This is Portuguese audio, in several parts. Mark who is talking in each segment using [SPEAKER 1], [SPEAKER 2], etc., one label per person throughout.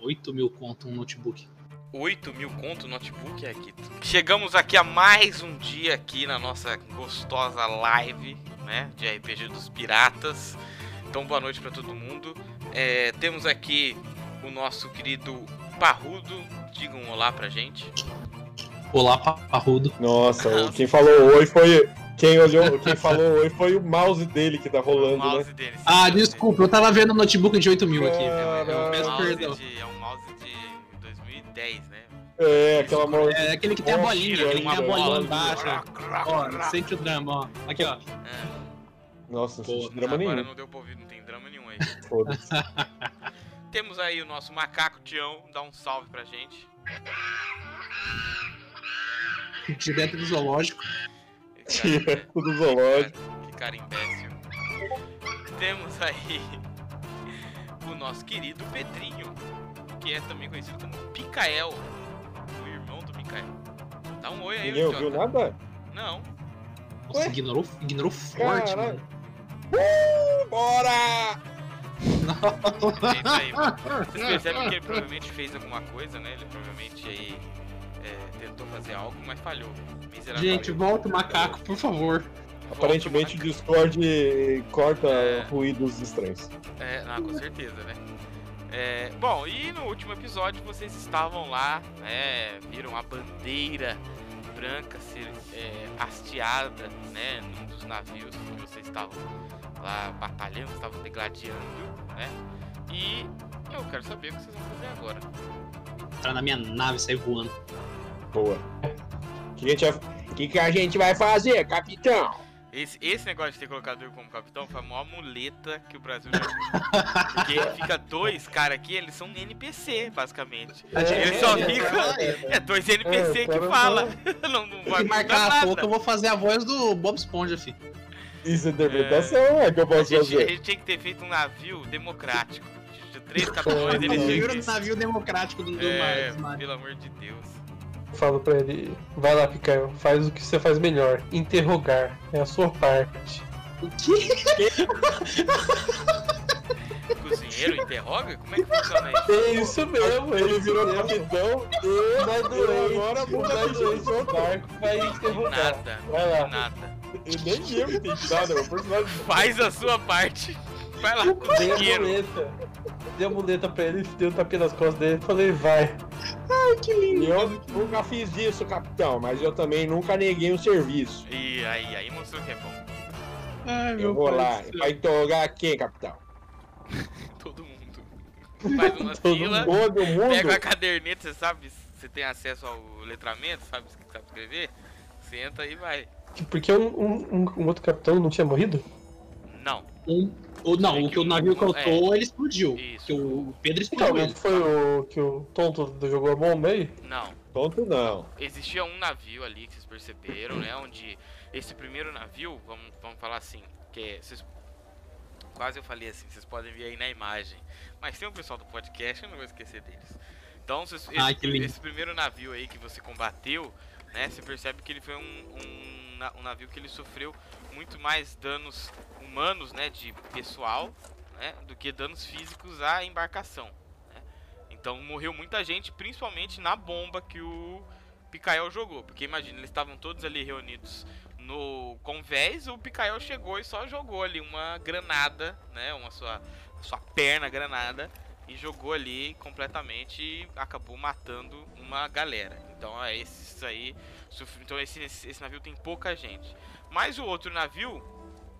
[SPEAKER 1] 8 mil conto um notebook.
[SPEAKER 2] 8 mil conto notebook é aqui. Chegamos aqui a mais um dia aqui na nossa gostosa live, né? De RPG dos Piratas. Então, boa noite pra todo mundo. É, temos aqui o nosso querido Parrudo. Digam um olá pra gente.
[SPEAKER 1] Olá, parrudo.
[SPEAKER 3] Nossa, o- quem falou oi foi. Quem olhou, quem falou oi foi o mouse dele que tá
[SPEAKER 2] o
[SPEAKER 3] rolando, né?
[SPEAKER 2] mouse dele. sim,
[SPEAKER 1] Ah,
[SPEAKER 2] sim, sim.
[SPEAKER 1] desculpa, eu tava vendo o notebook de 8 mil aqui.
[SPEAKER 2] É um- é um
[SPEAKER 1] Peço
[SPEAKER 2] mouse
[SPEAKER 1] perdão.
[SPEAKER 2] de- é um mouse de 2010, né?
[SPEAKER 3] É, aquela mão.
[SPEAKER 1] É aquele que tem a
[SPEAKER 3] Nossa,
[SPEAKER 1] bolinha,
[SPEAKER 3] tira
[SPEAKER 1] aquele que
[SPEAKER 3] aí,
[SPEAKER 1] tem a bolinha
[SPEAKER 3] mano.
[SPEAKER 1] embaixo. Ó, sente o drama, ó. Aqui, ó.
[SPEAKER 2] Ah,
[SPEAKER 3] Nossa, não
[SPEAKER 1] Pô,
[SPEAKER 3] senti drama
[SPEAKER 2] agora
[SPEAKER 3] nenhum.
[SPEAKER 2] não deu pra ouvir, não tem drama nenhum aí.
[SPEAKER 3] Foda-se.
[SPEAKER 2] Temos aí o nosso macaco Tião, dá um salve pra gente.
[SPEAKER 1] Direto do zoológico.
[SPEAKER 2] Que cara-
[SPEAKER 3] Direto do zoológico.
[SPEAKER 2] Que cara imbécil. Temos aí o nosso querido Pedrinho, que é também conhecido como Picael, o irmão do Micael. Dá um oi aí,
[SPEAKER 3] Ninguém ouviu
[SPEAKER 2] idiota.
[SPEAKER 3] nada?
[SPEAKER 2] Não. É
[SPEAKER 1] Nossa,
[SPEAKER 3] Ué?
[SPEAKER 1] ignorou, ignorou forte,
[SPEAKER 3] Caralho.
[SPEAKER 1] mano.
[SPEAKER 3] Bora!
[SPEAKER 2] É isso aí,
[SPEAKER 1] Ah,
[SPEAKER 2] mano. Vocês percebem que ele provavelmente fez alguma coisa, né? Ele provavelmente aí é, tentou fazer algo, mas falhou. Miseravelmente.
[SPEAKER 1] Gente, volta o macaco, por favor.
[SPEAKER 3] Aparentemente o Discord corta ruídos estranhos.
[SPEAKER 2] É, ah, com certeza, né? É, bom, e no último episódio vocês estavam lá, né? Viram a bandeira branca ser é, hasteada, né? Num dos navios que vocês estavam lá batalhando, estavam degladiando, né? E eu quero saber o que vocês vão fazer agora.
[SPEAKER 1] Entrar na minha nave e sair voando.
[SPEAKER 3] Boa. O que, a gente vai- que que a gente vai fazer, capitão?
[SPEAKER 2] Esse, esse negócio de ter colocado eu como capitão foi a maior muleta que o Brasil já viu. Porque fica dois caras aqui, eles são NPC, basicamente.
[SPEAKER 1] A gente-
[SPEAKER 2] Eles só ficam. É dois NPC
[SPEAKER 3] É,
[SPEAKER 2] que
[SPEAKER 3] cara,
[SPEAKER 2] fala. Não, não vai
[SPEAKER 1] Se
[SPEAKER 2] marcar
[SPEAKER 1] marcar a pouco,
[SPEAKER 2] nada.
[SPEAKER 1] eu vou fazer a voz do Bob Esponja, fi.
[SPEAKER 3] Isso é interpretação, é que eu
[SPEAKER 2] A
[SPEAKER 3] posso
[SPEAKER 2] gente, a
[SPEAKER 3] fazer.
[SPEAKER 2] gente tinha que ter feito um navio democrático. De três capitões, eles tinham
[SPEAKER 1] Primeiro
[SPEAKER 2] que...
[SPEAKER 1] navio democrático do, do
[SPEAKER 2] É,
[SPEAKER 1] mar, do mar.
[SPEAKER 2] pelo amor de Deus.
[SPEAKER 4] Falo pra ele, vai lá, Picael, faz o que você faz melhor, interrogar, é a sua parte.
[SPEAKER 1] O quê?
[SPEAKER 2] Cozinheiro interroga? Como é que funciona isso?
[SPEAKER 4] É isso mesmo, é
[SPEAKER 3] Ele
[SPEAKER 4] isso
[SPEAKER 3] virou
[SPEAKER 4] mesmo.
[SPEAKER 3] capitão,
[SPEAKER 4] Vai
[SPEAKER 3] eu
[SPEAKER 4] doente,
[SPEAKER 3] agora vou dar
[SPEAKER 4] vai doente
[SPEAKER 3] gente
[SPEAKER 4] no barco, vai interrogar.
[SPEAKER 2] Nada,
[SPEAKER 4] Vai lá.
[SPEAKER 2] nada.
[SPEAKER 3] E nem eu entendi nada, meu personagem.
[SPEAKER 2] Faz a sua parte. Vai lá,
[SPEAKER 4] Dei a
[SPEAKER 2] cozinheiro.
[SPEAKER 4] muleta. Dei a muleta pra ele, dei um tapinha nas costas dele, falei, vai.
[SPEAKER 3] Eu nunca fiz isso, capitão, mas eu também nunca neguei um serviço.
[SPEAKER 2] E aí, aí mostrou que é bom.
[SPEAKER 1] Ai,
[SPEAKER 3] Eu vou
[SPEAKER 1] pai
[SPEAKER 3] lá,
[SPEAKER 1] do céu.
[SPEAKER 3] vai interrogar quem, capitão?
[SPEAKER 2] Todo mundo. Faz uma
[SPEAKER 4] Todo
[SPEAKER 2] fila,
[SPEAKER 3] Todo
[SPEAKER 2] pega a
[SPEAKER 3] mundo?
[SPEAKER 2] caderneta, você sabe, você tem acesso ao letramento, sabe, sabe escrever? Senta e vai.
[SPEAKER 4] Porque um, um- um- um outro capitão não tinha morrido?
[SPEAKER 2] Não.
[SPEAKER 1] Um- ou não, o que o navio que eu tô, ele explodiu.
[SPEAKER 2] É Isso.
[SPEAKER 1] Que o Pedro
[SPEAKER 3] Então,
[SPEAKER 1] explodiu.
[SPEAKER 4] Talvez Então, foi o que o tonto jogou a bomba aí?
[SPEAKER 2] Não.
[SPEAKER 3] Tonto não.
[SPEAKER 2] Existia um navio ali que vocês perceberam, né? Onde esse primeiro navio, vamos, vamos falar assim, que é- vocês. Quase eu falei assim, vocês podem ver aí na imagem. Mas tem o pessoal do podcast, eu não vou esquecer deles. Então, vocês- esse,
[SPEAKER 1] Ai, Ah, que lindo.
[SPEAKER 2] esse primeiro navio aí que você combateu, né? Você percebe que ele foi um, um, na- um navio que ele sofreu muito mais danos humanos, né? De pessoal, né? Do que danos físicos à embarcação. né? Então morreu muita gente, principalmente na bomba que o Picael jogou. Porque imagina, eles estavam todos ali reunidos no convés, o Picael chegou e só jogou ali uma granada, né? Uma sua, sua perna granada. E jogou ali completamente e acabou matando uma galera. Então é esses aí. sofre- Então esse, esse esse navio tem pouca gente. Mas o outro navio,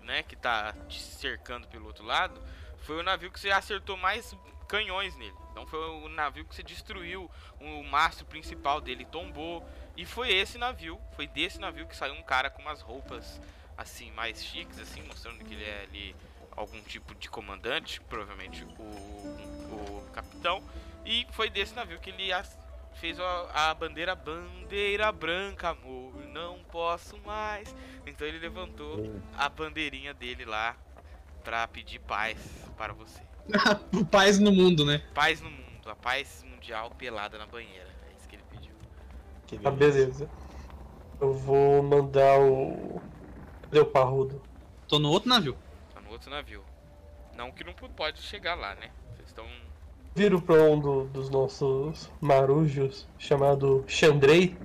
[SPEAKER 2] né, que tá te cercando pelo outro lado, foi o navio que você acertou mais canhões nele. Então foi o navio que você destruiu um, o mastro principal dele tombou. E foi esse navio, foi desse navio que saiu um cara com umas roupas assim, mais chiques, assim, mostrando que ele é ali algum tipo de comandante, provavelmente o, o capitão. E foi desse navio que ele as- fez a, a bandeira, bandeira branca, amor, não posso mais. Então ele levantou a bandeirinha dele lá pra pedir paz para você.
[SPEAKER 1] Paz no mundo, né?
[SPEAKER 2] Paz no mundo, a paz mundial pelada na banheira. É isso que ele pediu.
[SPEAKER 3] Que
[SPEAKER 4] Ah, beleza. Eu vou mandar o. Cadê o parrudo?
[SPEAKER 1] Tô no outro navio.
[SPEAKER 2] Tá no outro navio. Não que não pu- pode chegar lá, né? Vocês estão.
[SPEAKER 4] viro pra um do- dos nossos marujos chamado Xandrei.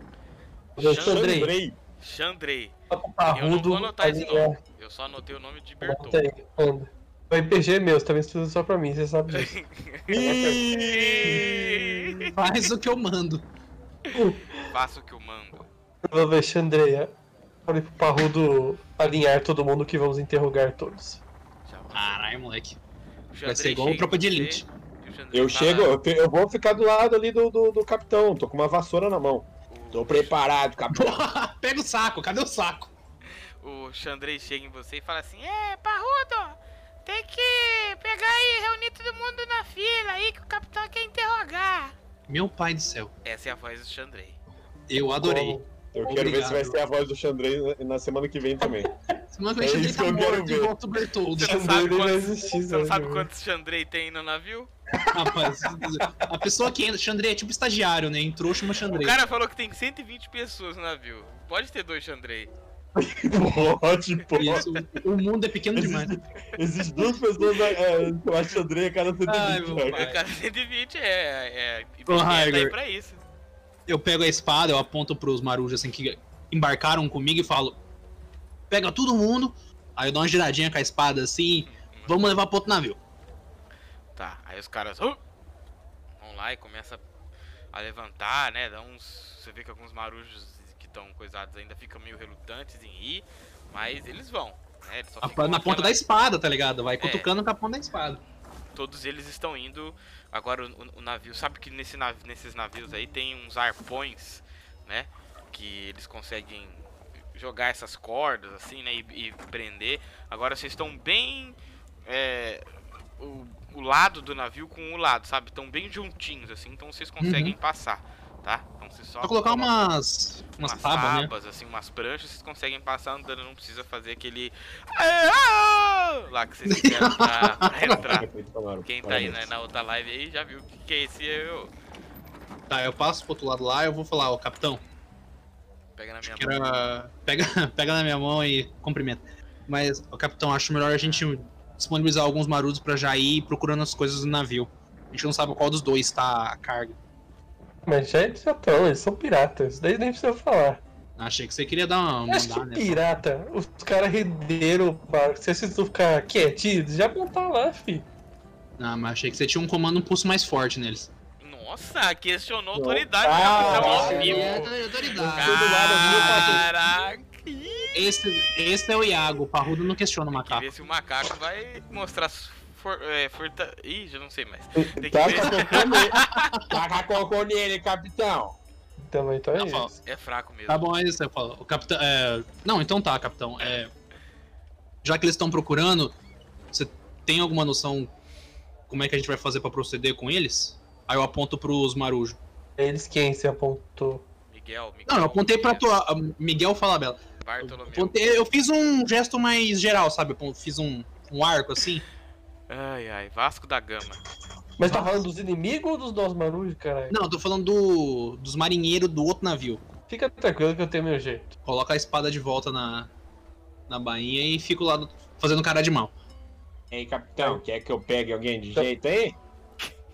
[SPEAKER 4] Eu
[SPEAKER 2] Xandrei.
[SPEAKER 4] Xandrei,
[SPEAKER 3] Lembrei.
[SPEAKER 2] Xandrei.
[SPEAKER 4] papo
[SPEAKER 2] Eu não
[SPEAKER 4] parrudo. tá
[SPEAKER 2] vou anotar esse
[SPEAKER 4] aliás,
[SPEAKER 2] nome. Eu só anotei o nome de
[SPEAKER 4] Anota
[SPEAKER 2] Bertol.
[SPEAKER 4] aí, anda. O RPG é meu, você tá vendo só pra mim, você sabe disso.
[SPEAKER 2] Ih,
[SPEAKER 1] Faz o que eu mando.
[SPEAKER 2] Faça o que eu mando.
[SPEAKER 4] Vou ver, Xandreia. Falei pro Parrudo alinhar todo mundo que vamos interrogar todos.
[SPEAKER 2] Já vou-
[SPEAKER 1] Caralho, moleque.
[SPEAKER 2] O
[SPEAKER 1] Vai
[SPEAKER 2] Xandrei
[SPEAKER 1] ser igual
[SPEAKER 2] chega
[SPEAKER 1] o
[SPEAKER 2] em
[SPEAKER 1] Tropa de
[SPEAKER 2] você,
[SPEAKER 1] Elite.
[SPEAKER 2] e o Xandrei
[SPEAKER 3] Eu
[SPEAKER 2] fala,
[SPEAKER 3] chego, eu, pe- eu vou ficar do lado ali do, do, do capitão. Tô com uma vassoura na mão.
[SPEAKER 2] o-
[SPEAKER 3] Tô preparado, capitão.
[SPEAKER 1] Porra, pega o saco, cadê o saco?
[SPEAKER 2] O Xandrei chega em você e fala assim: É, parrudo, tem que pegar e reunir todo mundo na fila aí que o capitão quer interrogar.
[SPEAKER 1] Meu pai do céu,
[SPEAKER 2] Essa é a voz do Xandrei.
[SPEAKER 1] eu adorei.
[SPEAKER 3] Eu quero ver
[SPEAKER 1] Obrigado.
[SPEAKER 3] se vai ser a voz do Xandrei na- na semana que vem também.
[SPEAKER 1] Semana que
[SPEAKER 3] É
[SPEAKER 1] vem ele
[SPEAKER 3] isso que
[SPEAKER 1] tá
[SPEAKER 3] eu quero
[SPEAKER 1] morto e
[SPEAKER 3] ver.
[SPEAKER 1] volta o Bertoldo.
[SPEAKER 2] Você não
[SPEAKER 4] Xandrei
[SPEAKER 2] sabe
[SPEAKER 4] nem vai
[SPEAKER 2] quantos-
[SPEAKER 4] existir,
[SPEAKER 2] Você não
[SPEAKER 4] né,
[SPEAKER 2] sabe
[SPEAKER 4] meu?
[SPEAKER 2] quantos Xandrei tem no navio?
[SPEAKER 1] Rapaz, a pessoa que entra, Xandrei é tipo estagiário, né? Entrou, chama
[SPEAKER 2] O
[SPEAKER 1] Xandrei.
[SPEAKER 2] cara falou que tem 120 pessoas no navio. Pode ter dois Xandrei.
[SPEAKER 3] Pode, pô.
[SPEAKER 1] Isso, o- o mundo é pequeno demais.
[SPEAKER 3] Existem duas pessoas é, eu acho Xandrei a cada 120.
[SPEAKER 1] Ai, meu
[SPEAKER 3] cara.
[SPEAKER 1] pai.
[SPEAKER 2] O cara 120 é. é e
[SPEAKER 1] Ô,
[SPEAKER 2] tá aí
[SPEAKER 1] Heiger.
[SPEAKER 2] pra isso.
[SPEAKER 1] Eu pego a espada, eu aponto pros marujos assim que embarcaram comigo e falo: pega todo mundo. Aí eu dou uma giradinha com a espada assim, vamos levar pro outro navio.
[SPEAKER 2] Tá, aí os caras "Hã?" vão lá e começa a levantar, né? Dá uns. Você vê que alguns marujos que estão coisados ainda ficam meio relutantes em ir, mas eles vão, né? Eles só
[SPEAKER 1] A-
[SPEAKER 2] ficam
[SPEAKER 1] na ponta
[SPEAKER 2] naquela-
[SPEAKER 1] da espada, tá ligado?
[SPEAKER 2] É.
[SPEAKER 1] Vai cutucando com a ponta da espada.
[SPEAKER 2] Todos eles estão indo. Agora o, o- o navio. Sabe que nesse nav- nesses navios aí tem uns arpões, né? Que eles conseguem jogar essas cordas assim, né? E, e prender. Agora vocês estão bem. é, o, o lado do navio com o lado, sabe? Estão bem juntinhos assim, então vocês conseguem passar, tá? Então vocês só.
[SPEAKER 1] Só Uhum. colocar
[SPEAKER 2] colocam-
[SPEAKER 1] umas. umas tábuas, né?
[SPEAKER 2] tábuas, assim, umas pranchas, vocês conseguem passar andando, não precisa fazer aquele. "Ah!" Lá que vocês fizeram pra, pra entrar. Quem tá aí né, na outra live aí já viu que, que é esse eu.
[SPEAKER 1] Tá, eu passo pro outro lado lá, eu vou falar: ó, capitão,
[SPEAKER 2] Pega na minha
[SPEAKER 1] que
[SPEAKER 2] mão.
[SPEAKER 1] era- pega, pega na minha mão e cumprimenta. Mas, ó, capitão, acho melhor a gente disponibilizar alguns marudos pra já ir procurando as coisas do navio. A gente não sabe qual dos dois tá a carga.
[SPEAKER 4] Mas já eles já estão, eles são piratas, daí nem precisa falar.
[SPEAKER 1] Achei que você queria dar uma
[SPEAKER 4] Acho
[SPEAKER 1] mandada,
[SPEAKER 4] que
[SPEAKER 1] né?
[SPEAKER 4] pirata, os caras renderam o barco. Se vocês não ficar quietinhos, já vão tá lá, fi.
[SPEAKER 1] Ah, mas achei que você tinha um comando um pulso mais forte neles.
[SPEAKER 2] Nossa, questionou a autoridade né? do
[SPEAKER 3] Ah,
[SPEAKER 2] capitão
[SPEAKER 3] eu
[SPEAKER 2] ao
[SPEAKER 3] ia-
[SPEAKER 2] vivo. Caraca! Ih,
[SPEAKER 1] Esse, esse é o Iago, o parrudo não questiona o
[SPEAKER 2] Tem que
[SPEAKER 1] macaco.
[SPEAKER 2] ver se o macaco vai mostrar su- for, é, forta. Ih, já não sei mais. Tem que
[SPEAKER 1] tá
[SPEAKER 3] Taca
[SPEAKER 2] ver.
[SPEAKER 3] cocô nele. Taca Tá cocô nele, capitão.
[SPEAKER 4] Então, então é
[SPEAKER 1] Tá bom.
[SPEAKER 4] isso.
[SPEAKER 2] É fraco mesmo.
[SPEAKER 1] Tá bom, é isso, eu falo. O capitão. é, Não, então tá, capitão. é, Já que eles estão procurando, você tem alguma noção como é que a gente vai fazer pra proceder com eles? Aí eu aponto pros marujos.
[SPEAKER 4] É Eles quem se apontou.
[SPEAKER 2] Miguel, Miguel.
[SPEAKER 1] Não, eu apontei pra
[SPEAKER 2] Miguel,
[SPEAKER 1] tua. a Miguel Falabella. Eu,
[SPEAKER 2] Bartolomeu.
[SPEAKER 1] apontei- eu fiz um gesto mais geral, sabe? Eu fiz um, um arco assim.
[SPEAKER 2] Ai, ai, Vasco da Gama.
[SPEAKER 4] Mas tá falando dos inimigos ou dos nossos marujos, caralho?
[SPEAKER 1] Não, eu tô falando do, dos marinheiros do outro navio.
[SPEAKER 4] Fica tranquilo que eu tenho meu jeito.
[SPEAKER 1] Coloca a espada de volta na, na bainha e fico lá do- fazendo cara de mal.
[SPEAKER 3] Ei, capitão, quer que eu pegue alguém de jeito aí?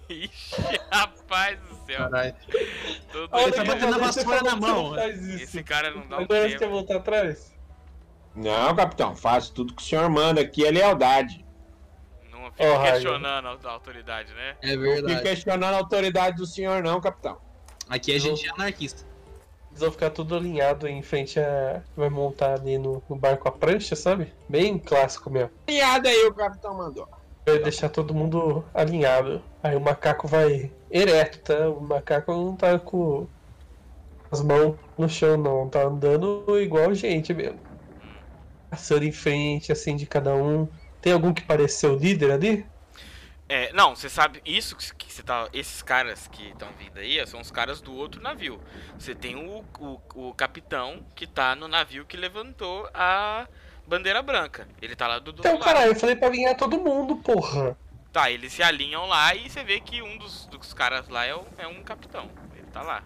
[SPEAKER 2] Ixi, rapaz do céu.
[SPEAKER 1] Caralho.
[SPEAKER 2] Todo
[SPEAKER 1] Olha,
[SPEAKER 2] dia-
[SPEAKER 1] tá batendo a vassoura na mão. né?
[SPEAKER 2] Esse cara não dá um
[SPEAKER 4] Agora você quer
[SPEAKER 1] é
[SPEAKER 2] tempo.
[SPEAKER 4] voltar atrás?
[SPEAKER 3] Não, capitão, faço tudo que o senhor manda aqui, é lealdade.
[SPEAKER 2] Não fica
[SPEAKER 4] Ô, Heiger.
[SPEAKER 2] questionando a- a autoridade, né?
[SPEAKER 1] É
[SPEAKER 3] Não fico
[SPEAKER 1] verdade.
[SPEAKER 3] questionando a autoridade do senhor, não, capitão.
[SPEAKER 1] Aqui a gente é anarquista.
[SPEAKER 4] Eles vão ficar tudo alinhado em frente a. Vai montar ali no, no barco a prancha, sabe? Bem clássico mesmo.
[SPEAKER 3] Piada aí o capitão mandou.
[SPEAKER 4] Vai deixar todo mundo alinhado. Aí o macaco vai ereto, tá? O macaco não tá com as mãos no chão, não. Tá andando igual gente mesmo. Passando em frente, assim, de cada um. Tem algum que pareceu líder ali?
[SPEAKER 2] É, não, você sabe, isso que que você tá. Esses caras que estão vindo aí são os caras do outro navio. Você tem o, o, o capitão que tá no navio que levantou a bandeira branca. Ele tá lá do, do
[SPEAKER 4] Então,
[SPEAKER 2] lado.
[SPEAKER 4] caralho, eu falei pra alinhar todo mundo, porra.
[SPEAKER 2] Tá, eles se alinham lá e você vê que um dos, dos caras lá é, o- é um capitão. Ele tá lá.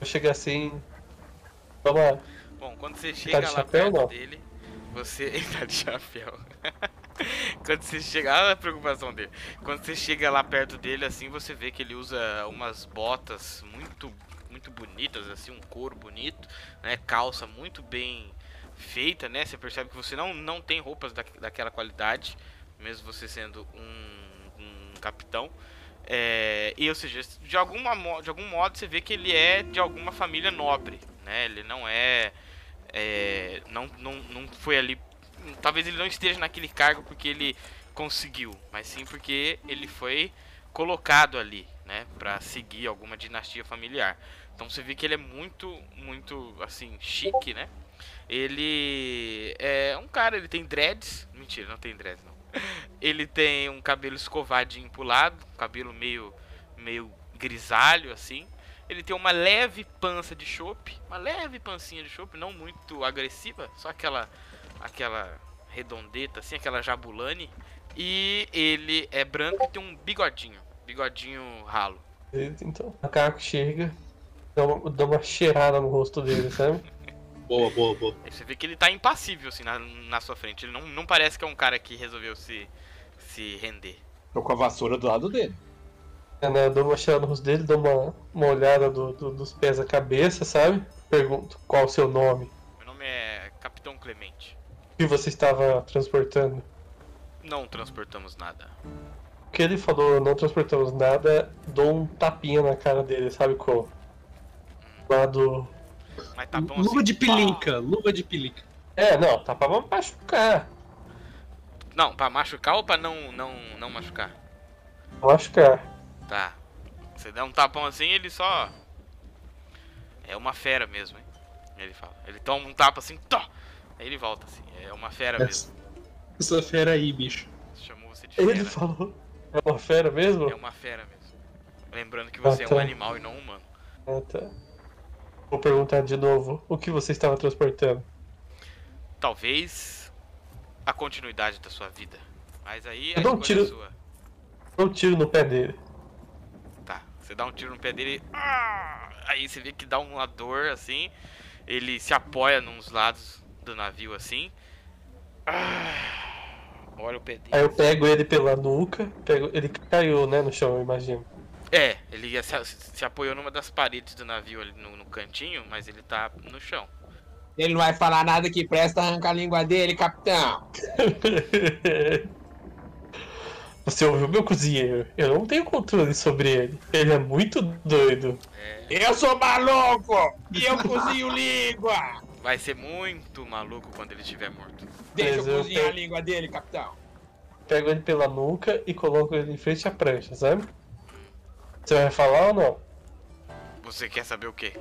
[SPEAKER 4] Eu cheguei assim. Vamos lá.
[SPEAKER 2] Bom, quando você chega
[SPEAKER 4] tá de
[SPEAKER 2] lá perto
[SPEAKER 4] chapéu, não?
[SPEAKER 2] dele, você. Ele tá de chapéu. Quando você chegar, olha a preocupação dele. Quando você chega lá perto dele, assim, você vê que ele usa umas botas muito, muito bonitas, assim, um couro bonito, né? Calça muito bem feita, né? Você percebe que você não, não tem roupas da, daquela qualidade, mesmo você sendo um, um capitão. É, e ou seja, de, alguma, mo- de algum modo você vê que ele é de alguma família nobre, né? Ele não é. é, não, não, não foi ali. Talvez ele não esteja naquele cargo porque ele conseguiu, mas sim porque ele foi colocado ali, né? Pra seguir alguma dinastia familiar. Então você vê que ele é muito, muito, assim, chique, né? Ele é um cara, ele tem dreads. Mentira, não tem dreads, não. Ele tem um cabelo escovadinho pro lado, um cabelo meio, meio grisalho, assim. Ele tem uma leve pança de chope, uma leve pancinha de chope, não muito agressiva, só aquela, aquela redondeta, assim, aquela jabulane. E ele é branco e tem um bigodinho, bigodinho ralo.
[SPEAKER 4] Então, o macaco chega, dá uma, dá uma cheirada no rosto dele, sabe?
[SPEAKER 1] Boa, boa, boa.
[SPEAKER 2] Aí você vê que ele tá impassível, assim, na, na sua frente. Ele não, não parece que é um cara que resolveu se, se render.
[SPEAKER 3] Tô com a vassoura do lado dele.
[SPEAKER 4] É, né, Eu dou uma cheirada no rosto dele, dou uma, uma olhada do- do- dos pés à cabeça, sabe? Pergunto qual o seu nome,
[SPEAKER 2] Meu nome é Capitão Clemente.
[SPEAKER 4] o que você estava transportando.
[SPEAKER 2] Não transportamos nada.
[SPEAKER 4] O que ele falou, não transportamos nada, dou um tapinha na cara dele, sabe qual? Lá do.
[SPEAKER 2] Mas tá bom
[SPEAKER 1] luva
[SPEAKER 2] assim,
[SPEAKER 1] de
[SPEAKER 2] pá.
[SPEAKER 1] pelica, luva de pelica.
[SPEAKER 4] É, não, tapa pra machucar.
[SPEAKER 2] Não, pra machucar ou pra não, não, não machucar?
[SPEAKER 4] Machucar.
[SPEAKER 2] Tá. Você dá um tapão assim, ele só. É uma fera mesmo, hein? Ele fala. Ele toma um tapa assim, tó! Aí ele volta assim. É uma fera mesmo.
[SPEAKER 1] Essa, essa fera aí, bicho.
[SPEAKER 2] Chamou você de fera.
[SPEAKER 4] Ele falou. É uma fera mesmo?
[SPEAKER 2] É uma fera mesmo. Lembrando que você
[SPEAKER 4] Ah,
[SPEAKER 2] é um
[SPEAKER 4] tá.
[SPEAKER 2] animal e não um humano.
[SPEAKER 4] Ah, tá. Vou perguntar de novo o que você estava transportando.
[SPEAKER 2] Talvez a continuidade da sua vida. Mas aí a
[SPEAKER 4] Eu dou um
[SPEAKER 2] escolha é
[SPEAKER 4] tiro.
[SPEAKER 2] sua.
[SPEAKER 4] Dou um tiro no pé dele.
[SPEAKER 2] Tá, você dá um tiro no pé dele. ah, Aí você vê que dá uma dor assim. Ele se apoia nos lados do navio assim. ah, Olha o pé dele.
[SPEAKER 4] Aí eu pego ele pela nuca, pego... ele caiu, né, no chão, eu imagino.
[SPEAKER 2] É, ele ia se, se apoiou numa das paredes do navio ali no, no cantinho, mas ele tá no chão.
[SPEAKER 3] Ele não vai falar nada que presta, arranca a língua dele, capitão.
[SPEAKER 4] Você ouviu meu cozinheiro? Eu não tenho controle sobre ele. Ele é muito doido.
[SPEAKER 3] Eu sou maluco e eu cozinho língua.
[SPEAKER 2] Vai ser muito maluco quando ele estiver morto.
[SPEAKER 3] Deixa
[SPEAKER 4] Mas
[SPEAKER 3] eu
[SPEAKER 4] eu
[SPEAKER 3] cozinhar a
[SPEAKER 4] pego-
[SPEAKER 3] língua dele, capitão.
[SPEAKER 4] Pego ele pela nuca e coloco ele em frente à prancha, sabe? Você vai falar ou não?
[SPEAKER 2] Você quer saber o quê?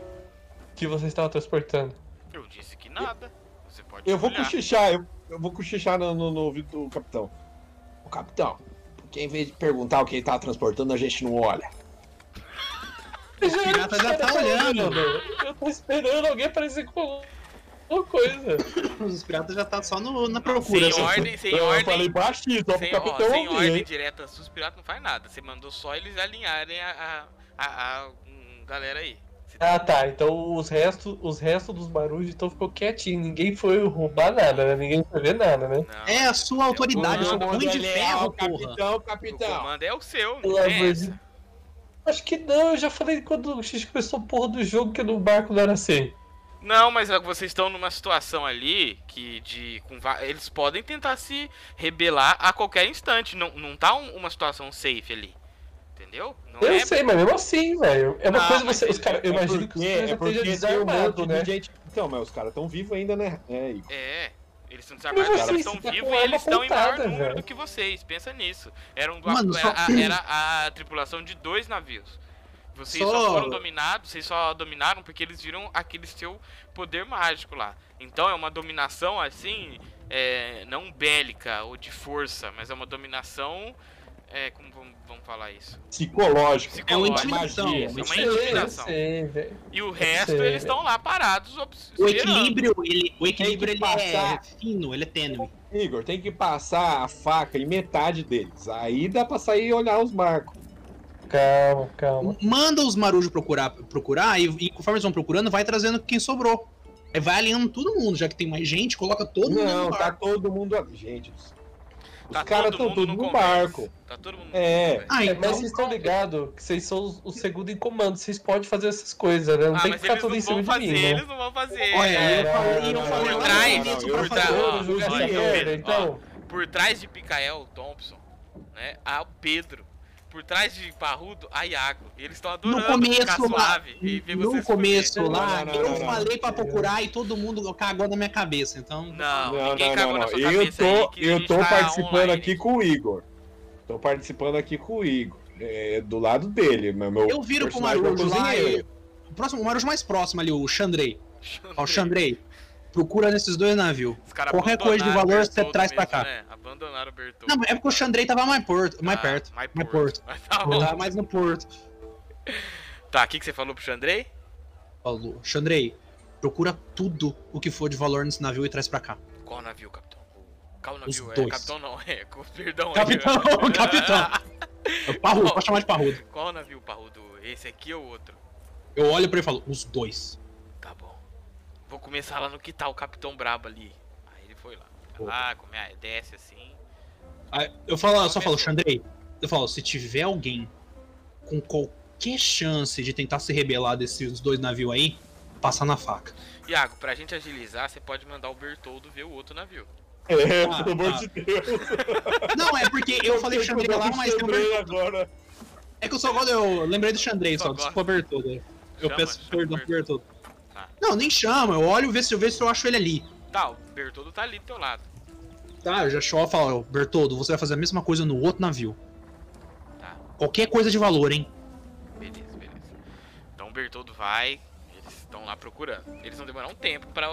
[SPEAKER 4] O que você estava transportando?
[SPEAKER 2] Eu disse que nada. Você pode
[SPEAKER 3] Eu vou
[SPEAKER 2] olhar.
[SPEAKER 3] cochichar, eu, eu vou cochichar no, no, no ouvido do capitão. O capitão, porque em vez de perguntar o que ele tá transportando, a gente não olha.
[SPEAKER 4] O
[SPEAKER 1] pirata já tá olhando.
[SPEAKER 4] Eu tô esperando alguém aparecer com alguma coisa.
[SPEAKER 1] Os piratas já tá só no- na procura. assim.
[SPEAKER 2] Sem
[SPEAKER 1] só-
[SPEAKER 2] ordem, sem
[SPEAKER 3] eu
[SPEAKER 2] ordem.
[SPEAKER 3] falei baixinho, só pro
[SPEAKER 2] Sem, ó,
[SPEAKER 3] capitão
[SPEAKER 2] sem
[SPEAKER 3] ouvir.
[SPEAKER 2] ordem
[SPEAKER 3] hein?
[SPEAKER 2] direta, os piratas não faz nada. Você mandou só eles alinharem a, a, a, a, hum, galera aí. Você-
[SPEAKER 4] Ah tá, então os restos, os restos dos barulhos então ficou quietinho, ninguém foi roubar nada, né? Ninguém foi ver nada, né?
[SPEAKER 2] Não,
[SPEAKER 1] É a sua
[SPEAKER 2] é o
[SPEAKER 1] autoridade, seu
[SPEAKER 2] comando,
[SPEAKER 1] punho de
[SPEAKER 3] Ele é
[SPEAKER 1] ferro,
[SPEAKER 3] o
[SPEAKER 1] porra.
[SPEAKER 3] capitão,
[SPEAKER 2] O
[SPEAKER 4] então.
[SPEAKER 3] capitão.
[SPEAKER 2] comando é o seu, não
[SPEAKER 4] Pelo
[SPEAKER 2] é
[SPEAKER 4] amor
[SPEAKER 2] essa.
[SPEAKER 4] de Acho que não, eu já falei quando o X começou a porra do jogo que no barco não era assim.
[SPEAKER 2] Não, mas é que vocês estão numa situação ali que de com va- eles podem tentar se rebelar a qualquer instante. Não, não tá um- uma situação safe ali. Entendeu? Não
[SPEAKER 4] Eu
[SPEAKER 2] é
[SPEAKER 4] sei, mas mesmo assim, velho. É uma
[SPEAKER 2] Não,
[SPEAKER 4] coisa
[SPEAKER 2] mas
[SPEAKER 4] você. Os
[SPEAKER 2] é
[SPEAKER 4] cara, eu imagino que os
[SPEAKER 3] é
[SPEAKER 4] caras já
[SPEAKER 3] porque
[SPEAKER 4] estejam
[SPEAKER 3] tem um monte
[SPEAKER 4] desarmados, né?
[SPEAKER 3] de gente. Então, mas os caras estão vivos ainda, né? É, Igor?
[SPEAKER 2] É. Eles são
[SPEAKER 4] Mas
[SPEAKER 2] desarmados, eles
[SPEAKER 4] vocês
[SPEAKER 2] estão
[SPEAKER 4] tá com
[SPEAKER 2] vivos e
[SPEAKER 4] arma
[SPEAKER 2] eles estão em maior
[SPEAKER 4] apontada,
[SPEAKER 2] número
[SPEAKER 4] velho.
[SPEAKER 2] do que vocês. Pensa nisso. Era, um,
[SPEAKER 1] Mano, só-
[SPEAKER 2] era, a- era a tripulação de dois navios. Vocês só...
[SPEAKER 1] Só-
[SPEAKER 2] foram dominados, vocês só dominaram porque eles viram aquele seu poder mágico lá. Então é uma dominação assim, é, não bélica ou de força, mas é uma dominação. é, como vamos, vamos falar isso?
[SPEAKER 3] Psicológico.
[SPEAKER 1] É uma
[SPEAKER 2] Psicológica.
[SPEAKER 1] intimidação. uma
[SPEAKER 3] magia.
[SPEAKER 2] É uma
[SPEAKER 4] Eu sei,
[SPEAKER 1] intimidação.
[SPEAKER 4] eu
[SPEAKER 2] intimidação.
[SPEAKER 4] sei, velho.
[SPEAKER 2] E o resto
[SPEAKER 4] sei.
[SPEAKER 2] eles estão lá parados, obs-
[SPEAKER 1] O
[SPEAKER 2] esperando.
[SPEAKER 1] equilíbrio, ele, o equilíbrio
[SPEAKER 3] que
[SPEAKER 1] ele é
[SPEAKER 3] passar.
[SPEAKER 1] fino, ele é tênue.
[SPEAKER 3] Igor, tem que passar a faca em metade deles. Aí dá pra sair e olhar os barcos.
[SPEAKER 4] Calma, calma.
[SPEAKER 1] Manda os marujos procurar, procurar e, e conforme eles vão procurando, vai trazendo quem sobrou. Aí vai alinhando todo mundo, já que tem mais gente, coloca todo mundo.
[SPEAKER 3] Não,
[SPEAKER 1] no
[SPEAKER 3] tá
[SPEAKER 1] barco.
[SPEAKER 3] todo mundo ali. Gente, do céu.
[SPEAKER 4] Os caras estão todos no barco.
[SPEAKER 2] Tá todo mundo no
[SPEAKER 4] É.
[SPEAKER 2] conversa.
[SPEAKER 1] Ah,
[SPEAKER 4] É,
[SPEAKER 1] então.
[SPEAKER 4] mas vocês estão ligados que vocês são os- o segundo em comando, vocês podem fazer essas coisas,
[SPEAKER 1] então
[SPEAKER 4] né? Não
[SPEAKER 2] Ah,
[SPEAKER 4] tem que
[SPEAKER 2] mas
[SPEAKER 4] ficar
[SPEAKER 2] eles
[SPEAKER 4] tudo em
[SPEAKER 2] não
[SPEAKER 4] cima
[SPEAKER 2] vão
[SPEAKER 4] de
[SPEAKER 2] fazer,
[SPEAKER 4] mim. né?
[SPEAKER 2] eles não vão fazer.
[SPEAKER 1] Olha,
[SPEAKER 2] é.
[SPEAKER 1] eu falei, eu falei.
[SPEAKER 2] Por
[SPEAKER 1] lá
[SPEAKER 2] trás,
[SPEAKER 1] no começo
[SPEAKER 2] por
[SPEAKER 1] pra
[SPEAKER 2] trás.
[SPEAKER 1] fazer.
[SPEAKER 2] ó,
[SPEAKER 4] Eu jogo
[SPEAKER 2] ó,
[SPEAKER 4] essa
[SPEAKER 2] então,
[SPEAKER 4] merda,
[SPEAKER 2] Pedro,
[SPEAKER 4] então.
[SPEAKER 2] Por trás de Picael Thompson, né? A Pedro. Por trás de Parrudo, a Iago. Eles estão adorando
[SPEAKER 1] No começo
[SPEAKER 2] ficar
[SPEAKER 1] lá-
[SPEAKER 2] suave e ver
[SPEAKER 1] um No
[SPEAKER 2] vocês né,
[SPEAKER 1] começo
[SPEAKER 3] fuderem.
[SPEAKER 1] lá,
[SPEAKER 3] Não, não,
[SPEAKER 1] eu
[SPEAKER 3] não, não.
[SPEAKER 1] falei pra procurar e todo mundo cagou na minha cabeça, então.
[SPEAKER 2] fuderem. Não,
[SPEAKER 3] Não,
[SPEAKER 2] ninguém
[SPEAKER 3] não,
[SPEAKER 2] cagou
[SPEAKER 3] não,
[SPEAKER 2] na
[SPEAKER 3] não.
[SPEAKER 2] sua
[SPEAKER 3] Eu
[SPEAKER 2] cabeça aí
[SPEAKER 3] tô,
[SPEAKER 2] que a
[SPEAKER 3] eu
[SPEAKER 2] gente
[SPEAKER 3] tô
[SPEAKER 2] tá
[SPEAKER 3] participando
[SPEAKER 2] online.
[SPEAKER 3] aqui com o Igor. Tô participando aqui com o Igor. É, do lado dele, meu. meu
[SPEAKER 1] Eu viro pro
[SPEAKER 3] personagem é o
[SPEAKER 1] Marujo lá e.
[SPEAKER 3] cozinheiro.
[SPEAKER 1] O próximo, o Marujo mais próximo ali, o Xandrei. Ó, o
[SPEAKER 2] Xandrei.
[SPEAKER 1] Xandrei. Procura nesses dois navios.
[SPEAKER 2] Os caras
[SPEAKER 1] Qualquer coisa de
[SPEAKER 2] abandonaram
[SPEAKER 1] valor,
[SPEAKER 2] o Bertoldo
[SPEAKER 1] você traz pra
[SPEAKER 2] mesmo,
[SPEAKER 1] cá.
[SPEAKER 2] né? Abandonaram o Bertoldo.
[SPEAKER 1] Não, é porque o Xandrei tava mais, porto, mais
[SPEAKER 2] Ah,
[SPEAKER 1] perto.
[SPEAKER 2] Mais
[SPEAKER 1] mais
[SPEAKER 2] Porto. Tá, bom.
[SPEAKER 1] Tava mais no porto.
[SPEAKER 2] Tá, o que, que você falou pro Xandrei?
[SPEAKER 1] Falou, Xandrei, procura tudo o que for de valor nesse navio e traz pra cá.
[SPEAKER 2] Qual navio, capitão? Qual
[SPEAKER 1] Os
[SPEAKER 2] navio? É,
[SPEAKER 1] dois.
[SPEAKER 2] capitão não, é. co- Perdão. é-
[SPEAKER 1] Capitão, capitão. É o Parrudo, pode chamar de parrudo.
[SPEAKER 2] Qual navio, parrudo? Esse aqui ou outro?
[SPEAKER 1] Eu olho pra ele e falo, os dois.
[SPEAKER 2] Tá bom. Vou começar lá no que tá o capitão brabo ali. Aí ele foi lá. Vai lá, come a desce assim.
[SPEAKER 1] Aí Eu, falo, eu só falo, Xandrei, eu falo, se tiver alguém com qualquer chance de tentar se rebelar desses dois navios aí, passa na faca.
[SPEAKER 2] Iago, pra gente agilizar, você pode mandar o Bertoldo ver o outro navio.
[SPEAKER 3] É,
[SPEAKER 1] Ah,
[SPEAKER 3] pelo amor
[SPEAKER 1] ah.
[SPEAKER 3] de Deus.
[SPEAKER 1] Não, é porque eu falei o Xandrei lá, mas eu
[SPEAKER 3] lembrei agora.
[SPEAKER 1] É que eu só gosto, eu lembrei do Xandrei
[SPEAKER 2] Só
[SPEAKER 1] só,
[SPEAKER 2] gosta.
[SPEAKER 1] desculpa Bertoldo. Eu
[SPEAKER 2] Chama,
[SPEAKER 1] peço
[SPEAKER 2] chama o
[SPEAKER 1] perdão pro
[SPEAKER 2] Bertoldo.
[SPEAKER 1] Bertoldo.
[SPEAKER 2] Tá.
[SPEAKER 1] Não, nem chama, eu olho e vejo se eu vejo se eu acho ele ali.
[SPEAKER 2] Tá, o Bertoldo tá ali do teu lado.
[SPEAKER 1] Tá, eu já choro e falo, "Ó, Bertoldo, você vai fazer a mesma coisa no outro navio.
[SPEAKER 2] Tá.
[SPEAKER 1] Qualquer coisa de valor, hein?
[SPEAKER 2] Beleza, beleza. Então o Bertoldo vai, eles estão lá procurando. Eles vão demorar um tempo pra.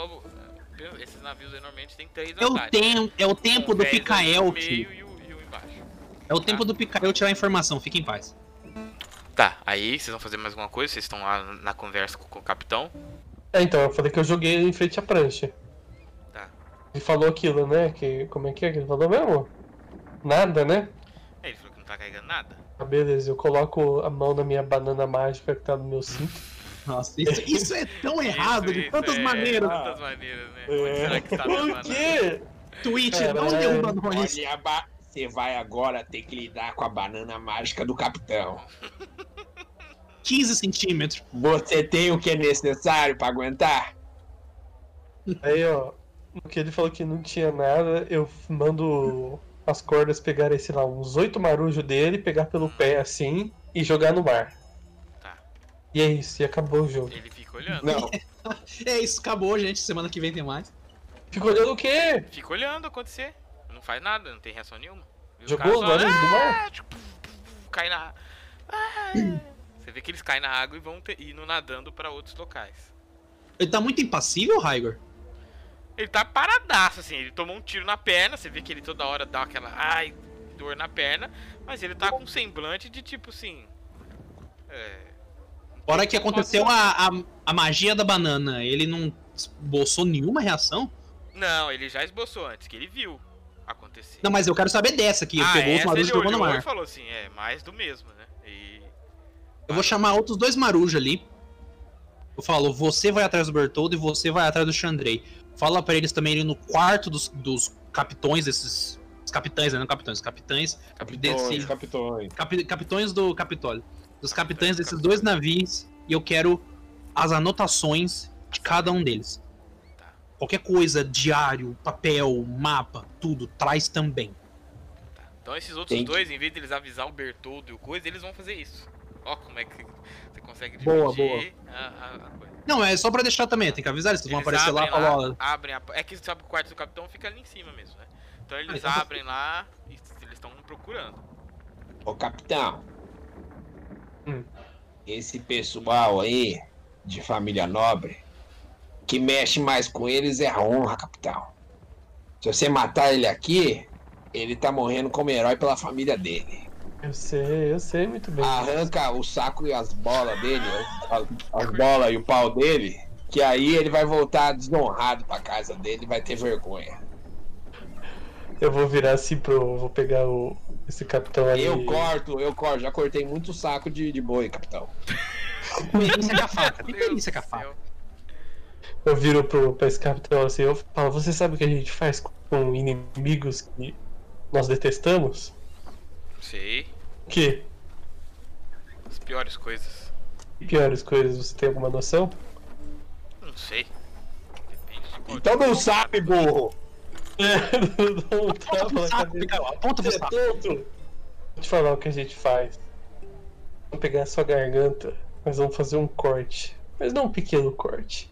[SPEAKER 2] Esses navios aí normalmente tem três
[SPEAKER 1] É o,
[SPEAKER 2] andares.
[SPEAKER 1] tem, é o tempo do
[SPEAKER 2] Dez ali no
[SPEAKER 1] Picael,
[SPEAKER 2] meio Tá.
[SPEAKER 1] tio.
[SPEAKER 2] e o, e o embaixo.
[SPEAKER 1] É o tempo do Picael tirar a informação, fique em paz.
[SPEAKER 2] Tá, aí vocês vão fazer mais alguma coisa? Vocês estão lá na conversa com, com o capitão?
[SPEAKER 4] É, então, eu falei que eu joguei em frente à prancha.
[SPEAKER 2] Tá.
[SPEAKER 4] Ele falou aquilo, né? Que, como é que é que ele falou mesmo? Nada, né?
[SPEAKER 2] É, ele falou que não tá carregando nada.
[SPEAKER 4] Ah, beleza, eu coloco a mão na minha banana mágica que tá no meu cinto.
[SPEAKER 1] Nossa, isso, isso é tão errado,
[SPEAKER 2] Isso,
[SPEAKER 1] de
[SPEAKER 2] isso,
[SPEAKER 1] tantas
[SPEAKER 2] é,
[SPEAKER 1] maneiras. É.
[SPEAKER 2] De tantas maneiras, né? Onde será que tá levando?
[SPEAKER 1] Twitch, não
[SPEAKER 4] Caralho.
[SPEAKER 1] derruba nós.
[SPEAKER 3] Olha, ba- você vai agora ter que lidar com a banana mágica do capitão.
[SPEAKER 1] 15 centímetros.
[SPEAKER 3] Você tem o que é necessário pra aguentar?
[SPEAKER 4] Aí, ó, no que ele falou que não tinha nada, eu mando as cordas pegarem, sei lá, uns oito marujos dele, pegar pelo pé assim e jogar no mar.
[SPEAKER 2] Tá.
[SPEAKER 4] E é isso, e acabou o jogo.
[SPEAKER 2] Ele fica olhando.
[SPEAKER 3] Não.
[SPEAKER 1] É isso, acabou, gente. Semana que vem tem mais.
[SPEAKER 4] Ficou olhando o quê?
[SPEAKER 2] Fica olhando acontecer. Não faz nada, não tem reação nenhuma. E os
[SPEAKER 4] Jogou os
[SPEAKER 2] caras só,
[SPEAKER 4] barulhos do mar?
[SPEAKER 2] "Ah", tipo, Cai na. Ah. Você vê que eles caem na água e vão ter, indo nadando pra outros locais.
[SPEAKER 1] Ele tá muito impassível, Raigor.
[SPEAKER 2] Ele tá paradaço, assim, ele tomou um tiro na perna, você vê que ele toda hora dá aquela ai, dor na perna, mas ele tá com um semblante de tipo assim. É.
[SPEAKER 1] Hora que aconteceu a, a, a magia da banana, ele não esboçou nenhuma reação?
[SPEAKER 2] Não, ele já esboçou antes, que ele viu acontecer. Ah,
[SPEAKER 1] Não, mas eu quero saber dessa aqui. Ele pegou
[SPEAKER 2] essa é
[SPEAKER 1] outro marujo e
[SPEAKER 2] ele
[SPEAKER 1] jogou no
[SPEAKER 2] olhou e
[SPEAKER 1] mar.
[SPEAKER 2] falou assim, é mais do mesmo, né? E.
[SPEAKER 1] Eu vou chamar outros dois marujos ali. Eu falo, você vai atrás do Bertoldo e você vai atrás do Xandrei. Fala pra eles também ir no quarto dos, dos capitões, desses. Os capitães, né? Não capitães, os capitães.
[SPEAKER 3] Capitões,
[SPEAKER 1] Desse-
[SPEAKER 3] capitões.
[SPEAKER 1] Capi- capitães do Capitólio. Dos capitães
[SPEAKER 2] Capitães do
[SPEAKER 1] desses dois navios. E eu quero as anotações de cada um deles.
[SPEAKER 2] Tá.
[SPEAKER 1] Qualquer coisa, diário, papel, mapa, tudo, traz também.
[SPEAKER 2] Tá. Então esses outros
[SPEAKER 3] Tem que-
[SPEAKER 2] dois, em vez de eles avisar o Bertoldo e o coisa, eles vão fazer isso. Ó como é que você consegue
[SPEAKER 1] Boa,
[SPEAKER 2] dividir a- a- a ah, coisa.
[SPEAKER 1] Não, é só pra deixar também, tem que avisar eles. Vão
[SPEAKER 2] Eles
[SPEAKER 1] aparecer lá e
[SPEAKER 2] abrem
[SPEAKER 1] falar, ó,
[SPEAKER 2] abrem a... É que sabe que o quarto do capitão fica ali em cima mesmo, né? Então eles
[SPEAKER 1] então tá-
[SPEAKER 2] abrem lá e eles estão procurando.
[SPEAKER 3] Ô, capitão.
[SPEAKER 4] Hum.
[SPEAKER 3] Esse pessoal aí, de família nobre, que mexe mais com eles é a honra, capitão. Se você matar ele aqui, ele tá morrendo como herói pela família dele.
[SPEAKER 4] Eu sei, eu sei muito bem.
[SPEAKER 3] Arranca o saco e as bolas dele, as- as bolas e o pau dele, que aí ele vai voltar desonrado pra casa dele e vai ter vergonha.
[SPEAKER 4] Eu vou virar assim pro. Vou pegar o. Esse capitão ali.
[SPEAKER 3] Eu corto, eu corto, já cortei muito saco de, de boi, capitão.
[SPEAKER 1] delícia com a é faca, tem
[SPEAKER 2] Meu Deus
[SPEAKER 1] delícia tá com a faca.
[SPEAKER 2] do céu.
[SPEAKER 4] Eu viro pro, pra esse capitão assim, eu falo, você sabe o que a gente faz com inimigos que nós detestamos,
[SPEAKER 2] Sei.
[SPEAKER 4] que
[SPEAKER 2] As piores coisas.
[SPEAKER 4] piores coisas você tem alguma noção?
[SPEAKER 2] Não sei. Depende de qual
[SPEAKER 3] Então
[SPEAKER 2] tipo
[SPEAKER 3] não
[SPEAKER 2] de
[SPEAKER 3] sabe, burro.
[SPEAKER 4] É, não não
[SPEAKER 1] Aponta
[SPEAKER 4] tava
[SPEAKER 1] pro
[SPEAKER 4] na
[SPEAKER 1] saco,
[SPEAKER 4] cabeça.
[SPEAKER 1] Mikael, aponta pro
[SPEAKER 4] Você é
[SPEAKER 1] saco.
[SPEAKER 4] tonto! Vou te falar o que a gente faz. Vamos pegar a sua garganta, mas vamos fazer um corte. Mas não um pequeno corte.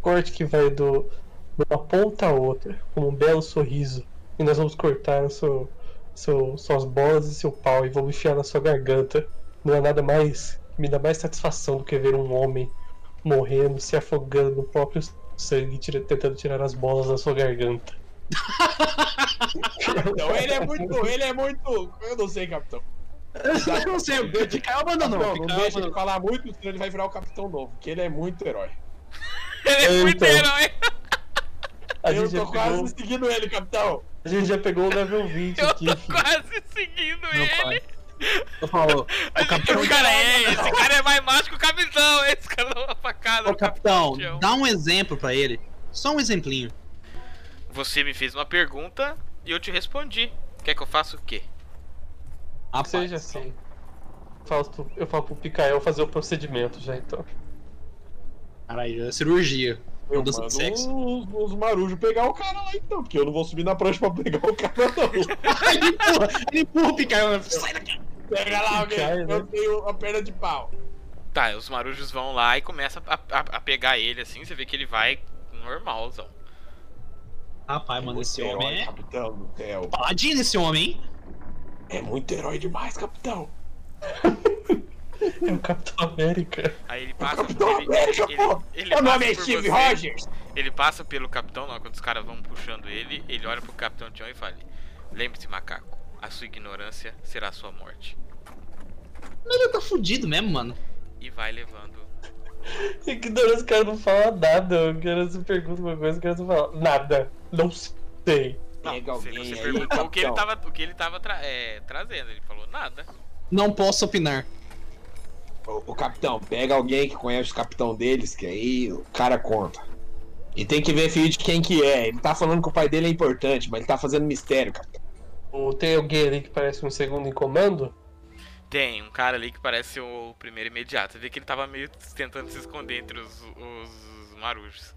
[SPEAKER 4] Corte que vai do de uma ponta a outra, como um belo sorriso. E nós vamos cortar o seu, seu- suas bolas e seu pau e vamos enfiar na sua garganta. Não é nada mais. Me dá mais satisfação do que ver um homem morrendo, se afogando no próprio sangue, tira- tentando tirar as bolas da sua garganta.
[SPEAKER 3] Então ele é muito. Ele é muito. Eu não sei, capitão.
[SPEAKER 1] Eu não sei, o Mikael abandonou.
[SPEAKER 3] Não,
[SPEAKER 1] Mikael
[SPEAKER 3] não deixa de
[SPEAKER 1] abandonou.
[SPEAKER 3] falar muito, senão ele vai virar o capitão novo, porque ele é muito herói.
[SPEAKER 2] Ele é muito
[SPEAKER 4] Então.
[SPEAKER 2] herói.
[SPEAKER 4] A
[SPEAKER 3] eu
[SPEAKER 4] gente já
[SPEAKER 3] tô quase
[SPEAKER 4] pegou-
[SPEAKER 3] seguindo ele, capitão.
[SPEAKER 4] A gente já pegou o level 20
[SPEAKER 2] Eu
[SPEAKER 4] aqui.
[SPEAKER 2] tô quase seguindo
[SPEAKER 1] Meu
[SPEAKER 2] ele.
[SPEAKER 1] pai. Eu falo, ô capitão,
[SPEAKER 2] O cara é, esse cara é mais macho que o capitão. Esse cara dá uma facada
[SPEAKER 1] ô
[SPEAKER 2] no
[SPEAKER 1] capitão,
[SPEAKER 2] capitão.
[SPEAKER 1] dá um exemplo pra ele. Só um exemplinho.
[SPEAKER 2] Você me fez uma pergunta e eu te respondi. Quer que eu faça o quê?
[SPEAKER 1] Rapaz,
[SPEAKER 4] Seja assim. Fausto, eu falo pro Picael fazer o procedimento já então.
[SPEAKER 1] Caralho, é cirurgia.
[SPEAKER 4] um
[SPEAKER 3] Eu
[SPEAKER 1] Mudança
[SPEAKER 3] mando
[SPEAKER 1] de sexo.
[SPEAKER 3] os, os marujos pegar o cara lá então, porque eu não vou subir na prancha pra pegar o cara não.
[SPEAKER 1] ele empurra, ele empurra o Picael. né? Sai daqui.
[SPEAKER 3] Pega lá alguém,
[SPEAKER 4] Cai, né?
[SPEAKER 3] eu tenho a perna de pau.
[SPEAKER 2] Tá, os marujos vão lá e começa a, a- a pegar ele assim. Você vê que ele vai normalzão.
[SPEAKER 1] Rapaz, mano, esse
[SPEAKER 3] Herói,
[SPEAKER 1] homem é.
[SPEAKER 3] capitão do céu.
[SPEAKER 1] Paladino esse homem, hein?
[SPEAKER 3] É muito herói demais, capitão.
[SPEAKER 4] É o Capitão América.
[SPEAKER 2] Aí ele passa
[SPEAKER 3] Capitão
[SPEAKER 2] Ah, ele-
[SPEAKER 3] América,
[SPEAKER 2] ele-
[SPEAKER 3] pô!
[SPEAKER 2] ele
[SPEAKER 3] Meu nome
[SPEAKER 2] passa
[SPEAKER 3] é
[SPEAKER 2] por
[SPEAKER 3] Steve
[SPEAKER 2] você,
[SPEAKER 3] Rogers.
[SPEAKER 2] Ele passa pelo capitão, lá quando os caras vão puxando ele, ele olha pro capitão John e fala: Lembre-se, macaco, a sua ignorância será a sua morte.
[SPEAKER 1] Mas ele tá fudido mesmo, mano.
[SPEAKER 2] E vai levando.
[SPEAKER 4] Ignorância, o cara não fala nada. O cara se pergunta uma coisa, o cara não fala nada. Não sei.
[SPEAKER 3] Pega
[SPEAKER 2] Você, você
[SPEAKER 3] alguém aí,
[SPEAKER 2] perguntou o que ele
[SPEAKER 3] capitão.
[SPEAKER 2] tava, o que ele tava tra- é, trazendo, ele falou nada.
[SPEAKER 1] Não posso opinar.
[SPEAKER 3] Ô, ô, capitão, pega alguém que conhece o capitão deles, que aí o cara conta. E tem que ver filho de quem que é. Ele tá falando que o pai dele é importante, mas ele tá fazendo mistério, capitão.
[SPEAKER 4] Ou tem alguém ali que parece um segundo em comando?
[SPEAKER 2] Tem um cara ali que parece o primeiro imediato. Você vê que ele tava meio tentando se esconder entre os, os marujos.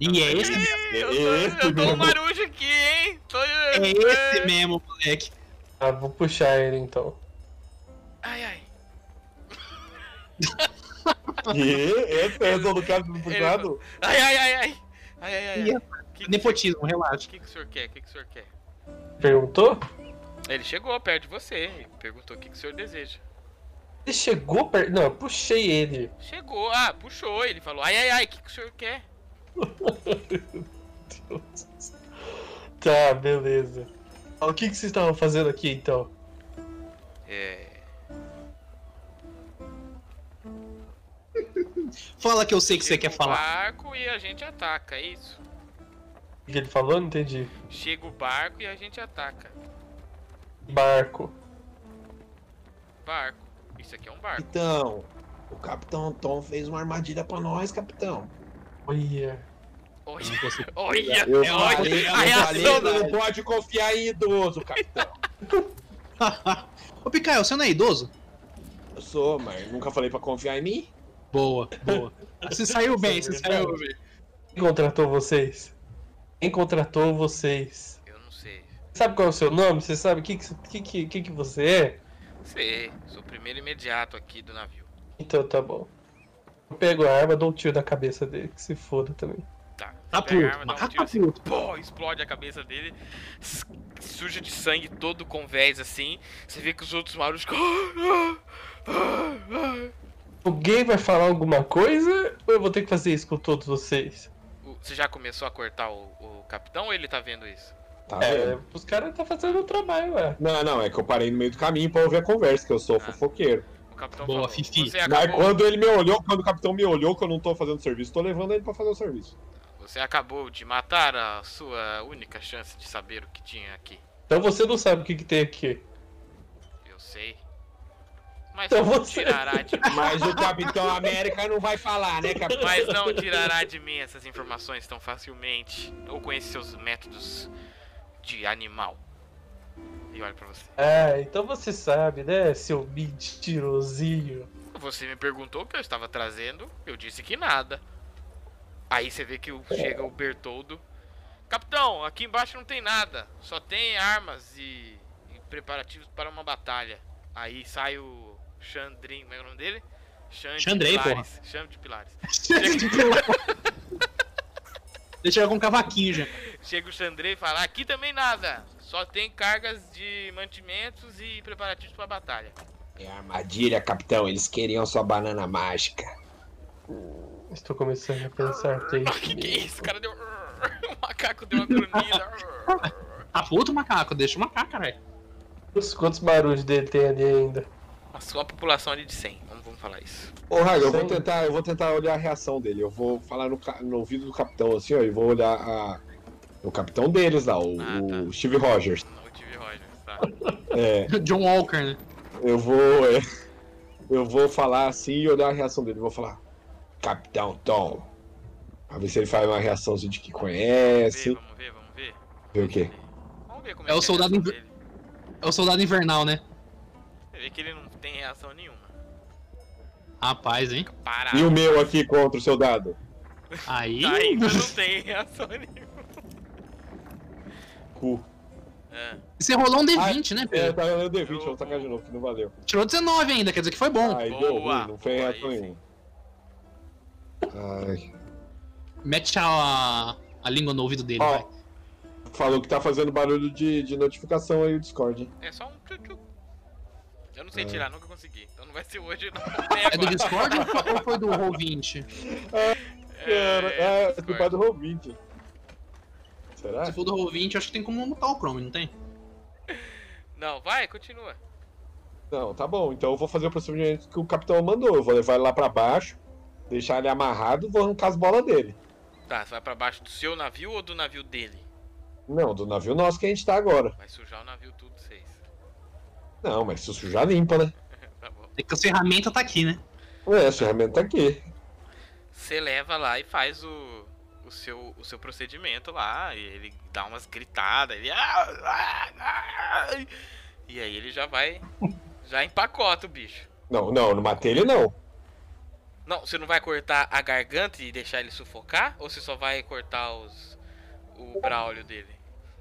[SPEAKER 1] E é esse,
[SPEAKER 2] Ih, Eu
[SPEAKER 3] Esse
[SPEAKER 2] tô, eu tô um
[SPEAKER 3] mesmo.
[SPEAKER 2] marujo aqui, hein? Tô-
[SPEAKER 1] é esse mesmo, moleque.
[SPEAKER 4] Ah, vou puxar ele então.
[SPEAKER 2] Ai, ai.
[SPEAKER 3] Esse é o dono do cara do
[SPEAKER 2] Ele falou, Ai, ai, ai, ai. Ai, ai, ai.
[SPEAKER 1] Ih,
[SPEAKER 2] ai. Que que
[SPEAKER 1] Nepotismo, relaxa.
[SPEAKER 2] O que, que o senhor quer? O que, que o senhor quer?
[SPEAKER 4] Perguntou?
[SPEAKER 2] Ele chegou perto de você e perguntou o que, que o senhor deseja.
[SPEAKER 4] Ele chegou perto. Não, eu puxei ele.
[SPEAKER 2] Chegou, ah, puxou. Ele falou, ai, ai, ai, o que, que o senhor quer?
[SPEAKER 4] Tá, beleza. Ah, O que, que vocês estavam fazendo aqui então?
[SPEAKER 2] É.
[SPEAKER 1] Fala que eu sei que você
[SPEAKER 2] chega
[SPEAKER 1] quer
[SPEAKER 2] o
[SPEAKER 1] falar.
[SPEAKER 2] barco e a gente ataca, é isso.
[SPEAKER 4] O que ele falou? Não entendi.
[SPEAKER 2] Chega o barco e a gente ataca.
[SPEAKER 4] Barco.
[SPEAKER 2] Barco. Isso aqui é um barco.
[SPEAKER 3] Então, o capitão Tom fez uma armadilha pra nós, capitão.
[SPEAKER 4] Olha.
[SPEAKER 2] Olha,
[SPEAKER 1] Eu não consigo-
[SPEAKER 2] olha,
[SPEAKER 3] Eu
[SPEAKER 2] é olha
[SPEAKER 3] falei, eu
[SPEAKER 2] a reação
[SPEAKER 3] falei,
[SPEAKER 2] do...
[SPEAKER 3] não pode confiar em idoso, capitão.
[SPEAKER 1] Ô, Picael, você não é idoso?
[SPEAKER 3] Eu sou, mas nunca falei pra confiar em mim.
[SPEAKER 1] Boa, boa. Você saiu bem, você
[SPEAKER 4] Isso é
[SPEAKER 1] saiu bem.
[SPEAKER 4] Quem contratou vocês? Quem contratou vocês?
[SPEAKER 2] Eu não sei.
[SPEAKER 4] Sabe qual é o seu nome? Você sabe o que que, que, que, que que você é?
[SPEAKER 2] Sei, sou o primeiro imediato aqui do navio.
[SPEAKER 4] Então tá bom. Eu pego a arma, dou um tiro na cabeça dele, que se foda também.
[SPEAKER 2] Tá.
[SPEAKER 1] Tá
[SPEAKER 2] Pega a
[SPEAKER 1] puto,
[SPEAKER 2] arma, dá um
[SPEAKER 1] macaco tá
[SPEAKER 2] tiro assim,
[SPEAKER 1] puto.
[SPEAKER 2] pô, explode a cabeça dele, s- suja de sangue todo com vés assim. Você vê que os outros marujos ficam. "Ah,
[SPEAKER 4] Alguém vai falar alguma coisa? Ou eu vou ter que fazer isso com todos vocês?
[SPEAKER 2] O- Você já começou a cortar o, o capitão ou ele tá vendo isso?
[SPEAKER 3] Tá
[SPEAKER 4] É,
[SPEAKER 3] vendo?
[SPEAKER 4] os caras tá fazendo o trabalho, ué.
[SPEAKER 3] Não, não, é que eu parei no meio do caminho pra ouvir a conversa, que eu sou fofoqueiro.
[SPEAKER 2] O capitão
[SPEAKER 1] Boa,
[SPEAKER 2] falou,
[SPEAKER 1] Fifi.
[SPEAKER 2] Você
[SPEAKER 3] Mas
[SPEAKER 2] Ah. É, acabou,
[SPEAKER 3] quando ele me olhou, quando o capitão me olhou que eu não tô fazendo serviço, tô levando ele pra fazer o serviço.
[SPEAKER 2] você acabou de matar a sua única chance de saber o que tinha aqui.
[SPEAKER 4] Então você não sabe o que, que tem aqui.
[SPEAKER 2] Eu sei. Mas
[SPEAKER 4] Então
[SPEAKER 2] não
[SPEAKER 4] você-
[SPEAKER 2] tirará de
[SPEAKER 3] Mas o capitão América não vai falar, né, capitão?
[SPEAKER 2] Mas não tirará de mim essas informações tão facilmente. Ou com esses seus métodos de animal. e olho pra você.
[SPEAKER 4] Ah, então você sabe, né, seu mentirosinho?
[SPEAKER 2] Você me perguntou o que eu estava trazendo, eu disse que nada. Aí você vê que o- chega o Bertoldo. Capitão, aqui embaixo não tem nada, só tem armas e, e preparativos para uma batalha. Aí sai o Xandrin, como é o nome dele? Xande
[SPEAKER 1] Xandrei,
[SPEAKER 2] Pilares. Xande de Pilares.
[SPEAKER 1] Ele chega com um cavaquinho já.
[SPEAKER 2] Chega o Xandrei e fala: Aqui também nada, só tem cargas de mantimentos e preparativos para batalha.
[SPEAKER 3] É armadilha, capitão. Eles queriam sua banana mágica.
[SPEAKER 4] Estou começando a pensar
[SPEAKER 2] O que, que é isso? O cara deu. O macaco deu uma grunhida.
[SPEAKER 1] Ah, pro outro macaco, deixa o macaco, caralho.
[SPEAKER 4] Quantos, quantos barulhos dele tem ali ainda?
[SPEAKER 2] A sua população ali de 100, vamos, vamos falar isso.
[SPEAKER 3] Ô, Raio, eu
[SPEAKER 4] Sim.
[SPEAKER 3] vou tentar, eu vou tentar olhar a reação dele. Eu vou falar no, ca- no ouvido do capitão assim, ó, e vou olhar a- o capitão deles lá, o,
[SPEAKER 2] Ah, tá.
[SPEAKER 3] o Steve Rogers.
[SPEAKER 2] O Steve Rogers, tá?
[SPEAKER 3] É,
[SPEAKER 1] John Walker, né?
[SPEAKER 3] eu vou, é, eu vou falar assim e olhar a reação dele. Eu Vou falar, Capitão Tom. Pra ver se ele faz uma reação assim de que
[SPEAKER 2] Vamos ver,
[SPEAKER 3] conhece.
[SPEAKER 2] vamos ver, vamos ver.
[SPEAKER 3] Ver o quê?
[SPEAKER 2] Vamos ver como
[SPEAKER 1] É
[SPEAKER 2] que
[SPEAKER 1] o soldado
[SPEAKER 2] a reação
[SPEAKER 1] inver-
[SPEAKER 2] dele.
[SPEAKER 1] É o soldado invernal, né?
[SPEAKER 2] Você vê que ele não tem reação nenhuma.
[SPEAKER 1] Rapaz, hein?
[SPEAKER 2] Parado.
[SPEAKER 3] E o meu aqui contra o seu dado.
[SPEAKER 1] Aí.
[SPEAKER 2] Tá, Ainda não tem reação nenhuma.
[SPEAKER 3] Cu.
[SPEAKER 2] É.
[SPEAKER 1] Você rolou um D20, né,
[SPEAKER 3] É,
[SPEAKER 1] Pedro?
[SPEAKER 3] tá ganhando D20, eu vou sacar de novo, que não valeu.
[SPEAKER 1] Tirou 19 ainda, quer dizer que foi bom.
[SPEAKER 3] é. Ai,
[SPEAKER 2] boa,
[SPEAKER 3] deu ruim, não foi
[SPEAKER 2] boa,
[SPEAKER 3] reação
[SPEAKER 2] aí sim.
[SPEAKER 3] nenhuma. Ai.
[SPEAKER 1] Mete a, a língua no ouvido dele,
[SPEAKER 3] Ó,
[SPEAKER 1] vai.
[SPEAKER 3] Falou que tá fazendo barulho de, de notificação aí o Discord, hein?
[SPEAKER 2] É só um tchu tchu. Eu
[SPEAKER 3] É.
[SPEAKER 2] não sei tirar, nunca consegui. Então não vai ser hoje, não.
[SPEAKER 1] É do Discord ou foi- ou foi do Roll20?
[SPEAKER 3] Cara, é, é
[SPEAKER 2] Discord.
[SPEAKER 3] culpa do Roll20. Será?
[SPEAKER 1] Se for do Roll20, acho que tem como mutar o Chrome, não tem?
[SPEAKER 2] vai, continua.
[SPEAKER 3] Não, tá bom. Então eu vou fazer o procedimento que o capitão mandou. Eu vou levar ele lá pra baixo, deixar ele amarrado vou arrancar as bolas dele.
[SPEAKER 2] Tá, você vai pra baixo do seu navio ou do navio dele?
[SPEAKER 3] Não, do navio nosso que a gente tá agora.
[SPEAKER 2] Vai sujar o navio tudo, vocês.
[SPEAKER 3] Não, mas se sujar limpa, né?
[SPEAKER 2] Tá bom.
[SPEAKER 1] É que a ferramenta tá aqui, né?
[SPEAKER 3] Ué, a ferramenta tá aqui.
[SPEAKER 2] Você leva lá e faz o, o, seu, o seu procedimento lá. E ele dá umas gritadas. Ele. "Ah, ah, ah", E aí ele já vai. Já empacota o bicho.
[SPEAKER 3] Não, não, não matei ele não.
[SPEAKER 2] Não, você não vai cortar a garganta e deixar ele sufocar? Ou você só vai cortar os. O braulio dele?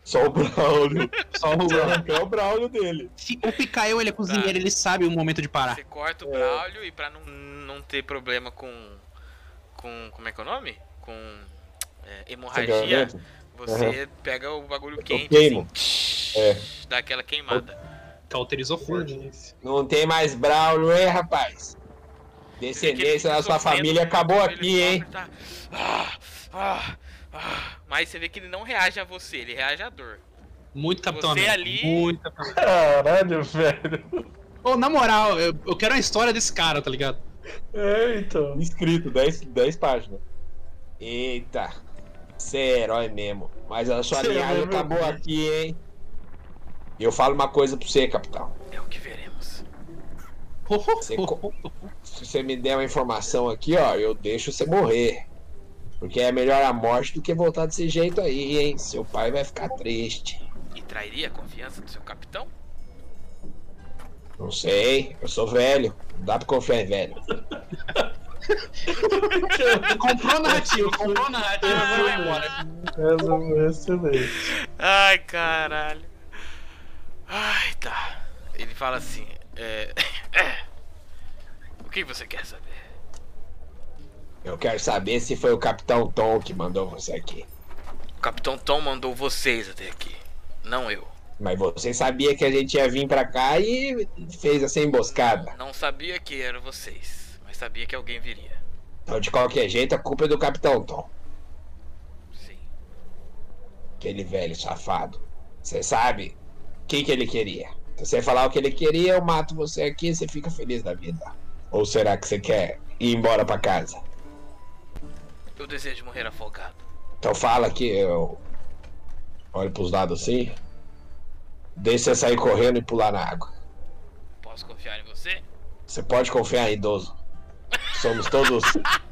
[SPEAKER 3] Só o Braulio.
[SPEAKER 1] Só o
[SPEAKER 3] Vou arrancar o Braulio dele.
[SPEAKER 1] Se o Picael ele é cozinheiro, ele sabe o momento de parar.
[SPEAKER 2] Você corta
[SPEAKER 3] É.
[SPEAKER 2] o braulio e pra não, não ter problema com. Com. Como é que é o nome? Com. é,
[SPEAKER 3] Essa
[SPEAKER 2] hemorragia.
[SPEAKER 3] garganta.
[SPEAKER 2] Você pega o bagulho quente,
[SPEAKER 3] queimo.
[SPEAKER 2] assim,
[SPEAKER 3] É.
[SPEAKER 2] dá aquela queimada.
[SPEAKER 1] Cauterizou tá forte.
[SPEAKER 4] Delícia.
[SPEAKER 3] Não tem mais Braulio, hein, rapaz? Descendência da sua família acabou aqui, hein?
[SPEAKER 2] tá, ah, Mas você vê que ele não reage a você, ele reage à dor.
[SPEAKER 1] Muito Capitão
[SPEAKER 2] Você
[SPEAKER 1] América.
[SPEAKER 2] ali-
[SPEAKER 1] Muito Capitão América.
[SPEAKER 4] Caralho, velho.
[SPEAKER 1] Ô, na moral, eu, eu quero a história desse cara, tá ligado?
[SPEAKER 4] É, então.
[SPEAKER 3] Inscrito, 10, 10 páginas. Eita, você é herói mesmo. Mas a sua
[SPEAKER 4] Cê é
[SPEAKER 3] linhagem
[SPEAKER 4] herói mesmo.
[SPEAKER 3] acabou aqui, hein? E eu falo uma coisa pra você, capitão.
[SPEAKER 2] É o que veremos.
[SPEAKER 1] Ho, ho,
[SPEAKER 3] Você
[SPEAKER 1] ho,
[SPEAKER 3] co-
[SPEAKER 1] ho, ho.
[SPEAKER 3] Se você me der uma informação aqui, ó, eu deixo você morrer. Porque é melhor a morte do que voltar desse jeito aí, hein? Seu pai vai ficar triste.
[SPEAKER 2] E trairia a confiança do seu capitão?
[SPEAKER 3] Não sei, eu sou velho. Não dá pra confiar em velho.
[SPEAKER 1] Comprou a narrativa, comprou a narrativa, vai embora.
[SPEAKER 4] Essa foi excelente.
[SPEAKER 2] Ai, caralho. Ai, tá. Ele fala assim: é, O que você quer saber?
[SPEAKER 3] Eu quero saber se foi o capitão Tom que mandou você aqui.
[SPEAKER 2] O capitão Tom mandou vocês até aqui, não eu.
[SPEAKER 3] Mas você sabia que a gente ia vir pra cá e fez essa emboscada.
[SPEAKER 2] Não sabia que eram vocês, mas sabia que alguém viria.
[SPEAKER 3] Então, de qualquer jeito, a culpa é do Capitão Tom,
[SPEAKER 2] Sim.
[SPEAKER 3] aquele velho safado. Você sabe o que, que ele queria. Se você falar o que ele queria, eu mato você aqui e você fica feliz da vida. Ou será que você quer ir embora pra casa?
[SPEAKER 2] Eu desejo morrer afogado.
[SPEAKER 3] Então fala que eu olho pros lados assim. Deixa você sair correndo e pular na água.
[SPEAKER 2] Posso confiar em você?
[SPEAKER 3] Você pode confiar em idoso. Somos todos.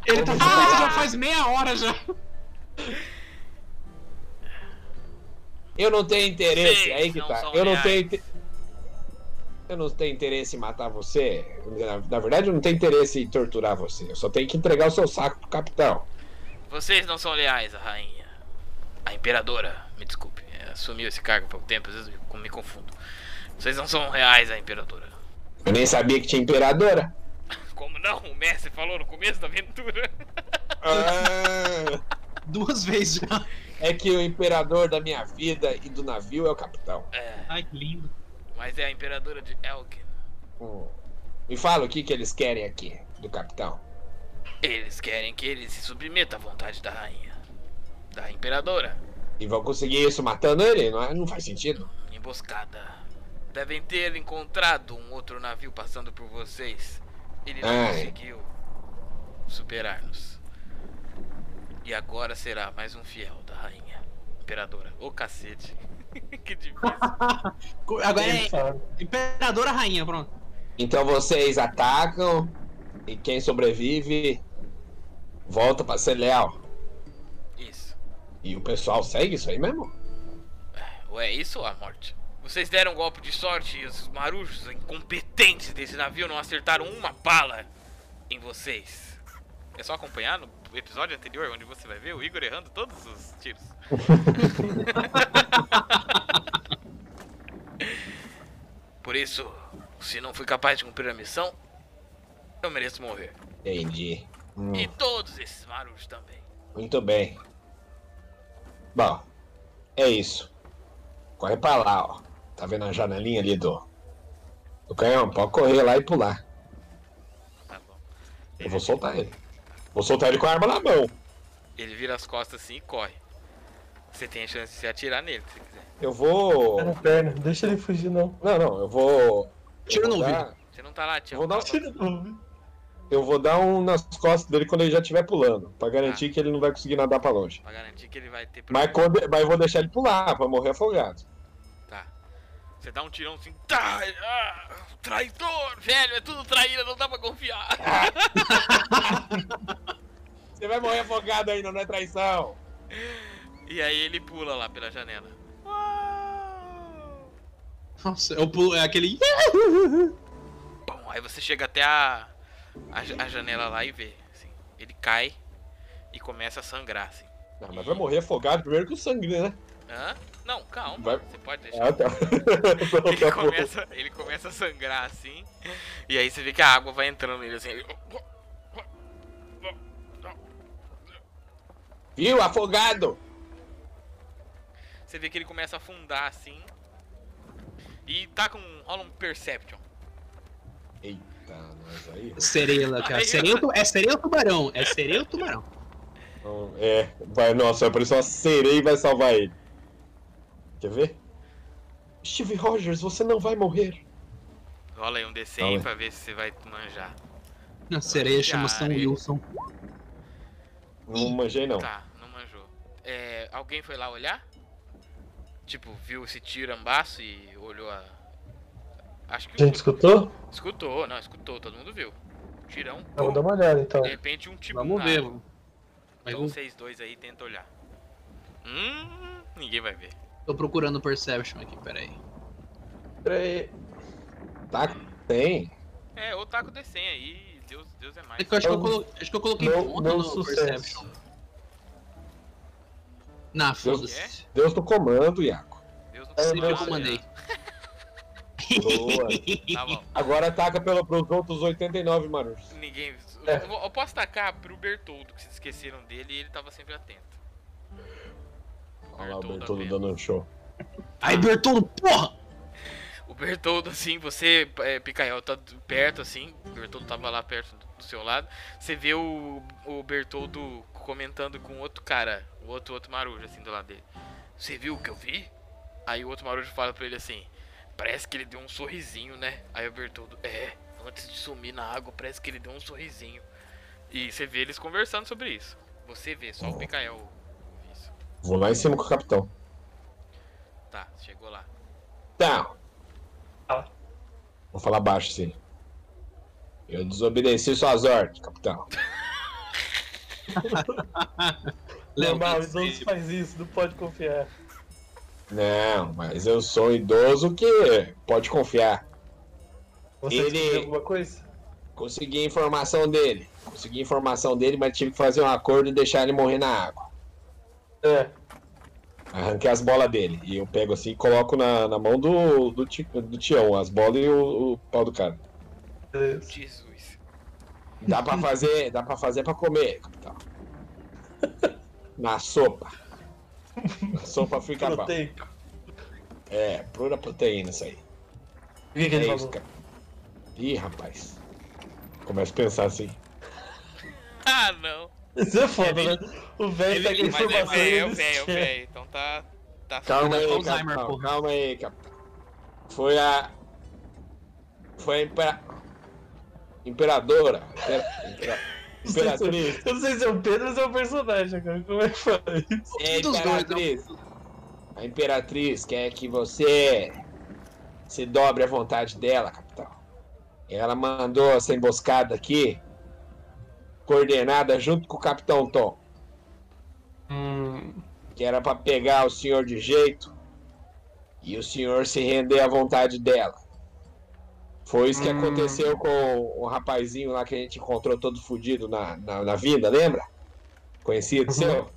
[SPEAKER 1] Ele tá falando isso já faz meia hora já.
[SPEAKER 3] Eu não tenho interesse,
[SPEAKER 2] Sim,
[SPEAKER 3] aí que
[SPEAKER 2] não
[SPEAKER 3] tá.
[SPEAKER 2] são
[SPEAKER 3] Eu não
[SPEAKER 2] reais.
[SPEAKER 3] tenho. inte- Eu não tenho interesse em matar você. Na, na verdade, eu não tenho interesse em torturar você. Eu só tenho que entregar o seu saco pro capitão.
[SPEAKER 2] Vocês não são leais à rainha. A imperadora, me desculpe, é, assumiu esse cargo há pouco tempo, às vezes eu me confundo. Vocês não são reais à imperadora.
[SPEAKER 3] Eu nem sabia que tinha imperadora.
[SPEAKER 2] Como não? O mestre falou no começo da aventura.
[SPEAKER 1] Duas vezes já.
[SPEAKER 3] é que o imperador da minha vida e do navio é o capitão.
[SPEAKER 2] É,
[SPEAKER 1] Ai, que lindo.
[SPEAKER 2] mas é a imperadora de Elkin.
[SPEAKER 3] Hum. Me fala o que, que eles querem aqui do capitão.
[SPEAKER 2] Eles querem que ele se submeta à vontade da rainha. Da imperadora.
[SPEAKER 3] E vão conseguir isso matando ele? Não, é- não faz sentido.
[SPEAKER 2] Emboscada. Devem ter encontrado um outro navio passando por vocês. Ele não
[SPEAKER 3] Ai.
[SPEAKER 2] conseguiu superar-nos. E agora será mais um fiel da rainha. Imperadora. Ô cacete. que difícil.
[SPEAKER 1] Co- Agora
[SPEAKER 4] Ele
[SPEAKER 1] é
[SPEAKER 4] sabe.
[SPEAKER 1] Imperadora Rainha, pronto.
[SPEAKER 3] Então vocês atacam e quem sobrevive volta pra ser leal.
[SPEAKER 2] Isso.
[SPEAKER 3] E o pessoal segue isso aí mesmo?
[SPEAKER 2] Ou é isso ou a morte? Vocês deram um golpe de sorte e os marujos incompetentes desse navio não acertaram uma bala em vocês. É só acompanhar no episódio anterior, onde você vai ver o Igor errando todos os tiros. Por isso, se não fui capaz de cumprir a missão, eu mereço morrer.
[SPEAKER 3] Entendi. Hum,
[SPEAKER 2] E todos esses marujos também.
[SPEAKER 3] muito bem. Bom, é isso. Corre pra lá, ó. Tá vendo a janelinha ali do. Do canhão? Pode correr lá e pular.
[SPEAKER 2] Tá bom.
[SPEAKER 3] Eu vou soltar ele. Vou soltar ele com a arma na mão.
[SPEAKER 2] Ele vira as costas assim e corre. Você tem a chance de se atirar nele se quiser.
[SPEAKER 3] Eu vou.
[SPEAKER 4] Pera, Tá perna, deixa ele fugir, não.
[SPEAKER 3] Não, não, eu vou.
[SPEAKER 1] Tiro
[SPEAKER 3] eu vou
[SPEAKER 1] no
[SPEAKER 3] dar-
[SPEAKER 2] Você não tá lá, Tião.
[SPEAKER 3] Vou dar um
[SPEAKER 2] Tá
[SPEAKER 4] Tira do
[SPEAKER 3] Eu vou dar um nas costas dele quando ele já estiver pulando. Pra garantir que ele não vai conseguir nadar pra longe.
[SPEAKER 2] bom, Pra garantir que ele vai ter
[SPEAKER 3] Mas, quando, mas eu vou deixar ele pular, pra morrer afogado.
[SPEAKER 2] Tá. Você dá um tirão assim. Tá! ah, traidor! Velho, é tudo traíra, não dá pra confiar.
[SPEAKER 3] Você vai morrer afogado ainda, não é traição.
[SPEAKER 2] E aí ele pula lá pela janela.
[SPEAKER 3] Ah.
[SPEAKER 1] Nossa, eu pulo, é aquele.
[SPEAKER 2] Bom, aí você chega até a, a, ja- a janela lá e vê. assim. Ele cai e começa a sangrar, assim.
[SPEAKER 3] Não, mas vai morrer afogado primeiro que o sangue, né?
[SPEAKER 2] Hã? Não, calma.
[SPEAKER 3] Vai-
[SPEAKER 2] Você pode deixar.
[SPEAKER 3] Ah, tá.
[SPEAKER 2] Ele começa, ele começa a sangrar assim. E aí você vê que a água vai entrando nele assim. ele-
[SPEAKER 3] Viu? Afogado!
[SPEAKER 2] Você vê que ele começa a afundar assim. E tá com. rola um Perception.
[SPEAKER 3] Eita, nós aí.
[SPEAKER 1] Sereia, cara. Sereia, ou tu- é sereia ou tubarão? É sereia ou tubarão?
[SPEAKER 3] Então, É, vai, nossa, vai aparecer uma sereia e vai salvar ele. Quer ver? Steve Rogers, você não vai morrer.
[SPEAKER 2] Rola aí um DC
[SPEAKER 3] Fala aí.
[SPEAKER 2] pra ver se você vai manjar.
[SPEAKER 1] Não, sereia chama São
[SPEAKER 2] Cara,
[SPEAKER 1] Wilson.
[SPEAKER 3] Não manjei, não.
[SPEAKER 2] Tá, não manjou. É, alguém foi lá olhar? Tipo, viu esse tirambaço e olhou a. Acho que.
[SPEAKER 4] Gente, escutou?
[SPEAKER 2] Escutou, não, escutou, todo mundo viu. Tirão.
[SPEAKER 4] Vamos dar uma olhada então.
[SPEAKER 2] De repente um tipo.
[SPEAKER 1] Vamos
[SPEAKER 2] na
[SPEAKER 1] ver,
[SPEAKER 2] água.
[SPEAKER 1] mano. Mas um-
[SPEAKER 2] Então
[SPEAKER 1] vamos,
[SPEAKER 2] vocês dois aí tenta olhar. Hum, ninguém vai ver.
[SPEAKER 1] tô procurando o Perception aqui, peraí.
[SPEAKER 4] Pera aí.
[SPEAKER 3] Tá, tem.
[SPEAKER 2] É, ou tá com o DC aí, Deus, Deus é mais.
[SPEAKER 1] É que eu acho, que eu
[SPEAKER 4] Não-
[SPEAKER 1] colo- acho que eu coloquei
[SPEAKER 4] não-
[SPEAKER 1] ponto
[SPEAKER 4] não
[SPEAKER 1] no
[SPEAKER 4] sucesso.
[SPEAKER 1] Perception. Na foda-se.
[SPEAKER 3] Deus no comando, Iaco.
[SPEAKER 2] Deus não
[SPEAKER 4] É,
[SPEAKER 2] consegue
[SPEAKER 1] Sempre eu
[SPEAKER 4] Deus-
[SPEAKER 2] olhar.
[SPEAKER 1] comandei.
[SPEAKER 3] Boa.
[SPEAKER 2] Tá bom.
[SPEAKER 3] Agora ataca pelo, pros outros 89, Marujos.
[SPEAKER 2] Ninguém.
[SPEAKER 4] É.
[SPEAKER 2] Eu, eu posso tacar pro Bertoldo, que se esqueceram dele e ele tava sempre atento.
[SPEAKER 3] Olha lá o
[SPEAKER 2] Bertoldo
[SPEAKER 3] Bertoldo dando um show.
[SPEAKER 1] Aí, Bertoldo, porra!
[SPEAKER 2] O Bertoldo, assim, você, é, Picael, tá do- perto, assim. O Bertoldo tava lá perto do- do seu lado. Você vê o, o Bertoldo comentando com outro cara, o outro, outro marujo, assim, do lado dele. Você viu o que eu vi? Aí o outro marujo fala pra ele assim: Parece que ele deu um sorrisinho, né? Aí o Bertoldo, é, antes de sumir na água, parece que ele deu um sorrisinho. E você vê eles conversando sobre isso. Você vê, só o Picael ouve isso.
[SPEAKER 3] Vou lá em cima com o capitão.
[SPEAKER 2] Tá, chegou lá.
[SPEAKER 3] Tá.
[SPEAKER 4] Fala.
[SPEAKER 3] Vou falar baixo, sim. Eu desobedeci suas ordens, capitão.
[SPEAKER 1] Léo,
[SPEAKER 4] Normal, os
[SPEAKER 1] você-
[SPEAKER 4] outros fazem isso, não pode confiar.
[SPEAKER 3] Não, mas eu sou um idoso que pode confiar.
[SPEAKER 4] Você
[SPEAKER 3] Ele-
[SPEAKER 4] descobriu alguma coisa?
[SPEAKER 3] Consegui a informação dele. Consegui a informação dele, mas tive que fazer um acordo e deixar ele morrer na água.
[SPEAKER 4] É.
[SPEAKER 3] Arranquei as bolas dele. E eu pego assim e coloco na, na mão do, do, ti- do Tião as bolas e o, o pau do cara.
[SPEAKER 4] Beleza.
[SPEAKER 2] Jesus.
[SPEAKER 3] Dá pra fazer, dá pra fazer pra comer, capitão. Na sopa. Na sopa fica bom.
[SPEAKER 4] Proteico.
[SPEAKER 3] É, pura proteína isso aí.
[SPEAKER 4] O que, que
[SPEAKER 3] É
[SPEAKER 4] ele
[SPEAKER 3] isso,
[SPEAKER 4] falou?
[SPEAKER 3] cara. Ih, rapaz. Começa a pensar assim.
[SPEAKER 2] Ah, não.
[SPEAKER 4] Isso é foda, né? O velho pega a
[SPEAKER 2] Mas é
[SPEAKER 4] informação e
[SPEAKER 2] velho,
[SPEAKER 4] ele
[SPEAKER 2] velho,
[SPEAKER 4] esquece.
[SPEAKER 2] velho. Então tá. Tá
[SPEAKER 3] Calma
[SPEAKER 1] Ainda
[SPEAKER 3] aí,
[SPEAKER 1] tá Alzheimer,
[SPEAKER 3] capitão.
[SPEAKER 1] porra.
[SPEAKER 3] Calma aí, capitão. Foi a. Foi a impera... imperadora. Impera- impera-
[SPEAKER 4] Não sei se-
[SPEAKER 3] Imperatriz.
[SPEAKER 4] Eu não sei se é o Pedro ou se é o personagem, cara. Como é que foi isso?
[SPEAKER 3] É a
[SPEAKER 1] Um dos dois, né?
[SPEAKER 3] imperatriz. A imperatriz quer que você é? se dobre à vontade dela, capitão. Ela mandou essa emboscada aqui, coordenada junto com o capitão Tom.
[SPEAKER 4] Hum.
[SPEAKER 3] que era pra pegar o senhor de jeito e o senhor se render à vontade dela. Foi isso que
[SPEAKER 4] Hum.
[SPEAKER 3] aconteceu com o rapazinho lá que a gente encontrou todo fudido na, na, na vida, lembra? Conhecido
[SPEAKER 4] Uhum.
[SPEAKER 3] seu?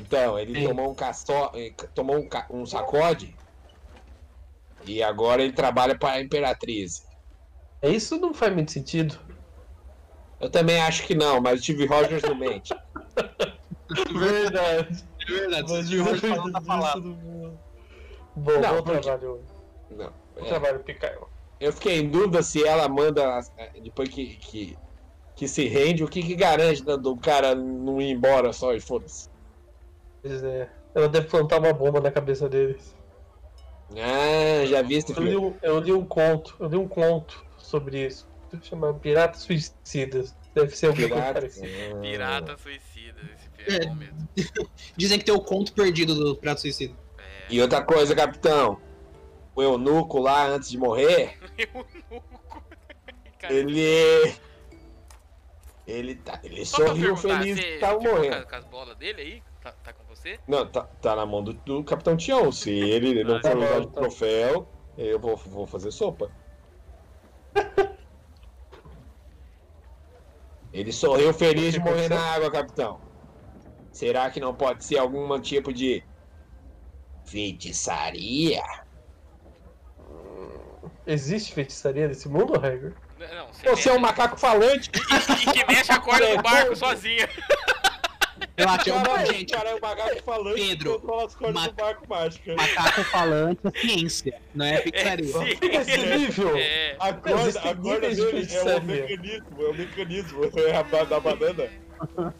[SPEAKER 3] Então, ele
[SPEAKER 4] Sim.
[SPEAKER 3] tomou um caçó, eh, tomou um, ca- um sacode e agora ele trabalha para a Imperatriz.
[SPEAKER 4] É Isso não faz muito sentido.
[SPEAKER 3] Eu também acho que não, mas eu tive Rogers no mente.
[SPEAKER 4] Verdade.
[SPEAKER 1] É verdade, se o Jorge falou, tá falado.
[SPEAKER 4] Bom,
[SPEAKER 3] Não,
[SPEAKER 4] bom
[SPEAKER 3] porque-
[SPEAKER 4] trabalho.
[SPEAKER 3] Não.
[SPEAKER 4] Bom
[SPEAKER 3] é.
[SPEAKER 4] trabalho, Picaio.
[SPEAKER 3] Eu fiquei em dúvida se ela manda eh, depois que, que, que se rende, o que, que garante do, do cara não ir embora só e foda-se.
[SPEAKER 4] Pois é. Ela deve plantar uma bomba na cabeça deles.
[SPEAKER 3] Ah, já vi esse
[SPEAKER 4] Eu li,
[SPEAKER 3] filme.
[SPEAKER 4] um, eu li um conto, eu li um conto sobre isso. Chamado Piratas Suicidas. Deve ser alguma coisa
[SPEAKER 3] Pirata.
[SPEAKER 4] parecida.
[SPEAKER 2] Pirata suicida esse
[SPEAKER 1] É.
[SPEAKER 2] filme. mesmo.
[SPEAKER 1] Dizem que tem o conto perdido do Prato Suicida.
[SPEAKER 2] É.
[SPEAKER 3] E outra coisa, capitão. O eunuco lá, antes de morrer,
[SPEAKER 2] Eunuco. Cara,
[SPEAKER 3] ele. Ele, tá, ele
[SPEAKER 2] só pra
[SPEAKER 3] sorriu
[SPEAKER 2] perguntar,
[SPEAKER 3] feliz
[SPEAKER 2] você
[SPEAKER 3] que tava
[SPEAKER 2] ficou
[SPEAKER 3] morrendo.
[SPEAKER 2] Com, a- com as bolas dele aí? Tá, tá com você?
[SPEAKER 3] Não, tá, tá na mão do, do Capitão Tião. Se ele não
[SPEAKER 2] Ah,
[SPEAKER 3] for
[SPEAKER 4] tá
[SPEAKER 3] usar
[SPEAKER 4] bom,
[SPEAKER 3] de
[SPEAKER 4] tá.
[SPEAKER 3] troféu, eu vou, vou fazer sopa. ele sorriu feliz de morrer na água, Capitão. Será que não pode ser algum tipo de feitiçaria?
[SPEAKER 4] Existe feitiçaria nesse mundo, Hagrid?
[SPEAKER 2] N- Não, você
[SPEAKER 3] Você é um
[SPEAKER 2] mexe-
[SPEAKER 3] macaco falante,
[SPEAKER 2] E que mexe a corda do barco sozinha.
[SPEAKER 1] Eu acho que é um
[SPEAKER 3] cara.
[SPEAKER 1] bom,
[SPEAKER 3] Gente,
[SPEAKER 1] gente.
[SPEAKER 3] cara, é um macaco falante
[SPEAKER 1] Pedro,
[SPEAKER 3] que controla as cordas do
[SPEAKER 1] maca-
[SPEAKER 3] barco mágica.
[SPEAKER 1] Macaco falante é ciência, não é ficção.
[SPEAKER 4] Fica esse nível!
[SPEAKER 2] É.
[SPEAKER 3] A corda,
[SPEAKER 4] Existem
[SPEAKER 3] a corda
[SPEAKER 4] níveis de
[SPEAKER 3] dele é
[SPEAKER 4] feitiçaria.
[SPEAKER 3] o mecanismo, é o mecanismo, é a ba- da banana.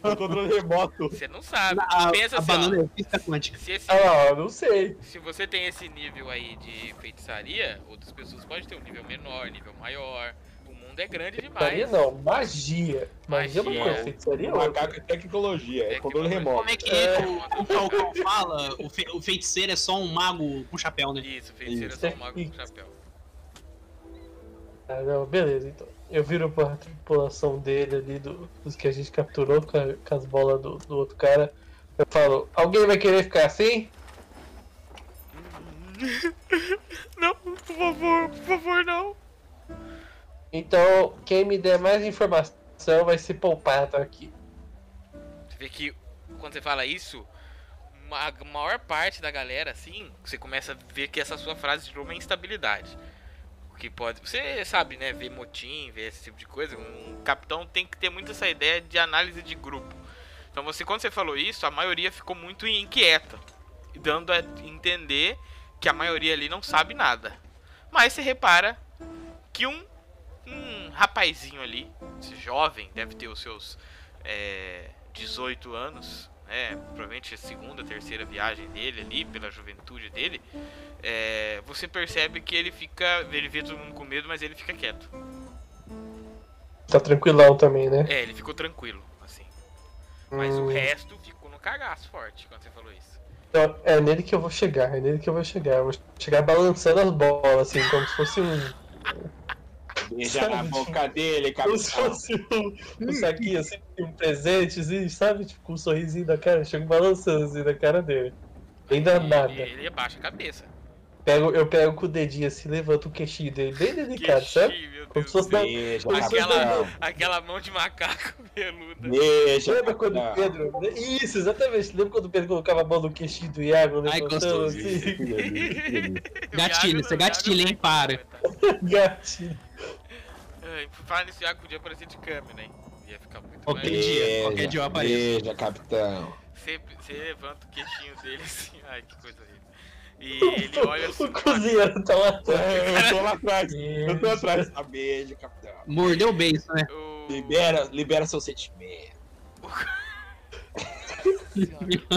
[SPEAKER 3] É o controle remoto.
[SPEAKER 2] Você não sabe.
[SPEAKER 1] A,
[SPEAKER 2] Pensa
[SPEAKER 1] a
[SPEAKER 2] assim, ó,
[SPEAKER 1] banana é física quântica.
[SPEAKER 2] se, esse-
[SPEAKER 4] Ah, não sei.
[SPEAKER 2] se você tem esse nível aí de feitiçaria, outras pessoas podem ter um nível menor, nível maior. O mundo é grande
[SPEAKER 4] Feitiçaria
[SPEAKER 2] demais.
[SPEAKER 4] não, magia. Magia é uma
[SPEAKER 2] Magia.
[SPEAKER 4] coisa, feitiçaria é
[SPEAKER 3] O
[SPEAKER 4] outra.
[SPEAKER 3] macaco é tecnologia, é controle
[SPEAKER 2] Tecnologia.
[SPEAKER 3] remoto.
[SPEAKER 1] Como é que
[SPEAKER 2] É.
[SPEAKER 1] o, o Falcão fala? O, fe- o feiticeiro é só um mago com chapéu, né?
[SPEAKER 2] Isso, feiticeiro é
[SPEAKER 4] Isso.
[SPEAKER 2] só um mago com chapéu.
[SPEAKER 4] Ah, não, beleza, então. Eu viro pra tripulação dele ali, do, dos que a gente capturou com, a- com as bolas do, do outro cara. Eu falo, alguém vai querer ficar assim?
[SPEAKER 2] Não, por favor, por favor, não.
[SPEAKER 4] Então, quem me der mais informação vai ser poupado aqui.
[SPEAKER 2] Você vê que quando você fala isso, ma- a maior parte da galera, assim, você começa a ver que essa sua frase gerou uma instabilidade. O que pode. Você sabe, né? Ver motim, ver esse tipo de coisa. Um capitão tem que ter muito essa ideia de análise de grupo. Então você, quando você falou isso, a maioria ficou muito inquieta. Dando a entender que a maioria ali não sabe nada. Mas você repara que um, um rapazinho ali, esse jovem, deve ter os seus é, 18 anos, né? Provavelmente a segunda, terceira viagem dele ali, pela juventude dele. é, você percebe que ele fica. Ele vê todo mundo com medo, mas ele fica quieto.
[SPEAKER 4] Tá tranquilão também, né?
[SPEAKER 2] É, ele ficou tranquilo, assim. Mas o
[SPEAKER 4] Hum,
[SPEAKER 2] resto ficou no cagaço forte quando você falou isso.
[SPEAKER 4] então, é nele que eu vou chegar, é nele que eu vou chegar. Eu vou chegar balançando as bolas, assim, como se fosse um.
[SPEAKER 3] Beija na boca dele,
[SPEAKER 4] Como se
[SPEAKER 3] capitão.
[SPEAKER 4] fosse um, um saquinho assim, um presente, assim, sabe? Tipo, com um sorrisinho da cara, eu chego balançando assim na cara dele. Bem danada.
[SPEAKER 2] Ele, ele abaixa a cabeça.
[SPEAKER 4] Pego, eu pego com o dedinho assim, levanto o queixinho dele, bem delicado, sabe?
[SPEAKER 2] Queixinho, meu
[SPEAKER 4] é Como
[SPEAKER 2] Deus.
[SPEAKER 4] se fosse da...
[SPEAKER 3] Deixa,
[SPEAKER 4] Mas
[SPEAKER 2] Aquela,
[SPEAKER 3] capitão.
[SPEAKER 2] aquela mão de macaco peluda.
[SPEAKER 3] Deixa,
[SPEAKER 4] Lembra quando o
[SPEAKER 3] capitão.
[SPEAKER 4] Pedro. né? Isso, exatamente. Lembra quando o Pedro colocava a mão no queixinho do Iago,
[SPEAKER 1] Ai,
[SPEAKER 4] levantando
[SPEAKER 1] gostoso.
[SPEAKER 4] assim?
[SPEAKER 3] Que delícia, que delícia.
[SPEAKER 1] Gatilho, você gatilha, hein, para.
[SPEAKER 4] Gatinho.
[SPEAKER 2] Falar nisso, o Iago podia aparecer de câmera, hein? Ia ficar muito
[SPEAKER 1] Ok.
[SPEAKER 2] mais-
[SPEAKER 1] dia, qualquer dia eu apareço.
[SPEAKER 3] Veja, capitão.
[SPEAKER 2] Você, você levanta o queixinho dele assim, ai que coisa linda. E ele olha assim.
[SPEAKER 4] O cozinheiro tá lá atrás.
[SPEAKER 3] É, Eu tô lá atrás. Eu tô atrás. Ah, Beijo, capitão.
[SPEAKER 1] Mordeu o beijo, né?
[SPEAKER 2] O...
[SPEAKER 3] Libera, libera seu sentimento.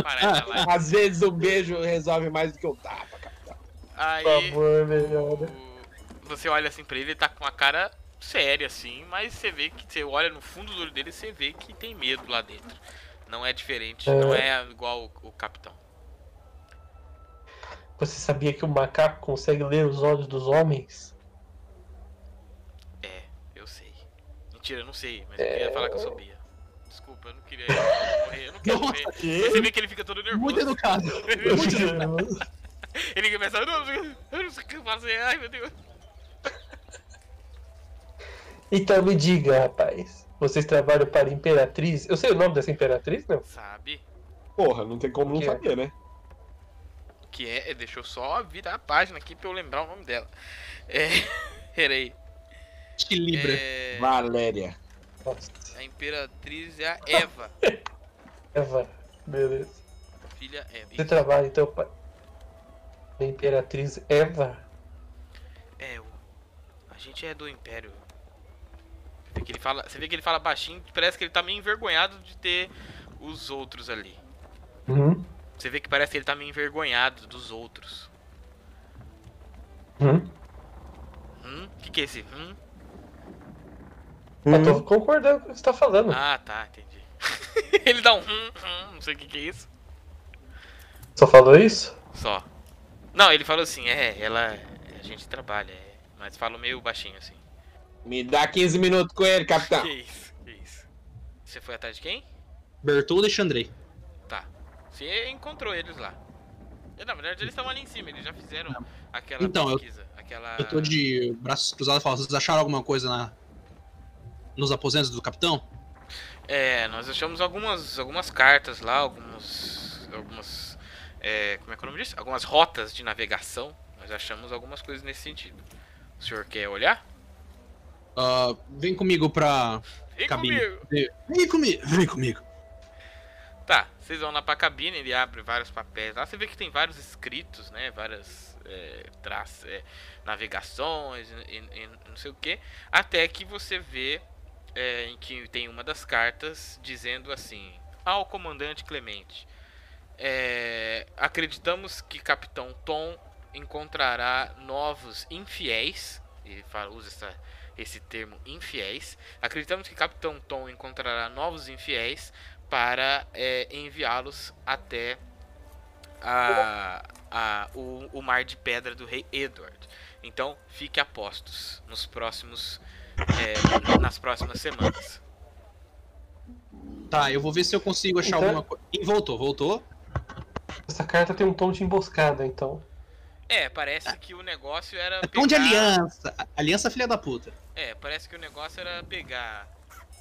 [SPEAKER 2] Parar de falar.
[SPEAKER 3] Às vezes um beijo resolve mais do que um tapa, capitão.
[SPEAKER 2] Aí.
[SPEAKER 4] Por favor, melhor. né?
[SPEAKER 2] o- Você olha assim pra ele, ele tá com uma cara séria assim, mas você vê que você olha no fundo do olho dele, você vê que tem medo lá dentro. Não é diferente,
[SPEAKER 4] É.
[SPEAKER 2] não é igual o, o capitão.
[SPEAKER 4] Você sabia que o macaco consegue ler os olhos dos homens?
[SPEAKER 2] É, eu sei. Mentira, eu não sei, mas eu queria
[SPEAKER 4] É.
[SPEAKER 2] falar que eu sabia. Desculpa, eu não queria eu não quero morrer, eu não quero morrer. Mas Você vê que ele fica todo nervoso.
[SPEAKER 1] Muito educado.
[SPEAKER 2] É Ele começa. "Eu não- Eu não sei o que fazer, ai meu Deus.
[SPEAKER 4] então me diga, rapaz. Vocês trabalham para a Imperatriz? Eu sei o nome dessa Imperatriz, não?
[SPEAKER 2] Sabe?
[SPEAKER 3] Porra, não tem como não
[SPEAKER 4] Que?
[SPEAKER 3] saber, né?
[SPEAKER 2] Que é. Deixa eu só virar a página aqui pra eu lembrar o nome dela. É. Peraí.
[SPEAKER 1] Que libra.
[SPEAKER 2] É,
[SPEAKER 3] Valéria.
[SPEAKER 4] Nossa,
[SPEAKER 2] a Imperatriz é a Eva.
[SPEAKER 4] Eva. Beleza.
[SPEAKER 2] filha Eva.
[SPEAKER 4] Você trabalha então para a Imperatriz Eva?
[SPEAKER 2] É, o... a gente é do Império. Você vê que ele fala, você vê que ele fala baixinho, parece que ele tá meio envergonhado de ter os outros ali.
[SPEAKER 4] Hum?
[SPEAKER 2] Você vê que parece que ele tá meio envergonhado dos outros.
[SPEAKER 4] Hum?
[SPEAKER 2] Hum? Que que é esse? Hum?
[SPEAKER 4] Eu tô concordando com o que você tá falando.
[SPEAKER 2] Ah, tá, entendi. ele dá um hum, hum, não sei o que que é isso.
[SPEAKER 4] Só falou isso?
[SPEAKER 2] Só. Não, ele falou assim, é, ela, a gente trabalha, é, mas fala meio baixinho assim.
[SPEAKER 3] Me dá 15 minutos com
[SPEAKER 1] Ah,
[SPEAKER 3] ele,
[SPEAKER 1] tá.
[SPEAKER 3] capitão.
[SPEAKER 2] Que isso? Que isso? Você foi atrás de quem?
[SPEAKER 1] Bertoldo e Xandrei.
[SPEAKER 2] Tá. Você encontrou eles lá. Eu, Na verdade, eles estavam ali em cima, eles já fizeram aquela
[SPEAKER 1] Então, eu-
[SPEAKER 2] pesquisa. Aquela...
[SPEAKER 1] Eu tô de braços cruzados e falo, vocês acharam alguma coisa na... nos aposentos do capitão?
[SPEAKER 2] É, nós achamos algumas, algumas cartas lá, alguns. algumas. é, como é que é o nome disso? Algumas rotas de navegação. Nós achamos algumas coisas nesse sentido. O senhor quer olhar?
[SPEAKER 1] Ah, vem comigo pra
[SPEAKER 2] Vem
[SPEAKER 1] cabine.
[SPEAKER 2] comigo!
[SPEAKER 1] Vem comigo! Vem comigo!
[SPEAKER 2] Tá, vocês vão lá pra cabine, ele abre vários papéis lá. Você vê que tem vários escritos, né? Várias é, traças, é, navegações e, e- e não sei o que. Até que você vê é, em que tem uma das cartas dizendo assim: Ao comandante Clemente, é, acreditamos que capitão Tom encontrará novos infiéis. Ele fala, usa essa- esse termo infiéis. Acreditamos que capitão Tom encontrará novos infiéis para é, enviá-los até a- a- o, o mar de pedra do rei Edward. Então, fique a postos nos próximos, é, nas próximas semanas.
[SPEAKER 1] Tá, eu vou ver se eu consigo achar
[SPEAKER 4] Então-
[SPEAKER 1] alguma coisa. Ih, voltou, voltou.
[SPEAKER 4] Essa carta tem um tom de emboscada, então.
[SPEAKER 2] É, parece que o negócio era
[SPEAKER 1] É pão de
[SPEAKER 2] pegar-
[SPEAKER 1] aliança. A- Aliança filha da puta.
[SPEAKER 2] É, parece que o negócio era pegar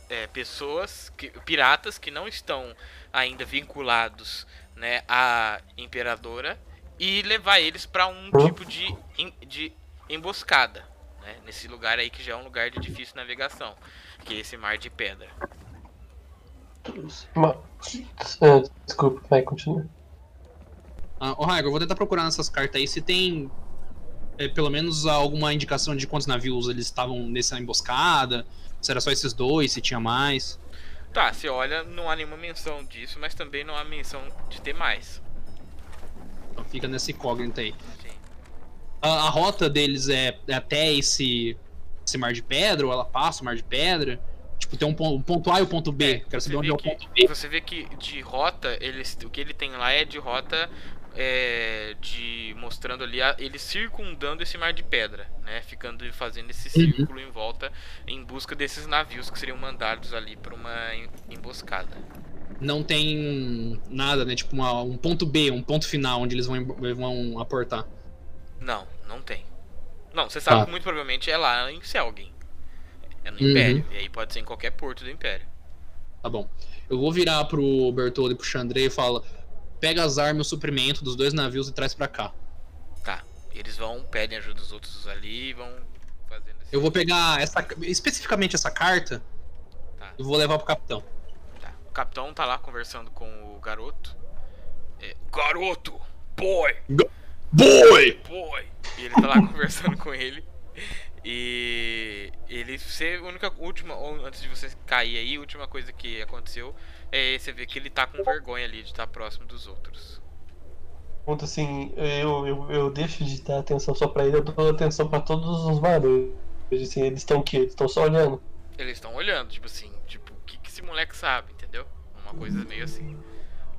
[SPEAKER 2] é, pessoas, que, piratas que não estão ainda vinculados né, à imperadora e levar eles pra um tipo de, em- de emboscada. Né, nesse lugar aí que já é um lugar de difícil navegação, que é esse mar de pedra.
[SPEAKER 4] Ma- Ah, Desculpa, vai, continua.
[SPEAKER 1] Ah, Ô, Raigo, eu vou tentar procurar nessas cartas aí se tem é, pelo menos alguma indicação de quantos navios eles estavam nessa emboscada. Se era só esses dois, se tinha mais.
[SPEAKER 2] Tá, você olha, não há nenhuma menção disso, mas também não há menção de ter mais.
[SPEAKER 1] Então fica nessa incógnita aí.
[SPEAKER 2] Sim.
[SPEAKER 1] A, a rota deles é, é até esse, esse mar de pedra, ou ela passa o mar de pedra. Tipo, tem um pon- um ponto, A e o ponto B.
[SPEAKER 2] É,
[SPEAKER 1] Quero
[SPEAKER 2] você
[SPEAKER 1] saber onde
[SPEAKER 2] vê
[SPEAKER 1] é o
[SPEAKER 2] que-
[SPEAKER 1] ponto B.
[SPEAKER 2] Você vê que de rota, eles, o que ele tem lá é de rota é, de mostrando ali a- ele circundando esse mar de pedra, né? Ficando e fazendo esse
[SPEAKER 1] Uhum.
[SPEAKER 2] círculo em volta em busca desses navios que seriam mandados ali para uma em- emboscada.
[SPEAKER 1] não tem nada, né? Tipo uma- um ponto B, um ponto final onde eles vão, em- vão aportar.
[SPEAKER 2] Não, não tem. Não, você sabe
[SPEAKER 1] Tá.
[SPEAKER 2] que muito provavelmente é lá em Selgin. É no
[SPEAKER 1] Uhum.
[SPEAKER 2] Império. E aí pode ser em qualquer porto do Império.
[SPEAKER 1] Tá bom. Eu vou virar pro Bertoldo e pro Xandrei e falo: pega as armas e o suprimento dos dois navios e traz pra cá.
[SPEAKER 2] Tá. Eles vão, pedem ajuda dos outros ali e vão fazendo esse...
[SPEAKER 1] Eu vou pegar essa, especificamente essa carta
[SPEAKER 2] Tá.
[SPEAKER 1] e vou levar pro capitão.
[SPEAKER 2] Tá. O capitão tá lá conversando com o garoto. É, garoto! Boy!
[SPEAKER 1] Boy!
[SPEAKER 2] Boy! E ele tá lá conversando com ele. E ele ser a única última, ou antes de você cair aí, a última coisa que aconteceu é você ver que ele tá com vergonha ali de estar próximo dos outros.
[SPEAKER 4] Ponto assim, eu, eu, eu deixo de dar atenção só pra ele, eu dou atenção pra todos os barulhos. Assim, eles estão quê? Eles estão só olhando.
[SPEAKER 2] Eles estão olhando, tipo assim, tipo, o que, que esse moleque sabe, entendeu? Uma coisa meio assim.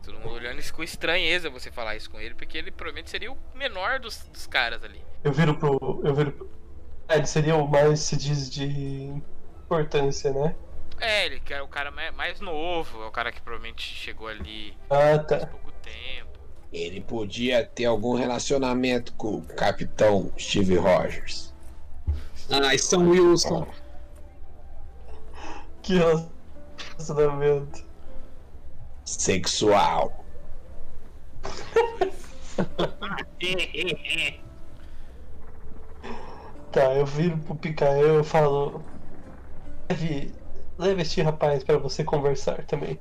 [SPEAKER 2] Todo mundo olhando isso com estranheza você falar isso com ele, porque ele provavelmente seria o menor dos, dos caras ali.
[SPEAKER 4] Eu viro pro. Eu viro pro... Ah, ele seria o mais se diz de importância, né?
[SPEAKER 2] É, ele que é o cara mai- mais novo, é o cara que provavelmente chegou ali
[SPEAKER 4] Ah,
[SPEAKER 2] faz
[SPEAKER 4] tá.
[SPEAKER 2] pouco tempo.
[SPEAKER 3] Ele podia ter algum relacionamento com o capitão Steve Rogers.
[SPEAKER 1] Ah, São Wilson.
[SPEAKER 4] Que relacionamento.
[SPEAKER 3] Sexual.
[SPEAKER 4] Tá, eu viro pro Picael e falo. Leve, leve este rapaz pra você conversar também.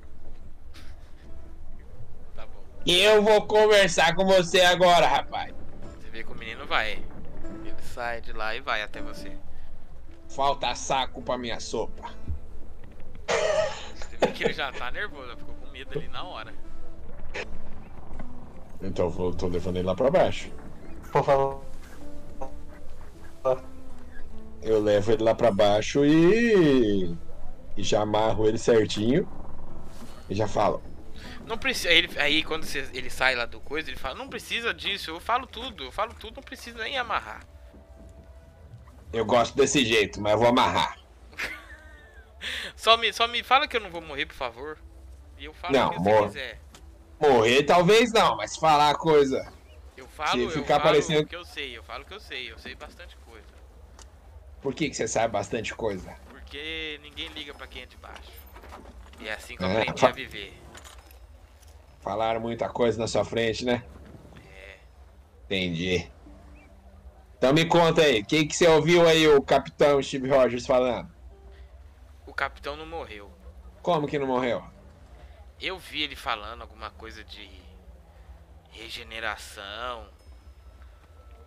[SPEAKER 2] Tá bom.
[SPEAKER 3] Eu vou conversar com você agora, rapaz.
[SPEAKER 2] Você vê que o menino vai. Ele sai de lá e vai até você.
[SPEAKER 3] Falta saco pra minha sopa.
[SPEAKER 2] Você vê que ele já tá nervoso, já ficou com medo ali na hora.
[SPEAKER 3] Então eu vou- tô levando ele lá pra baixo.
[SPEAKER 4] Vou falar.
[SPEAKER 3] Eu levo ele lá pra baixo e. E já amarro ele certinho. E já falo.
[SPEAKER 2] Não precisa. Aí, ele- aí quando você- ele sai lá do coisa, ele fala, não precisa disso, eu falo tudo, eu falo tudo, não precisa nem amarrar.
[SPEAKER 3] Eu gosto desse jeito, mas eu vou amarrar.
[SPEAKER 2] Só me, só me fala que eu não vou morrer, por favor. E eu falo
[SPEAKER 3] Não,
[SPEAKER 2] o que
[SPEAKER 3] amor.
[SPEAKER 2] você quiser.
[SPEAKER 3] Morrer talvez não, mas falar coisa.
[SPEAKER 2] Eu falo,
[SPEAKER 3] Se
[SPEAKER 2] eu
[SPEAKER 3] ficar
[SPEAKER 2] falo
[SPEAKER 3] parecendo-
[SPEAKER 2] o que eu sei, eu falo o que eu sei, eu sei bastante coisa.
[SPEAKER 3] Por que, que você sabe bastante coisa?
[SPEAKER 2] Porque ninguém liga pra quem é de baixo. E é assim que eu
[SPEAKER 3] É,
[SPEAKER 2] aprendi
[SPEAKER 3] fa-
[SPEAKER 2] a viver.
[SPEAKER 3] Falaram muita coisa na sua frente, né? Entendi. Então me conta aí, o que, que você ouviu aí o capitão Steve Rogers falando?
[SPEAKER 2] O capitão não morreu.
[SPEAKER 3] Como que não morreu?
[SPEAKER 2] Eu vi ele falando alguma coisa de regeneração,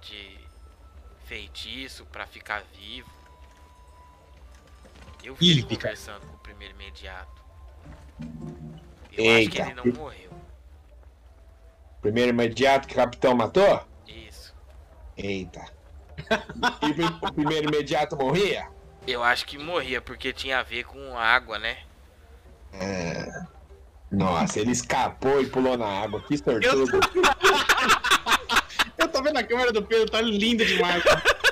[SPEAKER 2] de feitiço pra ficar vivo. Eu vi
[SPEAKER 1] Ih,
[SPEAKER 2] ele
[SPEAKER 1] pica.
[SPEAKER 2] conversando com o primeiro imediato. Eu acho que
[SPEAKER 3] Eita.
[SPEAKER 2] ele não morreu.
[SPEAKER 3] Primeiro imediato que o capitão matou?
[SPEAKER 2] Isso.
[SPEAKER 3] Eita. E o prim- o primeiro imediato morria?
[SPEAKER 2] Eu acho que morria porque tinha a ver com água, né?
[SPEAKER 3] Nossa, ele escapou e pulou na água, que sortudo.
[SPEAKER 1] Eu tô vendo a câmera do Pedro, tá linda demais. cara.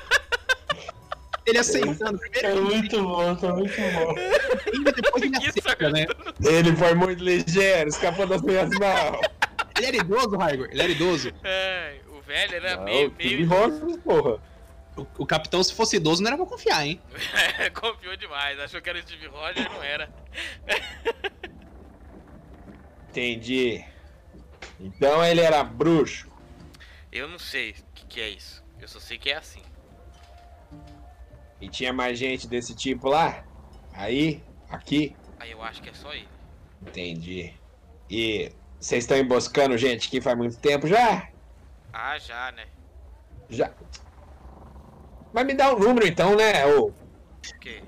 [SPEAKER 1] Ele aceitando. Primeiro
[SPEAKER 4] É muito bom, tá muito bom.
[SPEAKER 1] ele e depois ele
[SPEAKER 2] Que
[SPEAKER 1] aceita, né?
[SPEAKER 3] Ele foi muito ligeiro, escapou das minhas mãos.
[SPEAKER 1] Ele era idoso, Raigor. Ele era idoso.
[SPEAKER 2] É, o velho era
[SPEAKER 3] Não,
[SPEAKER 2] meio.
[SPEAKER 3] Steve
[SPEAKER 2] meio...
[SPEAKER 3] Rogers, porra.
[SPEAKER 1] O, o capitão, se fosse idoso, não era pra confiar, hein?
[SPEAKER 2] É, Confiou demais. Achou que era o Steve Rogers, não era.
[SPEAKER 3] Entendi. Então ele era bruxo.
[SPEAKER 2] Eu não sei o que, que é isso. Eu só sei que é assim.
[SPEAKER 3] E tinha mais gente desse tipo lá? Aí? Aqui?
[SPEAKER 2] Aí eu acho que é só ele.
[SPEAKER 3] Entendi. E vocês estão emboscando gente que faz muito tempo já?
[SPEAKER 2] Ah, já, né?
[SPEAKER 3] Já. Mas me dá um número então, né? Ô,
[SPEAKER 2] O quê?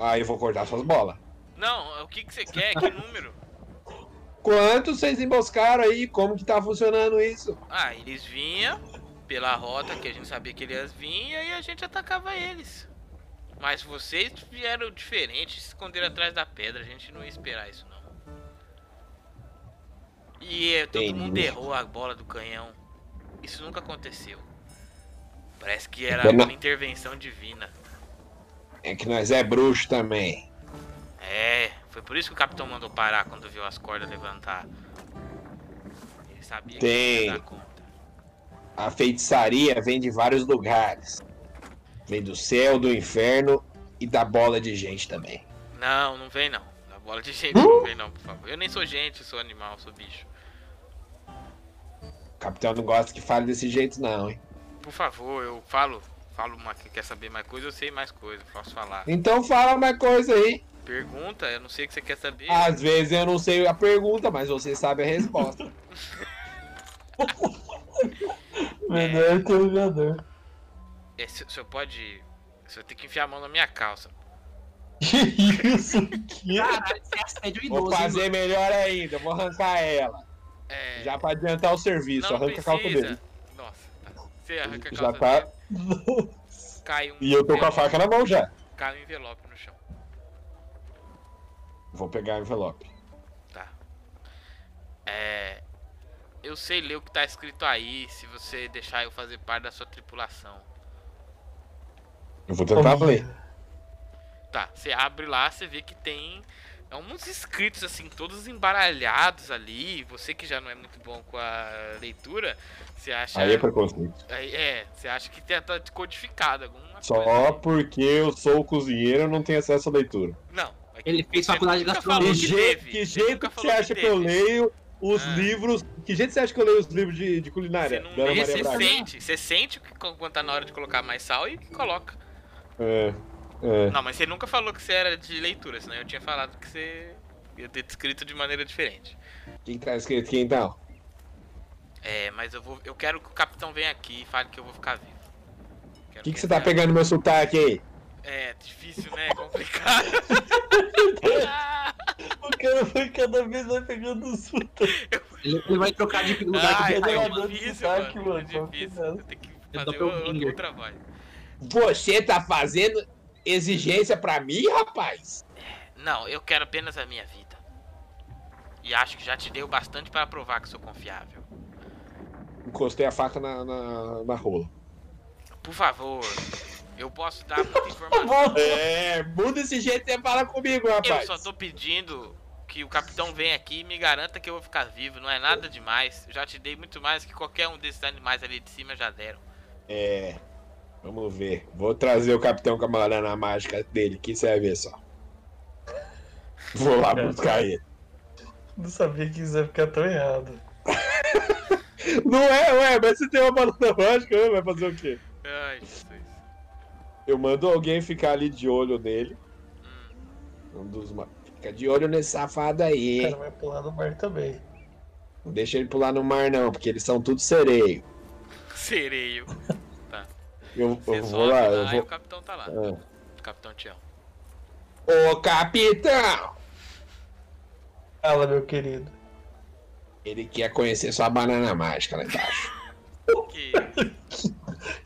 [SPEAKER 3] Aí eu vou cortar suas bolas.
[SPEAKER 2] Não, o que, que você quer? Que número?
[SPEAKER 3] Quantos vocês emboscaram aí? Como que tá funcionando isso?
[SPEAKER 2] Ah, eles vinham pela rota que a gente sabia que eles vinham e a gente atacava eles. Mas vocês vieram diferente, se esconderam atrás da pedra. A gente não ia esperar isso, não. E eh, todo
[SPEAKER 3] Entendi.
[SPEAKER 2] mundo errou a bola do canhão. Isso nunca aconteceu. Parece que era
[SPEAKER 3] Vamos-
[SPEAKER 2] uma intervenção divina.
[SPEAKER 3] É que nós é bruxo também.
[SPEAKER 2] É, Foi por isso que o capitão mandou parar quando viu as cordas levantar. Ele sabia que não
[SPEAKER 3] Tem.
[SPEAKER 2] ia dar conta.
[SPEAKER 3] A feitiçaria vem de vários lugares. Vem do céu, do inferno e da bola de gente também.
[SPEAKER 2] Não, não vem não. Na bola de gente não vem não, por favor. Eu nem sou gente, eu sou animal, eu sou bicho.
[SPEAKER 3] O capitão não gosta que fale desse jeito, não, hein?
[SPEAKER 2] Por favor, eu falo. Falo uma que quer saber mais coisa, eu sei mais coisa, posso falar.
[SPEAKER 3] Então fala mais coisa aí.
[SPEAKER 2] Pergunta, eu não sei o que você quer saber.
[SPEAKER 3] Às vezes eu não sei a pergunta, mas você sabe a resposta.
[SPEAKER 4] Melhor interrogador.
[SPEAKER 2] É, se- o senhor pode. O senhor tem que enfiar a mão na minha calça.
[SPEAKER 4] Que isso? Que...
[SPEAKER 1] Caralho, você é assédio
[SPEAKER 3] Vou
[SPEAKER 2] né?
[SPEAKER 1] idoso, hein,
[SPEAKER 3] fazer melhor ainda, vou arrancar ela.
[SPEAKER 2] É.
[SPEAKER 3] Já pra adiantar o serviço,
[SPEAKER 2] não,
[SPEAKER 3] arranca a calça dele.
[SPEAKER 2] Nossa, você arranca a
[SPEAKER 3] Já
[SPEAKER 2] calça
[SPEAKER 3] tá-
[SPEAKER 2] dele, cai um.
[SPEAKER 3] E eu tô com a
[SPEAKER 2] envelope-
[SPEAKER 3] faca na mão já.
[SPEAKER 2] Cai um envelope no chão.
[SPEAKER 3] Vou pegar o envelope.
[SPEAKER 2] Tá. É. Eu sei ler o que tá escrito aí, se você deixar eu fazer parte da sua tripulação.
[SPEAKER 3] Eu vou tentar ler.
[SPEAKER 2] Tá, você abre lá, você vê que tem é uns escritos assim, todos embaralhados ali. Você que já não é muito bom com a leitura, você acha.
[SPEAKER 3] Aí é preconceito.
[SPEAKER 2] Aí, é, você acha que tem- tá codificado alguma coisa.
[SPEAKER 3] Só
[SPEAKER 2] ali.
[SPEAKER 3] porque eu sou cozinheiro, eu não tenho acesso à leitura.
[SPEAKER 2] Não. é que
[SPEAKER 1] Ele fez
[SPEAKER 2] você
[SPEAKER 1] faculdade de
[SPEAKER 2] nunca
[SPEAKER 1] gastronomia.
[SPEAKER 2] falou
[SPEAKER 3] Que,
[SPEAKER 1] Falou
[SPEAKER 2] que
[SPEAKER 3] jeito,
[SPEAKER 2] teve,
[SPEAKER 3] que jeito que
[SPEAKER 2] nunca
[SPEAKER 3] você
[SPEAKER 2] falou
[SPEAKER 3] acha que eu
[SPEAKER 2] teve.
[SPEAKER 3] leio os
[SPEAKER 2] Ah.
[SPEAKER 3] livros? Que jeito você acha que eu leio os livros de, de
[SPEAKER 2] Você
[SPEAKER 3] culinária?
[SPEAKER 2] não
[SPEAKER 3] da Ana
[SPEAKER 2] lê,
[SPEAKER 3] Maria
[SPEAKER 2] você
[SPEAKER 3] Braga?
[SPEAKER 2] sente. Você sente que quando tá na hora de colocar mais sal e coloca.
[SPEAKER 3] É, é.
[SPEAKER 2] Não, mas você nunca falou que você era de leitura, senão eu tinha falado que você ia ter escrito de maneira diferente.
[SPEAKER 3] Quem tá escrito aqui então?
[SPEAKER 2] É, mas eu vou. Eu quero que o capitão venha aqui e fale que eu vou ficar vivo. Quero
[SPEAKER 3] O que, que
[SPEAKER 2] ele
[SPEAKER 3] você tá
[SPEAKER 2] venha-
[SPEAKER 3] pegando meu sotaque aí?
[SPEAKER 2] É, difícil, né? É complicado.
[SPEAKER 4] O cara foi cada vez vai pegando o suta.
[SPEAKER 1] Ele, ele vai trocar de lugar
[SPEAKER 2] Ah,
[SPEAKER 1] que ele
[SPEAKER 4] eu tô
[SPEAKER 1] caiu,
[SPEAKER 2] é
[SPEAKER 4] olhando
[SPEAKER 1] mano.
[SPEAKER 2] difícil,
[SPEAKER 4] sotaque,
[SPEAKER 2] mano. É
[SPEAKER 4] mano, tô
[SPEAKER 2] difícil.
[SPEAKER 4] entendendo.
[SPEAKER 2] Eu tenho que
[SPEAKER 1] É
[SPEAKER 2] fazer
[SPEAKER 1] doppelganger.
[SPEAKER 2] o- outro trabalho.
[SPEAKER 3] Você tá fazendo exigência pra mim, rapaz?
[SPEAKER 2] Não, eu quero apenas a minha vida. E acho que já te dei o bastante para provar que sou confiável.
[SPEAKER 3] Encostei a faca na, na, na rola.
[SPEAKER 2] Por favor, eu posso dar muita
[SPEAKER 4] Tá
[SPEAKER 2] informação.
[SPEAKER 4] bom.
[SPEAKER 3] É, muda esse jeito que você fala comigo,
[SPEAKER 2] Eu
[SPEAKER 3] rapaz.
[SPEAKER 2] só tô pedindo que o capitão venha aqui e me garanta que eu vou ficar vivo. Não é nada demais. Eu já te dei muito mais que qualquer um desses animais ali de cima já deram.
[SPEAKER 3] É. Vamos ver. Vou trazer o Capitão Camarão na mágica dele, que você vai ver só. Vou lá buscar ele.
[SPEAKER 4] Não sabia que isso ia ficar tão errado.
[SPEAKER 3] Não é, ué, mas você tem uma banana mágica, ué, vai fazer o quê?
[SPEAKER 2] Ai, Jesus.
[SPEAKER 3] Eu mando alguém ficar ali de olho nele.
[SPEAKER 2] Hum,
[SPEAKER 3] Um dos ma... Fica de olho nesse safado aí,
[SPEAKER 4] O
[SPEAKER 3] hein?
[SPEAKER 4] cara vai pular no mar também.
[SPEAKER 3] Não deixa ele pular no mar, não, porque eles são tudo sereio.
[SPEAKER 2] sereio.
[SPEAKER 3] Eu,
[SPEAKER 2] Você
[SPEAKER 3] eu vou
[SPEAKER 2] sobe
[SPEAKER 3] lá,
[SPEAKER 2] lá,
[SPEAKER 3] eu
[SPEAKER 2] e o
[SPEAKER 3] vou.
[SPEAKER 2] capitão tá lá.
[SPEAKER 3] Ah.
[SPEAKER 2] Capitão Tião.
[SPEAKER 3] Ô, Capitão!
[SPEAKER 4] Fala, meu querido.
[SPEAKER 3] Ele quer conhecer sua banana mágica né? lá embaixo.
[SPEAKER 2] Que...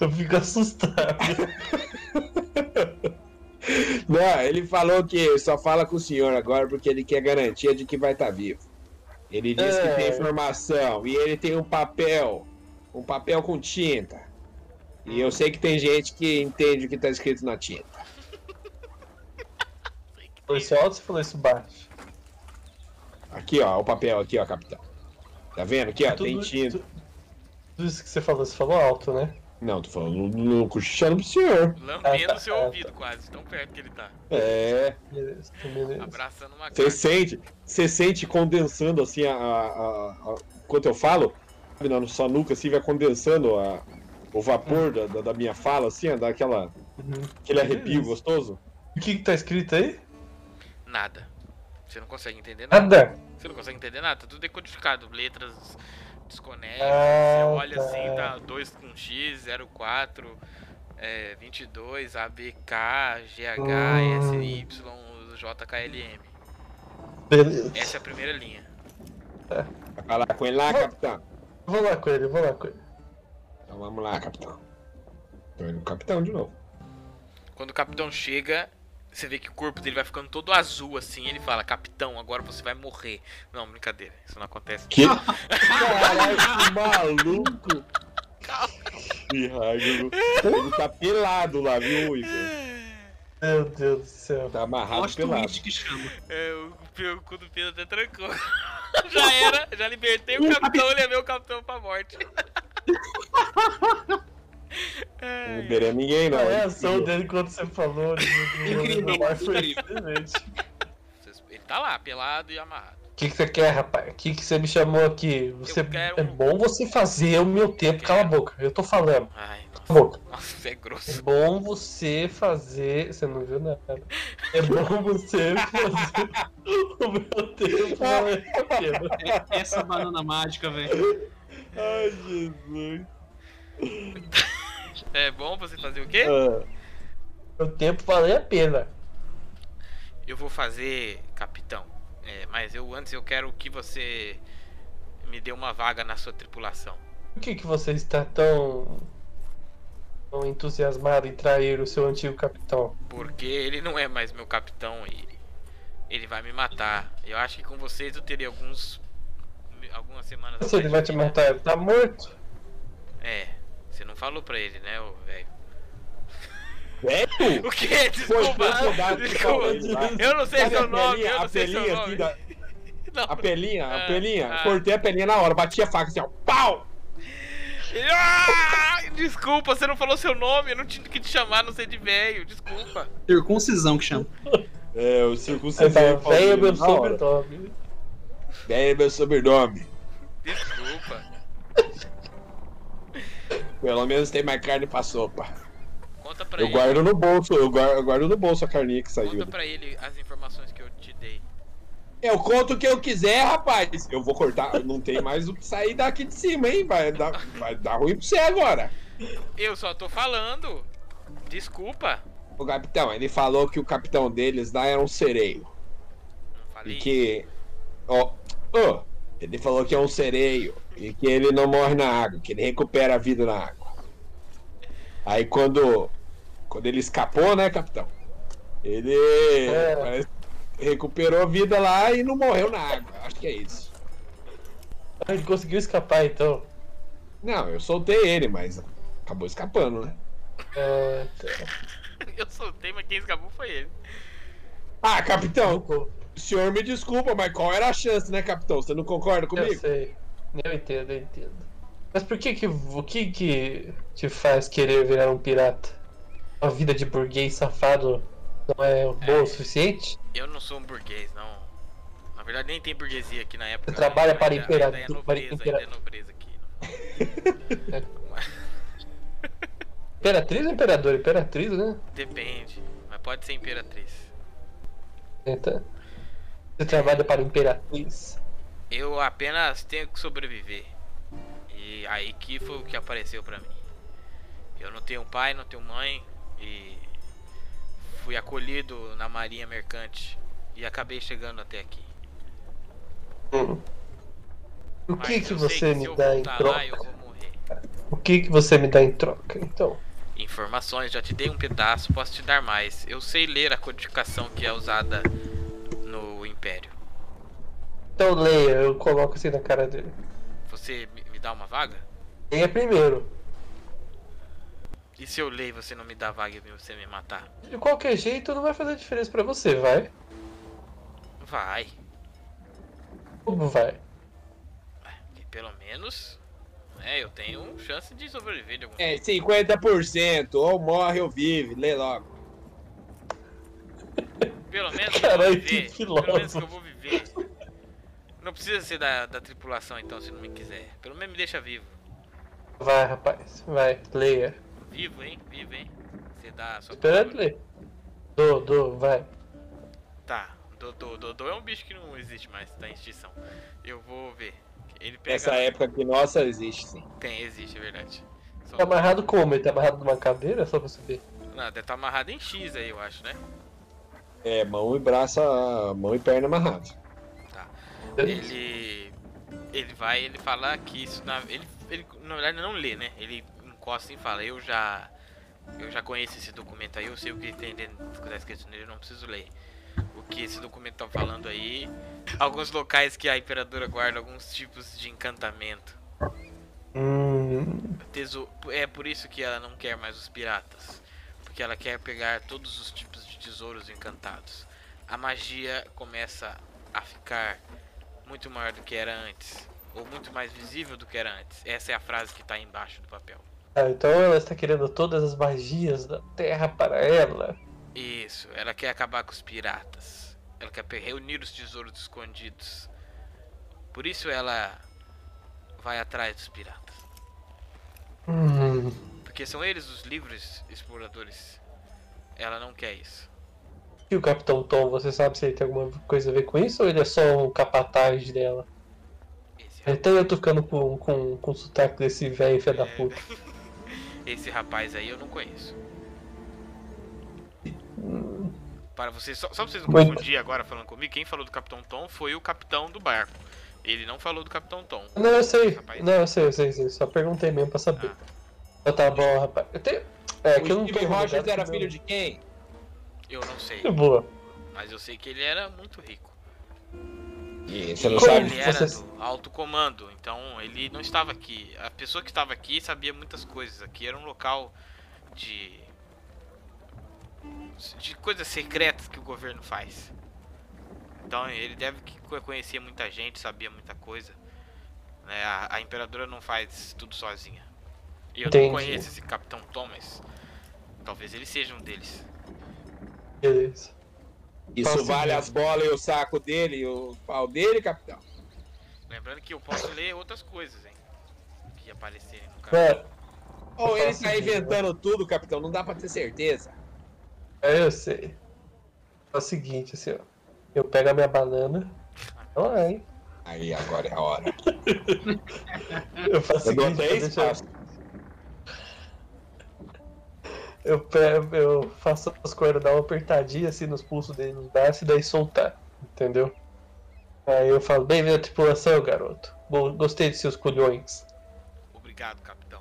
[SPEAKER 4] Eu fico assustado.
[SPEAKER 3] Não, ele falou que só fala com o senhor agora porque ele quer garantia de que vai estar vivo. Ele disse
[SPEAKER 4] É.
[SPEAKER 3] que tem informação e ele tem um papel, um papel com tinta. E eu sei que tem gente que entende o que tá escrito na tinta.
[SPEAKER 4] Falou isso alto ou você falou isso baixo?
[SPEAKER 3] Aqui, ó, o papel aqui, ó, capitão. Tá vendo? Aqui, ó, tem tinta.
[SPEAKER 4] tu- tudo isso que você falou, você falou alto, né?
[SPEAKER 3] Não, tô falando, não cochichando pro senhor.
[SPEAKER 2] Lambendo
[SPEAKER 4] Ah, tá,
[SPEAKER 2] seu
[SPEAKER 4] ah,
[SPEAKER 2] ouvido quase, tão perto que ele tá.
[SPEAKER 3] É,
[SPEAKER 4] Beleza, então beleza.
[SPEAKER 2] Abraçando uma
[SPEAKER 3] você
[SPEAKER 2] cara.
[SPEAKER 3] sente, você sente condensando assim a, a, a- a- enquanto eu falo, sabe, na sua nuca assim vai condensando a- o vapor da, da- da minha fala assim, ó, dá aquela
[SPEAKER 4] Uhum.
[SPEAKER 3] aquele arrepio
[SPEAKER 4] Beleza.
[SPEAKER 3] gostoso.
[SPEAKER 4] O que que tá escrito aí?
[SPEAKER 2] Nada. Você não consegue entender nada.
[SPEAKER 4] Nada.
[SPEAKER 2] Você não consegue entender nada, tá tudo decodificado. Letras desconectas. Você
[SPEAKER 4] Ah,
[SPEAKER 2] olha
[SPEAKER 4] tá.
[SPEAKER 2] assim, tá 2 com X, 04, é, 22, ABK, GH,
[SPEAKER 4] Hum.
[SPEAKER 2] SY, JKLM.
[SPEAKER 4] Beleza.
[SPEAKER 2] Essa é a primeira linha.
[SPEAKER 3] Vai falar com ele lá, capitão.
[SPEAKER 4] Vou lá com ele, vou lá com ele.
[SPEAKER 3] Então vamos lá, capitão. Tô indo com o capitão de novo.
[SPEAKER 2] Quando o capitão chega, você vê que o corpo dele vai ficando todo azul assim. Ele fala: Capitão, agora você vai morrer. Não, brincadeira, isso não acontece.
[SPEAKER 3] Que? Caralho, que maluco!
[SPEAKER 2] Calma.
[SPEAKER 3] Que raiva, viu? Ele tá pelado lá, viu, Igor?
[SPEAKER 4] Meu Deus do céu.
[SPEAKER 3] Tá amarrado
[SPEAKER 1] Mostra o
[SPEAKER 3] pelado.
[SPEAKER 1] Witch que chama.
[SPEAKER 2] É, o, pe- o cu do Pedro até trancou. já era, já libertei o capitão e levei o capitão pra morte.
[SPEAKER 3] Não
[SPEAKER 2] Ai,
[SPEAKER 3] liberei ninguém, não.
[SPEAKER 4] A reação dele quando você falou.
[SPEAKER 1] Incrível, incrível.
[SPEAKER 2] vocês- Ele tá lá, pelado e amarrado.
[SPEAKER 4] O que, que você quer, rapaz? O que, que você me chamou aqui? Você...
[SPEAKER 2] Eu quero- um
[SPEAKER 4] É bom você fazer o meu tempo. Cala a boca. Eu tô falando.
[SPEAKER 2] Ai,
[SPEAKER 4] Cala a boca.
[SPEAKER 2] nossa, você é
[SPEAKER 4] É
[SPEAKER 2] grosso.
[SPEAKER 4] bom você fazer. Você não viu nada. É bom você fazer o meu tempo. valer a pena.
[SPEAKER 1] É essa banana mágica, velho.
[SPEAKER 3] Ai, Jesus.
[SPEAKER 2] É bom você fazer o quê?
[SPEAKER 3] Ah,
[SPEAKER 4] Meu tempo valer a pena.
[SPEAKER 2] Eu vou fazer, capitão. É, mas eu antes eu quero que você me dê uma vaga na sua tripulação.
[SPEAKER 4] Por que, que você está tão. tão entusiasmado em trair o seu antigo capitão?
[SPEAKER 2] Porque ele não é mais meu capitão e ele vai me matar. Eu acho que com vocês eu teria alguns. algumas semanas.
[SPEAKER 4] Se ele vai te matar, ele tá morto.
[SPEAKER 2] É, você não falou pra ele, né, ô velho?
[SPEAKER 3] Velho?
[SPEAKER 2] O que?
[SPEAKER 3] Foi
[SPEAKER 2] Desculpa!
[SPEAKER 3] foi soldado que
[SPEAKER 2] Desculpa.
[SPEAKER 3] salvou ele lá.
[SPEAKER 2] Eu não sei
[SPEAKER 3] Sabe
[SPEAKER 2] seu
[SPEAKER 3] a
[SPEAKER 2] nome,
[SPEAKER 3] pelinha-
[SPEAKER 2] eu não
[SPEAKER 3] a
[SPEAKER 2] sei seu
[SPEAKER 3] pelinha assim
[SPEAKER 2] nome.
[SPEAKER 3] da-
[SPEAKER 2] Não.
[SPEAKER 3] A pelinha,
[SPEAKER 2] Ah,
[SPEAKER 3] a pelinha.
[SPEAKER 2] ah.
[SPEAKER 3] Cortei a pelinha na hora, bati a faca assim, ó. Pau!
[SPEAKER 2] Ele- Ah, desculpa, você não falou seu nome, eu não tinha que te chamar, não sei de velho, desculpa.
[SPEAKER 1] Circuncisão que chama.
[SPEAKER 3] É, o
[SPEAKER 4] Você tá
[SPEAKER 3] circuncisão.
[SPEAKER 4] velho é meu sobrenome.
[SPEAKER 3] Velho é meu sobrenome.
[SPEAKER 2] Desculpa.
[SPEAKER 3] Pelo menos tem mais carne pra sopa.
[SPEAKER 2] Conta pra
[SPEAKER 3] Eu
[SPEAKER 2] ele.
[SPEAKER 3] guardo no bolso, eu guardo, eu guardo no bolso a carninha que saiu.
[SPEAKER 2] Conta pra ele as informações que eu te dei.
[SPEAKER 3] Eu conto o que eu quiser, rapaz. Eu vou cortar, não tem mais o que sair daqui de cima, hein? Vai dar, vai dar ruim pra você agora.
[SPEAKER 2] Eu só tô falando. Desculpa.
[SPEAKER 3] O capitão, ele falou que o capitão deles lá era um sereio.
[SPEAKER 2] Não falei.
[SPEAKER 3] E que. Ó. ó, ele falou que é um sereio. E que ele não morre na água, que ele recupera a vida na água. Aí quando. Quando ele escapou, né, capitão? Ele.
[SPEAKER 4] É.
[SPEAKER 3] parece que recuperou a vida lá e não morreu na água. Acho que é isso.
[SPEAKER 4] Ah, Ele conseguiu escapar então.
[SPEAKER 3] Não, eu soltei ele, mas acabou escapando, né?
[SPEAKER 4] Ah, tá.
[SPEAKER 2] Eu soltei, mas quem escapou foi ele.
[SPEAKER 3] Ah, capitão,
[SPEAKER 4] Eu-
[SPEAKER 3] o senhor me desculpa, mas qual era a chance, né, capitão? Você não concorda
[SPEAKER 4] Eu
[SPEAKER 3] comigo?
[SPEAKER 4] sei. Eu entendo, eu entendo. Mas por que que. O que que te faz querer virar um pirata? Uma vida de burguês safado não é boa o suficiente?
[SPEAKER 2] Eu não sou um burguês, não. Na verdade, nem tem burguesia aqui na época.
[SPEAKER 4] Você trabalha
[SPEAKER 2] né?
[SPEAKER 4] para
[SPEAKER 2] Ainda-
[SPEAKER 4] imperador-
[SPEAKER 2] Ainda é
[SPEAKER 4] para
[SPEAKER 2] nobreza, ainda
[SPEAKER 4] impera-
[SPEAKER 2] é nobreza aqui.
[SPEAKER 4] Imperatriz ou imperador? Imperatriz, né?
[SPEAKER 2] Depende. Mas pode ser imperatriz.
[SPEAKER 4] Então, você trabalha para a imperatriz.
[SPEAKER 2] Eu apenas tenho que sobreviver. E aí que foi o que apareceu pra mim. Eu não tenho pai, não tenho mãe e fui acolhido na marinha mercante e acabei chegando até aqui.
[SPEAKER 4] Hum. O
[SPEAKER 2] Mas
[SPEAKER 4] que que
[SPEAKER 2] eu sei
[SPEAKER 4] você
[SPEAKER 2] se
[SPEAKER 4] me
[SPEAKER 2] eu
[SPEAKER 4] dá em
[SPEAKER 2] voltar lá, eu
[SPEAKER 4] troca?
[SPEAKER 2] vou morrer.
[SPEAKER 4] O que que você me dá em troca, então?
[SPEAKER 2] Informações, já te dei um pedaço, posso te dar mais. Eu sei ler a codificação que é usada no Império.
[SPEAKER 4] Então leia, eu coloco assim na cara dele.
[SPEAKER 2] Você me me dá uma vaga?
[SPEAKER 4] Leia primeiro.
[SPEAKER 2] E se eu ler e você não me dá vaga e você me matar?
[SPEAKER 4] De qualquer jeito, não vai fazer diferença pra você, vai?
[SPEAKER 2] Vai.
[SPEAKER 4] Como vai?
[SPEAKER 2] Porque pelo menos, né, eu tenho chance de sobreviver de algum
[SPEAKER 3] É, 50%. Ou morre ou vive. Lê logo.
[SPEAKER 2] Pelo menos que eu vou
[SPEAKER 4] Caralho,
[SPEAKER 2] viver.
[SPEAKER 4] que
[SPEAKER 2] Pelo menos que
[SPEAKER 4] filósofo.
[SPEAKER 2] eu vou viver. Não precisa ser da, da tripulação então, se não me quiser. Pelo menos me deixa vivo.
[SPEAKER 4] Vai, rapaz, vai, leia.
[SPEAKER 2] Vivo, hein? Vivo, hein? Você dá a sua
[SPEAKER 4] Esperando
[SPEAKER 2] palavra.
[SPEAKER 4] ler. Dô, dô, vai.
[SPEAKER 2] Tá, Dodô. Dodô é um bicho que não existe mais, tá em extinção. Eu vou ver. Ele pega.
[SPEAKER 3] Nessa época aqui, nossa, existe sim.
[SPEAKER 2] Tem, existe, é verdade. Só...
[SPEAKER 4] Tá amarrado como? Ele tá amarrado numa cadeira? Só pra saber.
[SPEAKER 2] Não, deve estar amarrado em X aí, eu acho, né?
[SPEAKER 3] É, mão e braço, ah, mão e perna amarrado.
[SPEAKER 2] Ele. Ele vai ele fala que isso na. Ele, ele na verdade não lê, né? Ele encosta e fala, eu já. Eu já conheço esse documento aí, eu sei o que tem dentro do que tá escrito nele, eu não preciso ler. O que esse documento tá falando aí. Alguns locais que a imperadora guarda alguns tipos de encantamento.
[SPEAKER 4] Hum.
[SPEAKER 2] Teso- É por isso que ela não quer mais os piratas. Porque ela quer pegar todos os tipos de tesouros encantados. A magia começa a ficar muito maior do que era antes, ou muito mais visível do que era antes. Essa é a frase que está embaixo do papel.
[SPEAKER 4] Ah, então ela está querendo todas as magias da Terra para ela.
[SPEAKER 2] Isso, ela quer acabar com os piratas. Ela quer pe- reunir os tesouros escondidos. Por isso ela vai atrás dos piratas.
[SPEAKER 4] Hum,
[SPEAKER 2] Porque são eles os livres exploradores. Ela não quer isso.
[SPEAKER 4] E o Capitão Tom, você sabe se ele tem alguma coisa a ver com isso ou ele é só um capataz dela?
[SPEAKER 2] Esse, é ra-
[SPEAKER 4] Até eu tô ficando com, com, com o sotaque desse velho filho da
[SPEAKER 2] É.
[SPEAKER 4] puta.
[SPEAKER 2] esse rapaz aí eu não conheço. Para vocês, só, só pra vocês não
[SPEAKER 4] Mas-
[SPEAKER 2] confundirem agora falando comigo, quem falou do Capitão Tom foi o capitão do barco. Ele não falou do Capitão Tom.
[SPEAKER 4] Não, eu sei.
[SPEAKER 2] Rapaz.
[SPEAKER 4] Não, eu sei, eu sei, eu sei. Só perguntei mesmo pra saber.
[SPEAKER 2] Ah.
[SPEAKER 4] Ah, tá bom, rapaz. Eu tenho... É, que eu não
[SPEAKER 3] o
[SPEAKER 4] tô
[SPEAKER 3] Steve Rogers
[SPEAKER 4] ligado,
[SPEAKER 3] era
[SPEAKER 4] não.
[SPEAKER 3] filho de quem?
[SPEAKER 2] Eu não sei,
[SPEAKER 4] Boa.
[SPEAKER 2] mas eu sei que ele era muito rico.
[SPEAKER 3] Ih, você não
[SPEAKER 4] Como?
[SPEAKER 3] sabe?
[SPEAKER 2] Ele era
[SPEAKER 4] Vocês-
[SPEAKER 2] do alto comando, então ele não estava aqui. A pessoa que estava aqui sabia muitas coisas. Aqui era um local de. de coisas secretas que o governo faz. Então ele deve que co- conhecer muita gente, sabia muita coisa. né? A, a imperadora não faz tudo sozinha. E eu
[SPEAKER 4] Entendi.
[SPEAKER 2] não conheço esse Capitão Thomas. Talvez ele seja um deles.
[SPEAKER 4] Beleza.
[SPEAKER 3] Isso
[SPEAKER 4] Posso
[SPEAKER 3] vale
[SPEAKER 4] ver.
[SPEAKER 3] as bolas e o saco dele e o pau dele, capitão?
[SPEAKER 2] Lembrando que eu posso ler outras coisas, hein? Que aparecerem no canal.
[SPEAKER 4] É,
[SPEAKER 3] Ou ele
[SPEAKER 4] Posso
[SPEAKER 3] tá
[SPEAKER 4] ver.
[SPEAKER 3] inventando tudo, capitão? Não dá pra ter certeza.
[SPEAKER 4] é, eu sei. É o seguinte, assim, ó. Eu pego a minha banana. Olha lá, hein?
[SPEAKER 3] Aí agora é a hora.
[SPEAKER 4] Eu faço o
[SPEAKER 3] Eu
[SPEAKER 4] seguinte,
[SPEAKER 3] botei
[SPEAKER 4] eu, deixo-
[SPEAKER 3] espaço.
[SPEAKER 4] eu pego, eu faço as cordas dar uma apertadinha assim nos pulsos dele, nos braços, e daí soltar. Entendeu? Aí eu falo, bem-vindo à tripulação, garoto. Bo- Gostei de seus culhões.
[SPEAKER 2] Obrigado, capitão.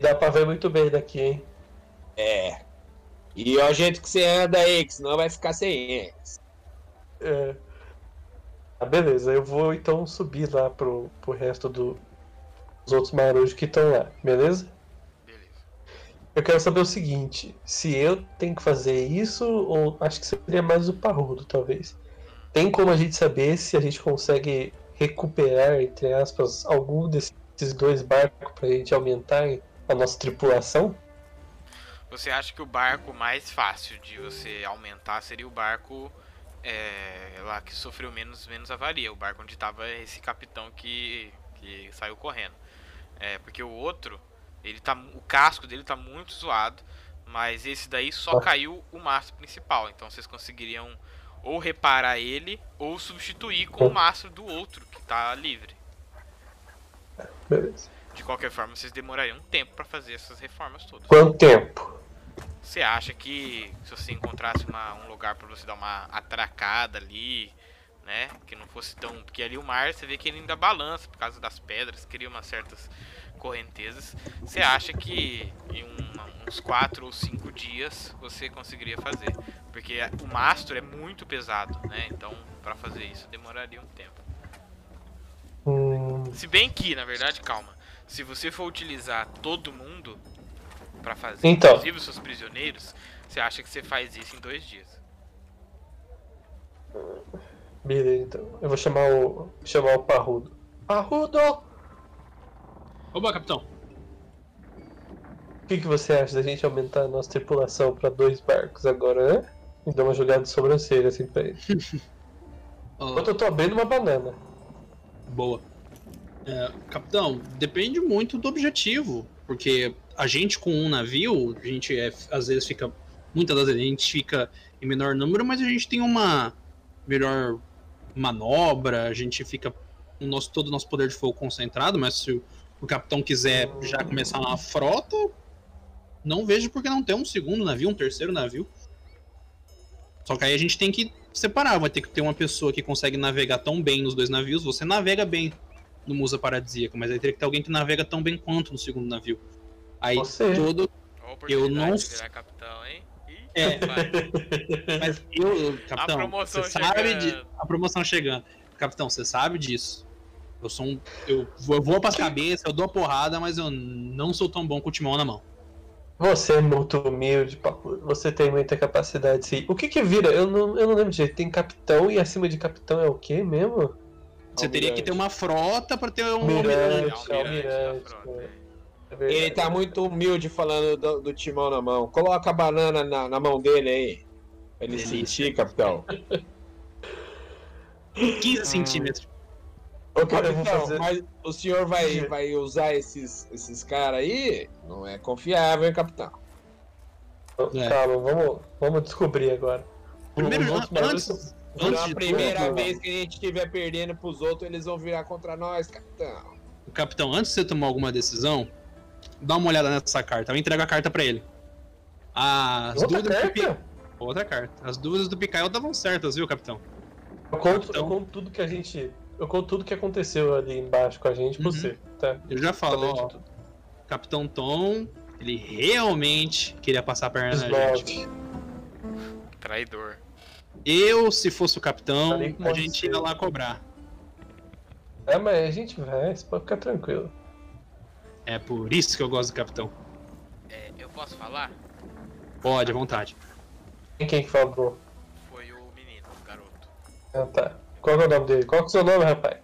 [SPEAKER 4] Dá pra ver muito bem daqui, hein?
[SPEAKER 3] É. E é o jeito que você anda aí, que senão vai ficar sem eles.
[SPEAKER 4] É. Ah, beleza, eu vou então subir lá pro, pro resto do- dos outros marujos que estão lá, beleza?
[SPEAKER 2] Beleza.
[SPEAKER 4] Eu quero saber o seguinte, se eu tenho que fazer isso, ou acho que seria mais o parrudo, talvez. Tem como a gente saber se a gente consegue recuperar, entre aspas, algum desses dois barcos pra gente aumentar a nossa tripulação?
[SPEAKER 2] Você acha que o barco mais fácil de você aumentar seria o barco é, lá que sofreu menos, menos avaria, o barco onde tava esse capitão que, que saiu correndo. É, porque o outro, ele tá, mu- o casco dele tá muito zoado, mas esse daí só caiu o mastro principal, então vocês conseguiriam ou reparar ele ou substituir com o mastro do outro que tá livre.
[SPEAKER 4] Beleza.
[SPEAKER 2] De qualquer forma, vocês demorariam um tempo pra fazer essas reformas todas.
[SPEAKER 4] Quanto tempo?
[SPEAKER 2] Você acha que se você encontrasse uma- um lugar pra você dar uma atracada ali, né? Que não fosse tão. Porque ali o mar você vê que ele ainda balança por causa das pedras, cria umas certas correntezas. Você acha que em um- uns 4 ou 5 dias você conseguiria fazer? Porque o mastro é muito pesado, né? Então, pra fazer isso demoraria um tempo.
[SPEAKER 4] Hum,
[SPEAKER 2] Se bem que, na verdade, calma. Se você for utilizar todo mundo pra fazer,
[SPEAKER 4] Então.
[SPEAKER 2] inclusive os seus prisioneiros, você acha que você faz isso em dois dias.
[SPEAKER 4] beleza, então. Eu vou chamar o, chamar o parrudo. Parrudo!
[SPEAKER 1] Oba, capitão.
[SPEAKER 4] O que, que você acha da gente aumentar a nossa tripulação pra dois barcos agora, né? E dar uma jogada de sobrancelha assim pra ele.
[SPEAKER 1] Ó,
[SPEAKER 4] Enquanto eu tô abrindo uma banana.
[SPEAKER 1] Boa. É, capitão, depende muito do objetivo, porque a gente com um navio, a gente é, às vezes fica, muitas das vezes a gente fica em menor número, mas a gente tem uma melhor manobra, a gente fica com o nosso, todo o nosso poder de fogo concentrado, mas se o, o capitão quiser já começar uma frota, não vejo por que não ter um segundo navio, um terceiro navio. Só que aí a gente tem que separar, vai ter que ter uma pessoa que consegue navegar tão bem nos dois navios. Você navega bem no Musa Paradisíaco, mas aí teria que ter alguém que navega tão bem quanto no segundo navio. Aí
[SPEAKER 4] Você.
[SPEAKER 1] todo.
[SPEAKER 2] Ó a oportunidade
[SPEAKER 1] não
[SPEAKER 2] de
[SPEAKER 1] s-
[SPEAKER 2] virar capitão, hein? Ih,
[SPEAKER 1] É.
[SPEAKER 2] vai.
[SPEAKER 1] Mas eu, capitão,
[SPEAKER 2] a promoção
[SPEAKER 1] você sabe
[SPEAKER 2] chegando.
[SPEAKER 1] de... a promoção chegando. Capitão, você sabe disso. Eu sou um. Eu, vou- eu vou pras cabeças, eu dou a porrada, mas eu não sou tão bom com o timão na mão.
[SPEAKER 4] Você é muito humilde, Papu. Você tem muita capacidade, sim. O que que vira? Eu não, eu não lembro direito. Tem capitão e acima de capitão é o quê mesmo?
[SPEAKER 1] Você teria
[SPEAKER 4] um
[SPEAKER 1] que ter uma frota pra ter um almirante.
[SPEAKER 2] Almirante,
[SPEAKER 4] Mirante,
[SPEAKER 2] almirante
[SPEAKER 4] almirante.
[SPEAKER 2] da
[SPEAKER 4] é.
[SPEAKER 2] frota.
[SPEAKER 4] É verdade.
[SPEAKER 3] Ele tá muito humilde falando do, do timão na mão. Coloca a banana na, na mão dele aí. Pra ele
[SPEAKER 1] Delícia.
[SPEAKER 3] sentir, capitão.
[SPEAKER 1] 15 centímetros.
[SPEAKER 3] Ô,
[SPEAKER 4] Cara, eu vou
[SPEAKER 3] capitão,
[SPEAKER 4] fazer-
[SPEAKER 3] mas o senhor vai, vai usar esses, esses caras aí? Não é confiável, hein, capitão?
[SPEAKER 1] É.
[SPEAKER 4] Então, Calma, vamos, vamos descobrir agora.
[SPEAKER 1] Primeiro,
[SPEAKER 4] Os outros barulhos
[SPEAKER 1] antes-
[SPEAKER 4] são-
[SPEAKER 1] Antes
[SPEAKER 3] Então, a
[SPEAKER 1] de
[SPEAKER 3] primeira
[SPEAKER 4] tudo,
[SPEAKER 3] vez que a gente estiver perdendo pros outros, eles vão virar contra nós, capitão.
[SPEAKER 1] tudo, capitão, antes de você tomar alguma decisão, dá uma olhada nessa carta. Eu entrego a carta pra ele. As
[SPEAKER 4] Outra
[SPEAKER 1] dúvidas do
[SPEAKER 4] carta?
[SPEAKER 1] Picael. Outra carta. As dúvidas do Picael estavam certas, viu, capitão?
[SPEAKER 4] Eu conto, eu
[SPEAKER 1] Então-
[SPEAKER 4] conto tudo que a gente. Eu conto tudo que aconteceu ali embaixo com a gente pra
[SPEAKER 1] Uhum.
[SPEAKER 4] você, tá?
[SPEAKER 1] Eu já falo,
[SPEAKER 4] Falei de
[SPEAKER 1] ó,
[SPEAKER 4] tudo.
[SPEAKER 1] Capitão Tom, ele realmente queria passar a perna na gente.
[SPEAKER 4] 19.
[SPEAKER 2] Traidor.
[SPEAKER 1] Eu, se fosse o capitão,
[SPEAKER 4] Falei com
[SPEAKER 1] a gente
[SPEAKER 4] você.
[SPEAKER 1] ia lá cobrar.
[SPEAKER 4] É, mas a gente vai, você pode ficar tranquilo.
[SPEAKER 1] É por isso que eu gosto do capitão.
[SPEAKER 2] É, eu posso falar?
[SPEAKER 1] Pode, à vontade.
[SPEAKER 4] Quem, quem que falou?
[SPEAKER 2] Foi o menino, o garoto.
[SPEAKER 4] Ah, tá. Qual que é o nome dele? Qual que é o seu nome, rapaz?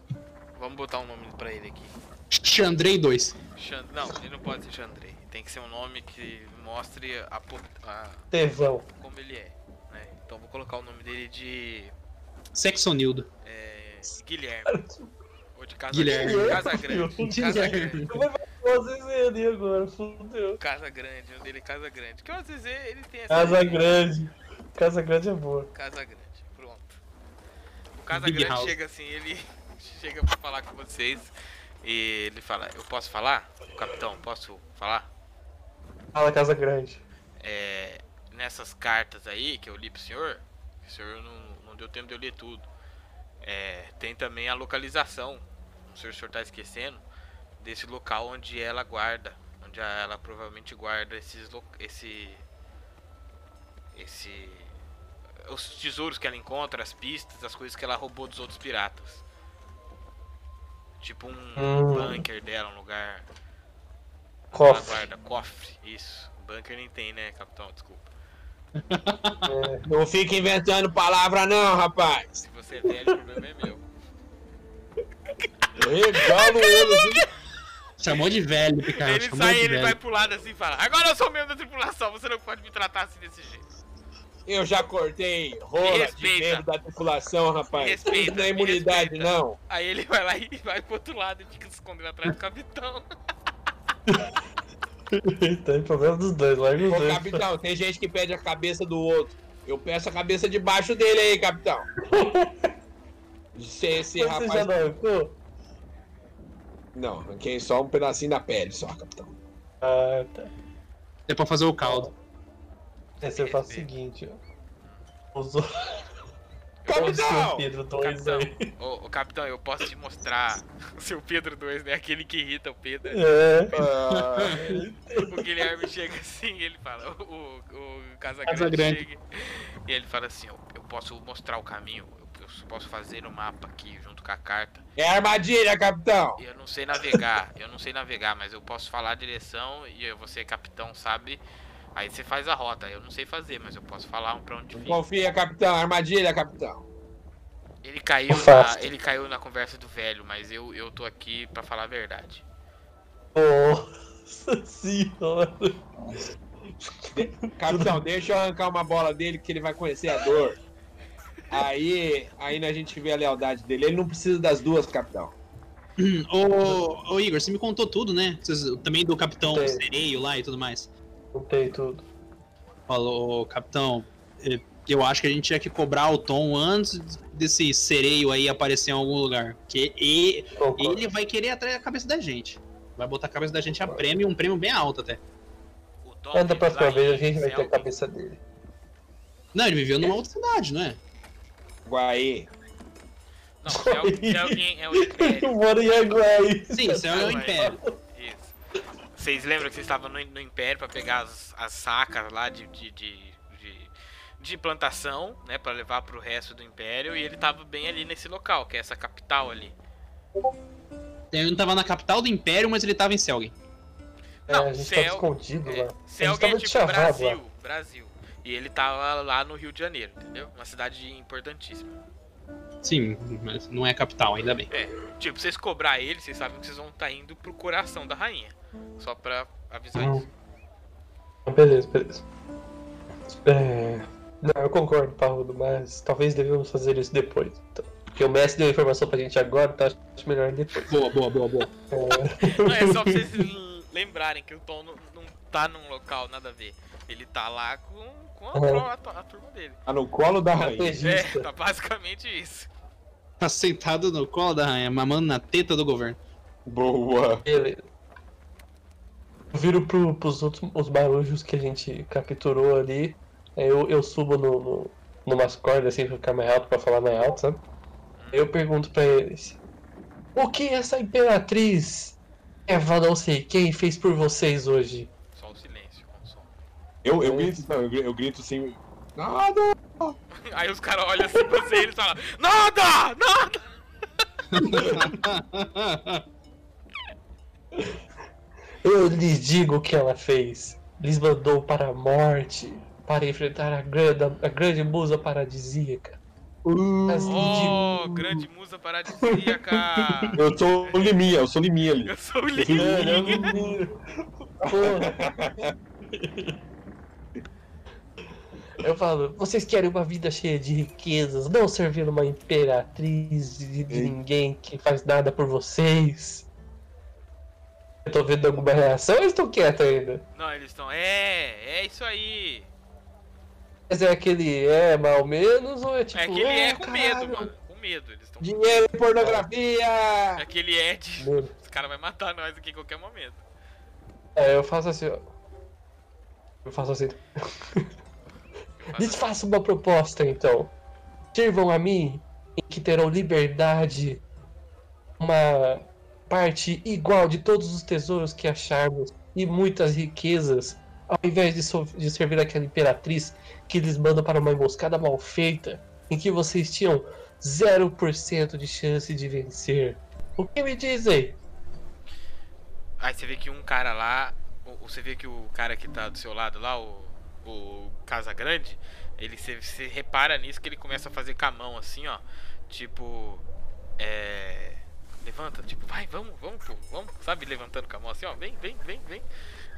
[SPEAKER 2] Vamos botar um nome pra ele aqui.
[SPEAKER 1] Xandrei 2.
[SPEAKER 2] Xan- Não, ele não pode ser Xandrei. Tem que ser um nome que mostre a, po- a-
[SPEAKER 4] Tevão.
[SPEAKER 2] como ele é. né? Então vou colocar o nome dele de
[SPEAKER 1] Sexonildo.
[SPEAKER 2] é, Guilherme. Ou de Casa
[SPEAKER 1] Guilherme.
[SPEAKER 2] Grande. Casa Grande. Casa Grande.
[SPEAKER 4] Eu vou falar vocês ali agora, fudeu.
[SPEAKER 2] Casa Grande, o dele é Casa Grande. Que o AZZ ele tem essa.
[SPEAKER 4] Casa Grande. Casa Grande é boa.
[SPEAKER 2] Casa Grande, pronto. O Casa
[SPEAKER 1] Big
[SPEAKER 2] Grande
[SPEAKER 1] House.
[SPEAKER 2] chega assim, ele chega pra falar com vocês e ele fala: Eu posso falar? Capitão, posso falar?
[SPEAKER 4] Fala Casa Grande.
[SPEAKER 2] É, nessas cartas aí que eu li pro senhor, que o senhor não, não deu tempo de eu ler tudo. É, tem também a localização, o senhor, o senhor tá esquecendo, desse local onde ela guarda, onde a- ela provavelmente guarda esses lo- esse esse os tesouros que ela encontra, as pistas, as coisas que ela roubou dos outros piratas. Tipo um
[SPEAKER 4] Hum.
[SPEAKER 2] bunker dela, um lugar ela
[SPEAKER 4] Cofre.
[SPEAKER 2] guarda cofre, isso. Bunker nem tem, né, capitão? Desculpa.
[SPEAKER 4] É.
[SPEAKER 3] Não fica inventando palavra, não, rapaz.
[SPEAKER 2] Se você é velho, o problema é meu.
[SPEAKER 3] Regalo ele, viu?
[SPEAKER 1] Chamou de velho, Picael.
[SPEAKER 2] ele
[SPEAKER 1] Chamou
[SPEAKER 2] sai,
[SPEAKER 1] de
[SPEAKER 2] ele
[SPEAKER 1] velho.
[SPEAKER 2] vai pro lado assim e fala: Agora eu sou membro da tripulação, você não pode me tratar assim desse jeito.
[SPEAKER 3] Eu já cortei rola de
[SPEAKER 2] Respeita.
[SPEAKER 3] membro da tripulação, rapaz.
[SPEAKER 2] Respeita,
[SPEAKER 3] Não é imunidade,
[SPEAKER 2] respeita.
[SPEAKER 3] não.
[SPEAKER 2] Aí ele vai lá e vai pro outro lado e fica se escondendo atrás do capitão.
[SPEAKER 4] É. Tem problema dos dois, larga os
[SPEAKER 3] Ô,
[SPEAKER 4] dois.
[SPEAKER 3] capitão, tem gente que pede a cabeça do outro. Eu peço a cabeça debaixo dele aí, capitão. Se esse
[SPEAKER 4] Você já
[SPEAKER 3] rapaz.
[SPEAKER 4] não arrancou?
[SPEAKER 3] Não, arranquei só um pedacinho da pele, só, capitão.
[SPEAKER 4] Ah, tá.
[SPEAKER 1] É pra fazer o caldo.
[SPEAKER 4] É, você faz o seguinte, ó. Usou
[SPEAKER 3] Capitão!
[SPEAKER 4] o Pedro 2
[SPEAKER 2] Capitão,
[SPEAKER 4] aí.
[SPEAKER 2] ô, ô, capitão, eu posso te mostrar o seu Pedro 2, né? Aquele que irrita o Pedro.
[SPEAKER 4] É.
[SPEAKER 3] Ah,
[SPEAKER 2] O Guilherme chega assim e ele fala, o, o, o Casagrande,
[SPEAKER 1] Casagrande.
[SPEAKER 2] chega e ele fala assim, eu, eu posso mostrar o caminho, eu, eu posso fazer o mapa aqui junto com a carta.
[SPEAKER 3] é armadilha, capitão!
[SPEAKER 2] Eu não sei navegar, eu não sei navegar, mas eu posso falar a direção e eu- você, capitão, sabe? Aí você faz a rota, eu não sei fazer, mas eu posso falar um pra onde
[SPEAKER 3] Não
[SPEAKER 2] fica.
[SPEAKER 3] confia, capitão. Armadilha, capitão.
[SPEAKER 2] Ele caiu,
[SPEAKER 4] Faço.
[SPEAKER 2] na, ele caiu na conversa do velho, mas eu, eu tô aqui pra falar a verdade.
[SPEAKER 4] Nossa senhora.
[SPEAKER 3] Capitão, deixa eu arrancar uma bola dele que ele vai conhecer a dor. Aí, aí a gente vê a lealdade dele. Ele não precisa das duas, capitão.
[SPEAKER 1] Hum, Ô, ô, Igor, você me contou tudo, né? Vocês- também do capitão
[SPEAKER 4] Sim.
[SPEAKER 1] sereio lá e tudo mais.
[SPEAKER 4] Contei tudo.
[SPEAKER 1] Falou, capitão, eh, eu acho que a gente tinha que cobrar o Tom antes desse sereio aí aparecer em algum lugar. Porque e-
[SPEAKER 4] Concordo.
[SPEAKER 1] ele vai querer atrair a cabeça da gente. Vai botar a cabeça da gente a prêmio, um prêmio bem alto até.
[SPEAKER 2] O Tom,
[SPEAKER 4] Mas da
[SPEAKER 2] ele
[SPEAKER 4] próxima
[SPEAKER 2] vai
[SPEAKER 4] vez a
[SPEAKER 2] em
[SPEAKER 4] gente vai ter a
[SPEAKER 2] Zelda.
[SPEAKER 4] cabeça dele.
[SPEAKER 1] Não, ele viveu numa outra cidade, não é?
[SPEAKER 3] Guaí.
[SPEAKER 2] Não, Zelda- Zelda é o Império.
[SPEAKER 4] Eu moro em Aguai.
[SPEAKER 1] Sim, isso é o Império.
[SPEAKER 2] Isso. Vocês lembram que vocês estavam no, no Império pra pegar as, as sacas lá de, de, de, de- de plantação, né? Pra levar pro resto do Império. E ele tava bem ali nesse local, que é essa capital ali.
[SPEAKER 1] Ele não tava na capital do Império, mas ele tava em Selgin.
[SPEAKER 2] Não,
[SPEAKER 4] é, a gente
[SPEAKER 2] se
[SPEAKER 4] tava
[SPEAKER 2] é o-
[SPEAKER 4] escondido
[SPEAKER 2] É,
[SPEAKER 4] lá.
[SPEAKER 2] se
[SPEAKER 4] A
[SPEAKER 2] é
[SPEAKER 4] gente
[SPEAKER 2] alguém
[SPEAKER 4] tava
[SPEAKER 2] tipo
[SPEAKER 4] chavado lá.
[SPEAKER 2] Brasil, Brasil. E ele tava lá no Rio de Janeiro, entendeu? Uma cidade importantíssima.
[SPEAKER 1] Sim, mas não é a capital, ainda bem.
[SPEAKER 2] Tipo, vocês cobrar ele, vocês sabem que vocês vão estar indo pro coração da rainha. Só pra avisar
[SPEAKER 4] Hum.
[SPEAKER 2] isso.
[SPEAKER 4] Não, Beleza, beleza. É, Não, eu concordo, Parrudo, mas talvez devemos fazer isso depois. então. Porque o mestre deu a informação pra gente agora, então acho melhor depois.
[SPEAKER 1] Boa, boa, boa, boa.
[SPEAKER 4] É.
[SPEAKER 2] Não, é só pra vocês l- lembrarem que o Tom não, não tá num local nada a ver. Ele tá lá com, com a,
[SPEAKER 4] É.
[SPEAKER 2] pro- a, to- a turma dele.
[SPEAKER 3] Tá no colo da rainha.
[SPEAKER 4] Estrategista.
[SPEAKER 2] É, tá basicamente isso.
[SPEAKER 1] Tá sentado no colo da rainha, mamando na teta do governo.
[SPEAKER 3] Boa.
[SPEAKER 4] Beleza. Eu viro pro, pros outros os barujos que a gente capturou ali. Aí eu, eu subo no, no, numas cordas assim pra ficar mais alto, pra falar mais alto, sabe? Aí Eu pergunto pra eles: O que essa imperatriz, Eva não sei quem, fez por vocês hoje?
[SPEAKER 2] Só o silêncio, com o som.
[SPEAKER 3] Eu, eu grito, não, eu gri- eu grito assim. Nada!
[SPEAKER 2] Aí os caras olham assim pra você e eles falam: Nada! Nada!
[SPEAKER 4] Eu lhes digo o que ela fez. Lhes mandou para a morte, para enfrentar a grande, a grande musa paradisíaca.
[SPEAKER 3] Uh,
[SPEAKER 4] Mas lhe
[SPEAKER 2] Oh,
[SPEAKER 4] digo-
[SPEAKER 2] grande musa paradisíaca!
[SPEAKER 3] Eu sou o Liminha, eu sou o Liminha ali.
[SPEAKER 2] Eu sou o
[SPEAKER 4] Mano, eu
[SPEAKER 2] Link!
[SPEAKER 4] não vi. Porra. Eu falo, vocês querem uma vida cheia de riquezas, não servir uma imperatriz de, de
[SPEAKER 3] Ei.
[SPEAKER 4] ninguém que faz nada por vocês. Eu tô vendo alguma reação, eles estão quietos ainda.
[SPEAKER 2] Não, eles estão. É, é isso aí.
[SPEAKER 4] Mas é aquele é mal menos ou é tipo.
[SPEAKER 2] É que ele
[SPEAKER 4] "Ah,
[SPEAKER 2] é com medo,
[SPEAKER 4] caralho,
[SPEAKER 2] mano. Com medo, eles estão.
[SPEAKER 3] Dinheiro e pornografia!
[SPEAKER 2] É que ele é de.
[SPEAKER 4] Medo.
[SPEAKER 2] Os caras vão matar nós aqui em qualquer momento.
[SPEAKER 4] É, eu faço assim, ó. Eu faço assim.
[SPEAKER 2] Eu
[SPEAKER 4] Lhes
[SPEAKER 2] faço-
[SPEAKER 4] faço uma proposta, então. Sirvam a mim, em que terão liberdade, uma parte igual de todos os tesouros que acharmos e muitas riquezas, ao invés de, so- de servir aquela imperatriz que lhes manda para uma emboscada mal feita, em que vocês tinham 0% de chance de vencer. O que me dizem?
[SPEAKER 2] Aí você vê que um cara lá. o- o- Você vê que o cara que tá do seu lado lá, o. O Casa Grande, ele você, você repara nisso que ele começa a fazer com a mão assim, ó. Tipo. É. Levanta, tipo, vai, vamos, vamos, pô, vamos, sabe, levantando com a mão assim, ó, vem, vem, vem, vem.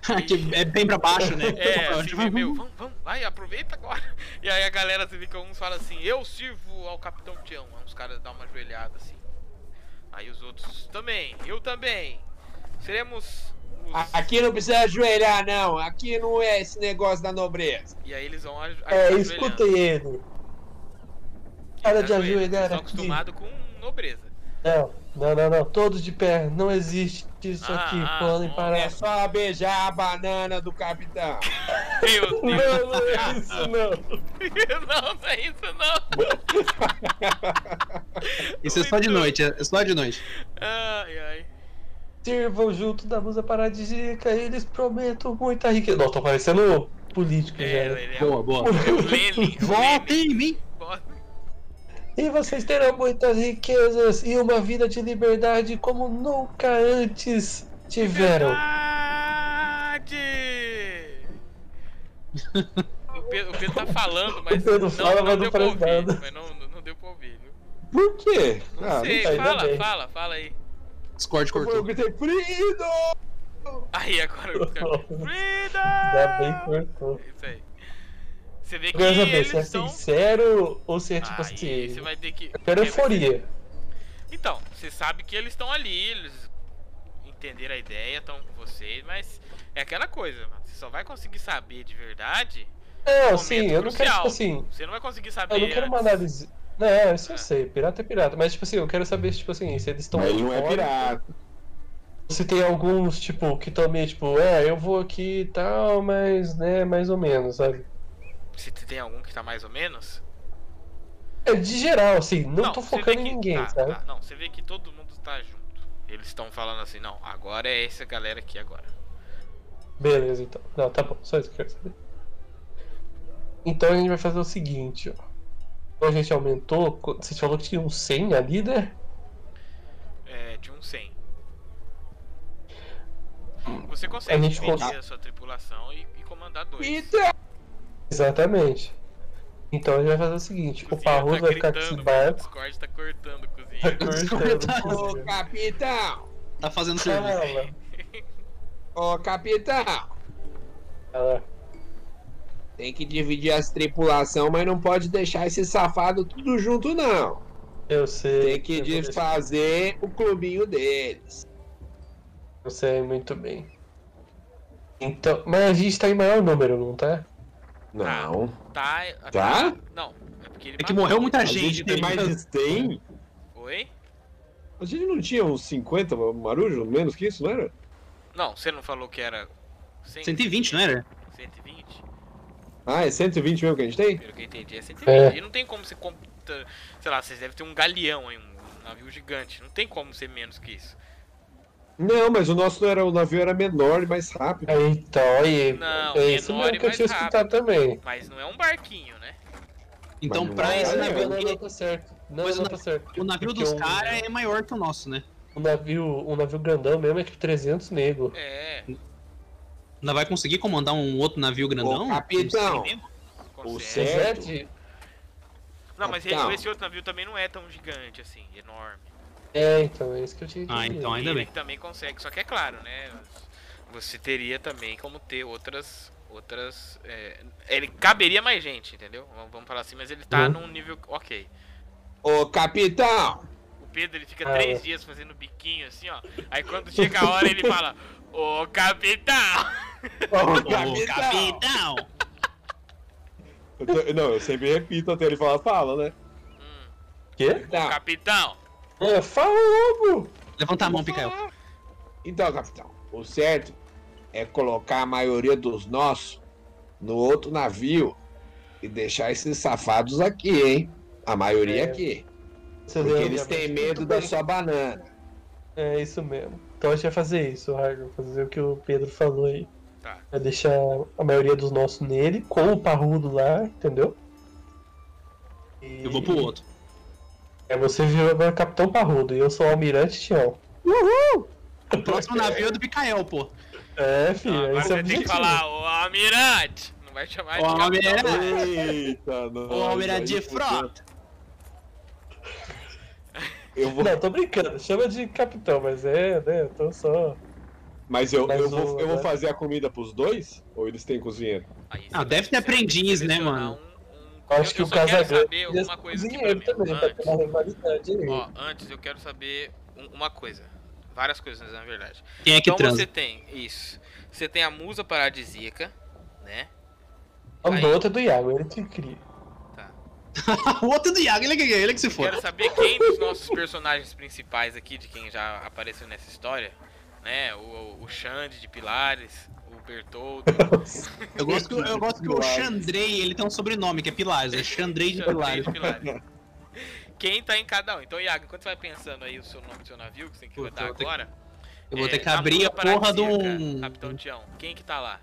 [SPEAKER 1] que é bem pra baixo, né?
[SPEAKER 2] É, assim, vem, meu, vamos, vamos, vai, aproveita agora. E aí a galera, você vê que alguns falam assim, eu sirvo ao Capitão Tião. Aí uns caras dão uma ajoelhada assim. Aí os outros também, eu também. Seremos. os-"
[SPEAKER 4] Ah,
[SPEAKER 3] Aqui não precisa ajoelhar, não. Aqui não é esse negócio da nobreza.
[SPEAKER 2] E aí eles vão aj-
[SPEAKER 4] É,
[SPEAKER 2] ajoelhando.
[SPEAKER 4] escutem ele.
[SPEAKER 2] Eles
[SPEAKER 4] cara de
[SPEAKER 2] ajoelham,
[SPEAKER 4] ajoelhar
[SPEAKER 2] Eles estão
[SPEAKER 4] aqui.
[SPEAKER 2] acostumados com nobreza.
[SPEAKER 4] Não, não, não, não. Todos de pé. Não existe isso
[SPEAKER 2] Ah,
[SPEAKER 4] aqui.
[SPEAKER 2] ah,
[SPEAKER 4] Podem
[SPEAKER 2] bom.
[SPEAKER 4] parar.
[SPEAKER 3] É só beijar a banana do capitão.
[SPEAKER 2] Meu
[SPEAKER 4] Não,
[SPEAKER 2] Deus,
[SPEAKER 4] não é isso, não.
[SPEAKER 2] não, não é isso não.
[SPEAKER 1] Isso é só de noite, é só de noite.
[SPEAKER 2] Ai, ai.
[SPEAKER 4] Sirvam junto da musa paradisíaca e eles prometo muita riqueza. Não, tô parecendo político
[SPEAKER 2] É,
[SPEAKER 4] já. né?
[SPEAKER 2] ele é o
[SPEAKER 1] Boa, boa.
[SPEAKER 2] Lenin. é o Lenin.
[SPEAKER 1] Votem em mim!
[SPEAKER 2] Bota-
[SPEAKER 4] E vocês terão muitas riquezas e uma vida de liberdade como nunca antes tiveram.
[SPEAKER 2] Verdade! O Pedro, o Pedro tá falando, mas
[SPEAKER 4] O Pedro
[SPEAKER 2] não,
[SPEAKER 4] fala,
[SPEAKER 2] não deu
[SPEAKER 4] mas não
[SPEAKER 2] pra
[SPEAKER 4] parece
[SPEAKER 2] ouvir.
[SPEAKER 4] nada.
[SPEAKER 2] Mas não, não, não deu pra ouvir. viu?
[SPEAKER 3] Por quê?
[SPEAKER 2] Não
[SPEAKER 3] Ah,
[SPEAKER 2] sei,
[SPEAKER 4] sei,
[SPEAKER 2] fala,
[SPEAKER 4] também.
[SPEAKER 2] fala, fala aí.
[SPEAKER 1] Discord
[SPEAKER 3] Eu
[SPEAKER 1] cortou.
[SPEAKER 3] gritei, Frido!
[SPEAKER 2] Aí agora eu fico...
[SPEAKER 4] Ainda bem
[SPEAKER 2] Freedom!
[SPEAKER 4] que cortou.
[SPEAKER 2] Isso aí. Você vê que
[SPEAKER 4] Agora eu quero saber
[SPEAKER 2] eles
[SPEAKER 4] se é
[SPEAKER 2] estão...
[SPEAKER 4] sincero ou se é tipo
[SPEAKER 2] Aí você
[SPEAKER 4] assim.
[SPEAKER 2] vai ter que...
[SPEAKER 4] Eu quero
[SPEAKER 2] é, vai ter-
[SPEAKER 4] euforia.
[SPEAKER 2] Então, você sabe que eles estão ali, eles entenderam a ideia, estão com vocês, mas é aquela coisa, mano. Você só vai conseguir saber de verdade.
[SPEAKER 4] Não,
[SPEAKER 2] momento
[SPEAKER 4] sim, eu
[SPEAKER 2] um
[SPEAKER 4] não quero
[SPEAKER 2] crucial.
[SPEAKER 4] tipo assim.
[SPEAKER 2] Você não vai conseguir saber.
[SPEAKER 4] Eu não quero uma
[SPEAKER 2] antes.
[SPEAKER 4] análise. É, isso eu sei, pirata é pirata. Mas, tipo assim, eu quero saber, tipo assim, se eles estão.
[SPEAKER 3] Mas ele não é pirata.
[SPEAKER 4] Se tem alguns, tipo, que estão meio, tipo, é, eu vou aqui e tal, mas, né, mais ou menos, sabe?
[SPEAKER 2] Se t- tem algum que tá mais ou menos.
[SPEAKER 4] É de geral, assim, não, tô
[SPEAKER 2] você
[SPEAKER 4] focando
[SPEAKER 2] vê
[SPEAKER 4] em
[SPEAKER 2] que-
[SPEAKER 4] ninguém,
[SPEAKER 2] tá,
[SPEAKER 4] sabe?
[SPEAKER 2] tá. Não, você vê que todo mundo tá junto. Eles estão falando assim, não, agora é essa galera aqui agora.
[SPEAKER 4] Beleza, então. Não, tá bom, só isso que eu quero saber. Então a gente vai fazer o seguinte, ó. Então a gente aumentou, co- você falou que tinha um 100 ali, né?
[SPEAKER 2] É, de um 100. Você consegue
[SPEAKER 4] A gente
[SPEAKER 2] dividir
[SPEAKER 4] consegue.
[SPEAKER 2] a sua tripulação e, e comandar dois.
[SPEAKER 3] Então,
[SPEAKER 4] Exatamente. Então a gente vai fazer o seguinte, o
[SPEAKER 2] Cozinha
[SPEAKER 4] Parrudo vai ficar com esse
[SPEAKER 2] mano, o
[SPEAKER 4] barco,
[SPEAKER 2] Discord tá cortando, cozinha.
[SPEAKER 4] vai
[SPEAKER 3] tá ô
[SPEAKER 4] cortando.
[SPEAKER 3] capitão!
[SPEAKER 1] Tá fazendo serviço.
[SPEAKER 4] Fala.
[SPEAKER 3] Ô capitão!
[SPEAKER 4] Fala.
[SPEAKER 3] Tem que dividir as tripulação, mas não pode deixar esse safado tudo junto, não.
[SPEAKER 4] Eu sei.
[SPEAKER 3] Tem que
[SPEAKER 4] eu vou deixar-
[SPEAKER 3] desfazer o clubinho deles.
[SPEAKER 4] Eu sei muito bem. Então, mas a gente tá em maior número, não tá?
[SPEAKER 3] Não.
[SPEAKER 2] Tá,
[SPEAKER 3] Tá?
[SPEAKER 2] Não, é porque ele
[SPEAKER 1] É que
[SPEAKER 2] matou.
[SPEAKER 1] morreu muita
[SPEAKER 3] A gente
[SPEAKER 1] gente.
[SPEAKER 3] tem
[SPEAKER 1] tá ligado?
[SPEAKER 3] mais de 100?
[SPEAKER 2] Oi?
[SPEAKER 3] A gente não tinha uns 50 marujo? Menos que isso, não era?
[SPEAKER 2] Não, você não falou que era 100,
[SPEAKER 1] 120, não era?
[SPEAKER 2] 120?
[SPEAKER 3] Ah, é 120 mesmo que a gente tem?
[SPEAKER 2] Pelo que eu entendi, é 120.
[SPEAKER 4] É.
[SPEAKER 2] E não tem como você computa. Sei lá, vocês devem ter um galeão aí, um navio gigante. Não tem como ser menos que isso.
[SPEAKER 3] Não, mas o nosso não era, o navio era menor e mais rápido.
[SPEAKER 4] É, Então, aí.
[SPEAKER 2] Não,
[SPEAKER 4] é isso
[SPEAKER 2] menor
[SPEAKER 4] mesmo
[SPEAKER 2] e
[SPEAKER 4] que eu
[SPEAKER 2] mais
[SPEAKER 4] tinha escutado também.
[SPEAKER 2] Mas não é um barquinho, né?
[SPEAKER 1] Então,
[SPEAKER 3] Mas
[SPEAKER 1] pra
[SPEAKER 3] não
[SPEAKER 1] esse
[SPEAKER 3] é,
[SPEAKER 1] navio.
[SPEAKER 4] não,
[SPEAKER 3] né?
[SPEAKER 4] não, tá certo. Não,
[SPEAKER 1] Mas
[SPEAKER 4] não
[SPEAKER 1] o
[SPEAKER 4] tá certo.
[SPEAKER 1] O navio
[SPEAKER 4] Porque
[SPEAKER 1] dos
[SPEAKER 4] um-
[SPEAKER 1] caras é maior que o nosso, né?
[SPEAKER 4] Um navio, um navio grandão mesmo é tipo 300 nego.
[SPEAKER 2] É,
[SPEAKER 1] Ainda vai conseguir comandar um outro navio grandão?
[SPEAKER 3] Ô, capitão.
[SPEAKER 1] Não sei mesmo.
[SPEAKER 2] consegue.
[SPEAKER 3] céu-
[SPEAKER 4] Apesar
[SPEAKER 3] Certo.
[SPEAKER 4] de-
[SPEAKER 2] Não, mas
[SPEAKER 3] Capitão.
[SPEAKER 2] esse outro navio também não é tão gigante assim, enorme.
[SPEAKER 4] É, então, é isso que eu tinha
[SPEAKER 1] Ah,
[SPEAKER 4] entendido.
[SPEAKER 1] então ainda
[SPEAKER 2] ele
[SPEAKER 1] bem.
[SPEAKER 2] também consegue, só que é claro, né? Você teria também como ter outras. outras é, ele caberia mais gente, entendeu? Vamos vamos falar assim, mas ele tá
[SPEAKER 4] Uhum.
[SPEAKER 2] num nível. Ok.
[SPEAKER 3] Ô, capitão!
[SPEAKER 2] O Pedro ele fica
[SPEAKER 4] Ah,
[SPEAKER 2] três
[SPEAKER 4] é.
[SPEAKER 2] dias fazendo biquinho assim, ó. Aí quando chega a hora ele fala: Ô capitão!
[SPEAKER 3] Ô,
[SPEAKER 1] Ô, capitão!
[SPEAKER 3] Eu tô- não, eu sempre repito até ele falar fala, né?
[SPEAKER 2] Hum,
[SPEAKER 4] Quê?
[SPEAKER 1] Ah.
[SPEAKER 3] Tá.
[SPEAKER 2] capitão!
[SPEAKER 4] É, fala logo!
[SPEAKER 1] Levanta a mão, Picael.
[SPEAKER 3] Então, capitão, o certo é colocar a maioria dos nossos no outro navio e deixar esses safados aqui, hein? A maioria
[SPEAKER 4] É.
[SPEAKER 3] aqui.
[SPEAKER 4] Você
[SPEAKER 3] Porque
[SPEAKER 4] lembra,
[SPEAKER 3] eles têm
[SPEAKER 4] mas-
[SPEAKER 3] medo
[SPEAKER 4] Muito
[SPEAKER 3] da
[SPEAKER 4] bem.
[SPEAKER 3] sua banana.
[SPEAKER 4] É isso mesmo. Então a gente vai fazer isso, Raigo. Fazer o que o Pedro falou aí.
[SPEAKER 2] Tá.
[SPEAKER 4] Vai deixar a maioria dos nossos nele, com o parrudo lá, entendeu? E-
[SPEAKER 1] Eu vou pro outro.
[SPEAKER 4] É, você virou agora Capitão Parrudo e eu sou o Almirante Tião.
[SPEAKER 1] O próximo navio é do Picael, pô.
[SPEAKER 4] É, filho,
[SPEAKER 2] Não, Então, Ah, agora
[SPEAKER 4] esse
[SPEAKER 2] você
[SPEAKER 4] é o
[SPEAKER 2] tem que
[SPEAKER 4] objetivo.
[SPEAKER 2] falar: Ô almirante! Não vai chamar
[SPEAKER 1] Ô,
[SPEAKER 2] de capitão.
[SPEAKER 1] almirante!
[SPEAKER 3] Eita, não.
[SPEAKER 1] Ô, almirante de frota!
[SPEAKER 3] Eu vou,
[SPEAKER 4] Não, tô brincando, chama de capitão, mas é, né, eu tô só...
[SPEAKER 3] mas eu,
[SPEAKER 4] Mas
[SPEAKER 3] eu, vou,
[SPEAKER 4] o-
[SPEAKER 3] eu vou fazer a comida pros dois? Ou eles têm cozinheiro?
[SPEAKER 2] Aí
[SPEAKER 1] Ah,
[SPEAKER 2] você
[SPEAKER 1] deve ter
[SPEAKER 2] você vai
[SPEAKER 1] aprendiz, né,
[SPEAKER 2] selecionar
[SPEAKER 1] mano?
[SPEAKER 2] um- um-
[SPEAKER 4] Eu acho
[SPEAKER 2] eu-
[SPEAKER 4] que
[SPEAKER 2] eu
[SPEAKER 4] o é
[SPEAKER 2] só quero
[SPEAKER 4] Casagrande
[SPEAKER 2] saber uma coisa aqui pra
[SPEAKER 4] dinheiro
[SPEAKER 2] mim,
[SPEAKER 4] também, né? pra
[SPEAKER 2] antes.
[SPEAKER 4] ter uma rivalidade aí.
[SPEAKER 2] Ó, antes eu quero saber um- uma coisa. Várias coisas, na verdade.
[SPEAKER 1] Quem é que
[SPEAKER 2] então
[SPEAKER 1] transa?
[SPEAKER 2] você tem isso. Você tem a musa paradisíaca, né?
[SPEAKER 4] O
[SPEAKER 2] aí.
[SPEAKER 4] do outro é do Iago, ele que cria.
[SPEAKER 1] o outro do Iago, ele é que, ele que se
[SPEAKER 2] Eu quero
[SPEAKER 1] for.
[SPEAKER 2] saber quem dos nossos personagens principais aqui, de quem já apareceu nessa história, né? O, o Xande de Pilares, o Bertoldo,
[SPEAKER 1] Eu gosto, que, eu gosto que o Xandrei, ele tem um sobrenome, que é Pilares. É Xandrei de
[SPEAKER 2] Xande
[SPEAKER 1] Pilares.
[SPEAKER 2] de Pilares. Quem tá em cada um. Então, Iago, enquanto você vai pensando aí o seu nome do seu navio, que você tem que
[SPEAKER 1] Puta,
[SPEAKER 2] rodar
[SPEAKER 1] vou ter que-
[SPEAKER 2] agora.
[SPEAKER 1] Eu vou
[SPEAKER 2] é,
[SPEAKER 1] ter que
[SPEAKER 2] na
[SPEAKER 1] abrir
[SPEAKER 2] musa
[SPEAKER 1] a porra de
[SPEAKER 2] paradisíaca,
[SPEAKER 1] um...
[SPEAKER 2] Capitão Tião, quem que tá lá?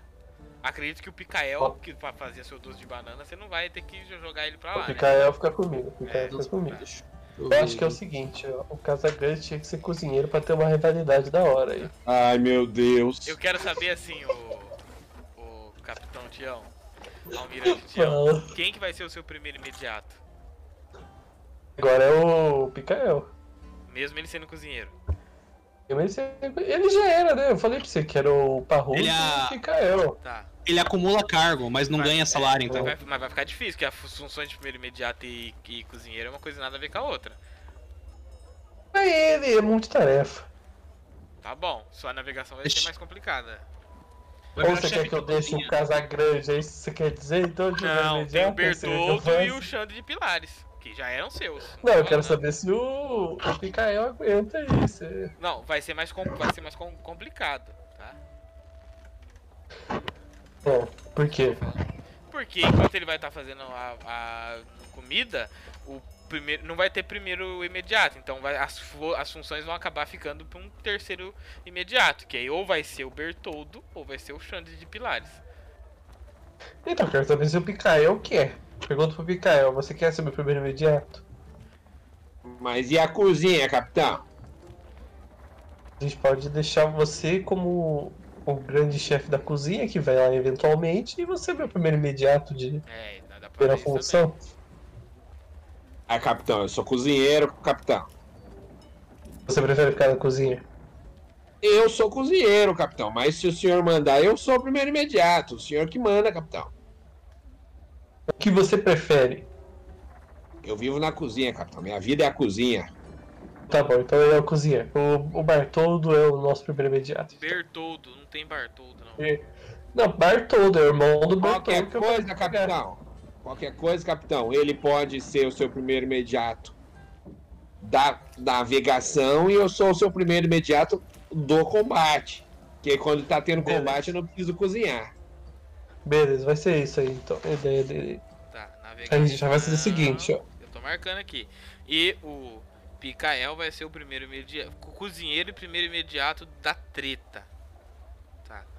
[SPEAKER 2] Acredito que o Picael, que pra fazer seu doce de banana, você não vai ter que jogar ele pra lá,
[SPEAKER 4] O
[SPEAKER 2] né?
[SPEAKER 4] Picael fica comigo, o Picael
[SPEAKER 2] É,
[SPEAKER 4] fica comigo. Eu acho que é o seguinte, ó, o Casagrande tinha que ser cozinheiro pra ter uma rivalidade da hora aí.
[SPEAKER 3] Ai, meu Deus.
[SPEAKER 2] Eu quero saber assim, o, o Capitão Tião, Almirante Tião,
[SPEAKER 4] Fala.
[SPEAKER 2] quem que vai ser o seu primeiro imediato?
[SPEAKER 4] Agora é o Picael.
[SPEAKER 2] Mesmo ele sendo cozinheiro.
[SPEAKER 4] Eu nem sei- Ele já era, né? Eu falei pra você que era o Parrudo
[SPEAKER 1] Ele é-
[SPEAKER 4] e o Picael.
[SPEAKER 2] Tá.
[SPEAKER 1] Ele acumula cargo, mas não
[SPEAKER 2] Vai-
[SPEAKER 1] ganha salário,
[SPEAKER 2] é,
[SPEAKER 1] então.
[SPEAKER 2] Mas vai, mas vai ficar difícil, porque as funções de primeiro imediato e, e cozinheiro é uma coisa nada a ver com a outra.
[SPEAKER 4] É ele, é multitarefa.
[SPEAKER 2] Tá bom, sua navegação vai ser mais complicada. é
[SPEAKER 1] Vai
[SPEAKER 4] Ou
[SPEAKER 1] virar
[SPEAKER 4] você
[SPEAKER 1] chefe
[SPEAKER 4] quer que eu
[SPEAKER 1] de
[SPEAKER 4] deixe o
[SPEAKER 1] cozinha.
[SPEAKER 4] Casagrande, é isso que você quer dizer? Então, de
[SPEAKER 2] Não,
[SPEAKER 4] imediato,
[SPEAKER 2] tem o
[SPEAKER 4] assim, eu
[SPEAKER 2] Bertoldo
[SPEAKER 4] faço.
[SPEAKER 2] e o Ah, Xande de Pilares, que já eram seus.
[SPEAKER 4] Não, eu
[SPEAKER 2] tô
[SPEAKER 4] quero
[SPEAKER 2] falando.
[SPEAKER 4] saber se o, o Picael aguenta isso.
[SPEAKER 2] Não, vai ser mais, com- vai ser mais com- complicado, tá?
[SPEAKER 4] Bom, por quê?
[SPEAKER 2] Porque enquanto ele vai estar fazendo a, a comida, o primeiro não vai ter primeiro imediato. Então vai- as, fo- as funções vão acabar ficando para um terceiro imediato, que aí ou vai ser o Bertoldo ou vai ser o Xande de Pilares.
[SPEAKER 4] Então, eu quero saber se o Picael quer. Pergunta pro Picael, você quer ser meu primeiro imediato?
[SPEAKER 3] Mas e a cozinha, capitão?
[SPEAKER 4] A gente pode deixar você como o grande chefe da cozinha que vai lá eventualmente e você é meu primeiro imediato de
[SPEAKER 2] É, dá dá pra
[SPEAKER 4] primeira
[SPEAKER 2] ver isso também.
[SPEAKER 4] função.
[SPEAKER 3] Ah, capitão, eu sou cozinheiro, capitão.
[SPEAKER 4] Você prefere ficar na cozinha?
[SPEAKER 3] Eu sou cozinheiro, capitão, mas se o senhor mandar, eu sou o primeiro imediato. O senhor que manda, capitão.
[SPEAKER 4] O que você prefere?
[SPEAKER 3] Eu vivo na cozinha, capitão. Minha vida é a cozinha.
[SPEAKER 4] Tá bom, então ele é o cozinheiro. O, o Bartoldo é o nosso primeiro imediato.
[SPEAKER 2] Bertoldo, não tem Bartoldo não.
[SPEAKER 4] Não, Bartoldo é o irmão do Bartoldo.
[SPEAKER 3] Qualquer
[SPEAKER 4] que eu falei
[SPEAKER 3] coisa,
[SPEAKER 4] pra pegar.
[SPEAKER 3] capitão. Qualquer coisa, capitão. Ele pode ser o seu primeiro imediato da navegação e eu sou o seu primeiro imediato do combate. Porque quando tá tendo
[SPEAKER 4] Beleza.
[SPEAKER 3] combate, eu não preciso cozinhar.
[SPEAKER 4] Beleza, vai ser isso aí então. A ideia dele.
[SPEAKER 2] Tá,
[SPEAKER 4] A
[SPEAKER 2] navegação.
[SPEAKER 4] gente já vai fazer o seguinte, ó.
[SPEAKER 2] Eu tô marcando aqui. E o Picael vai ser o primeiro imediato. Cozinheiro e primeiro imediato da treta.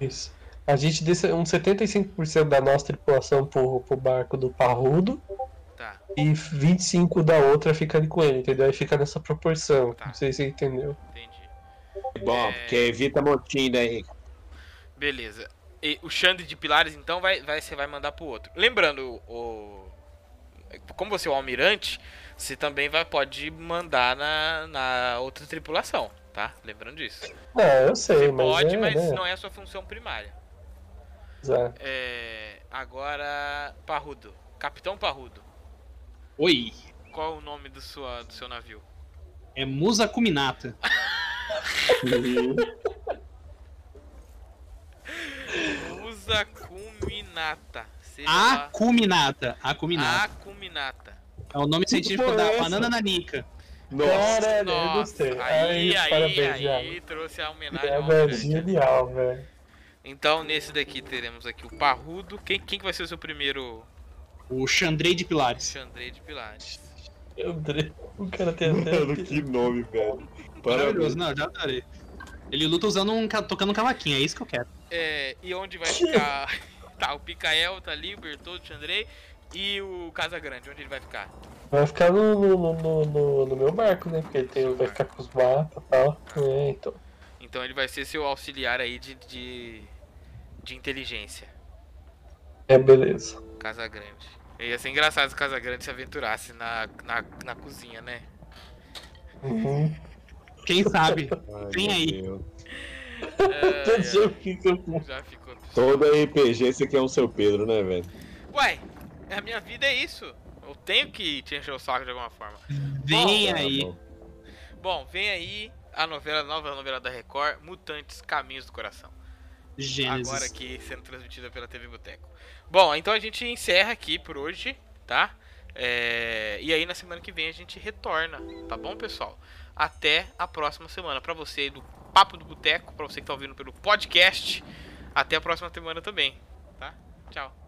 [SPEAKER 4] Isso. A gente um desce uns 75% da nossa tripulação pro, pro barco do Parrudo
[SPEAKER 2] Tá.
[SPEAKER 4] e 25% da outra fica com ele, entendeu? Aí fica nessa proporção.
[SPEAKER 2] Tá.
[SPEAKER 4] Não sei se você entendeu.
[SPEAKER 2] Entendi.
[SPEAKER 1] É.
[SPEAKER 3] Bom, porque evita né, motim daí,
[SPEAKER 2] Beleza. E o Xande de Pilares, então, vai, vai, você vai mandar pro outro. Lembrando, o. Como você é o almirante, você também vai, pode mandar na, na outra tripulação, tá? Lembrando disso.
[SPEAKER 4] Não, eu sei, mas.
[SPEAKER 2] pode,
[SPEAKER 4] é,
[SPEAKER 2] mas
[SPEAKER 4] né?
[SPEAKER 2] não é a sua função primária.
[SPEAKER 4] Exato.
[SPEAKER 2] É, agora, Parrudo. Capitão Parrudo.
[SPEAKER 1] Oi,
[SPEAKER 2] Qual o nome do, sua, do seu navio?
[SPEAKER 1] é Musa Kuminata.
[SPEAKER 2] Usa Kuminata. Seja
[SPEAKER 1] A
[SPEAKER 2] lá- Ah.
[SPEAKER 1] Kuminata. A
[SPEAKER 2] A
[SPEAKER 1] Ah, Kuminata.
[SPEAKER 2] Kuminata.
[SPEAKER 1] É o nome científico
[SPEAKER 4] porra
[SPEAKER 1] da
[SPEAKER 4] é essa?
[SPEAKER 1] banana nanica.
[SPEAKER 3] Nossa,
[SPEAKER 4] Caralho, eu
[SPEAKER 2] Nossa, aí,
[SPEAKER 4] gostei. Aí,
[SPEAKER 2] aí,
[SPEAKER 4] parabéns,
[SPEAKER 2] aí,
[SPEAKER 4] Iago.
[SPEAKER 2] trouxe a homenagem. ao
[SPEAKER 4] Iago é
[SPEAKER 2] almirante.
[SPEAKER 4] genial, velho.
[SPEAKER 2] Então, nesse daqui teremos aqui o Parrudo. Quem, quem que vai ser o seu primeiro
[SPEAKER 1] O Xandrei de Pilares.
[SPEAKER 2] Xandrei de Pilares?
[SPEAKER 4] Meu Deus, o cara tem até.
[SPEAKER 3] mano, que nome, velho.
[SPEAKER 1] Maravilhoso,
[SPEAKER 3] Parabéns.
[SPEAKER 1] não, já adorei. Ele luta usando um. ca- tocando um cavaquinho, é isso que eu quero.
[SPEAKER 2] É, e onde vai ficar? tá, o Picael tá ali, o Bertoldo, o Xandrei. E o Casagrande, onde ele vai ficar?
[SPEAKER 4] Vai ficar no, no, no, no, no meu barco, né? Porque ele tem, vai ficar com os mapas e tal. É, então.
[SPEAKER 2] Então ele vai ser seu auxiliar aí de, de, de inteligência,
[SPEAKER 4] É, beleza.
[SPEAKER 2] Casagrande. Ia ser engraçado se o Casagrande se aventurasse na, na, na cozinha, né?
[SPEAKER 4] Uhum.
[SPEAKER 1] Quem sabe?
[SPEAKER 3] Ai,
[SPEAKER 1] Vem
[SPEAKER 3] meu
[SPEAKER 1] aí.
[SPEAKER 3] Deus.
[SPEAKER 4] Todo jogo que eu-
[SPEAKER 2] Já ficou.
[SPEAKER 3] Todo RPG, esse aqui é um seu Pedro, né, velho?
[SPEAKER 2] Uai, a minha vida é isso. Eu tenho que te encher o saco de alguma forma.
[SPEAKER 1] Vem
[SPEAKER 3] Tá
[SPEAKER 1] aí.
[SPEAKER 3] bom.
[SPEAKER 2] Bom, vem aí a novela, nova novela da Record, Mutantes Caminhos do Coração. Agora
[SPEAKER 1] Gênesis.
[SPEAKER 2] aqui sendo transmitida pela TV Boteco. Bom, então a gente encerra aqui por hoje, tá? É, E aí na semana que vem a gente retorna, tá bom, pessoal? Até a próxima semana. Pra você aí do Papo do Boteco, pra você que tá ouvindo pelo podcast, até a próxima semana também, tá? Tchau.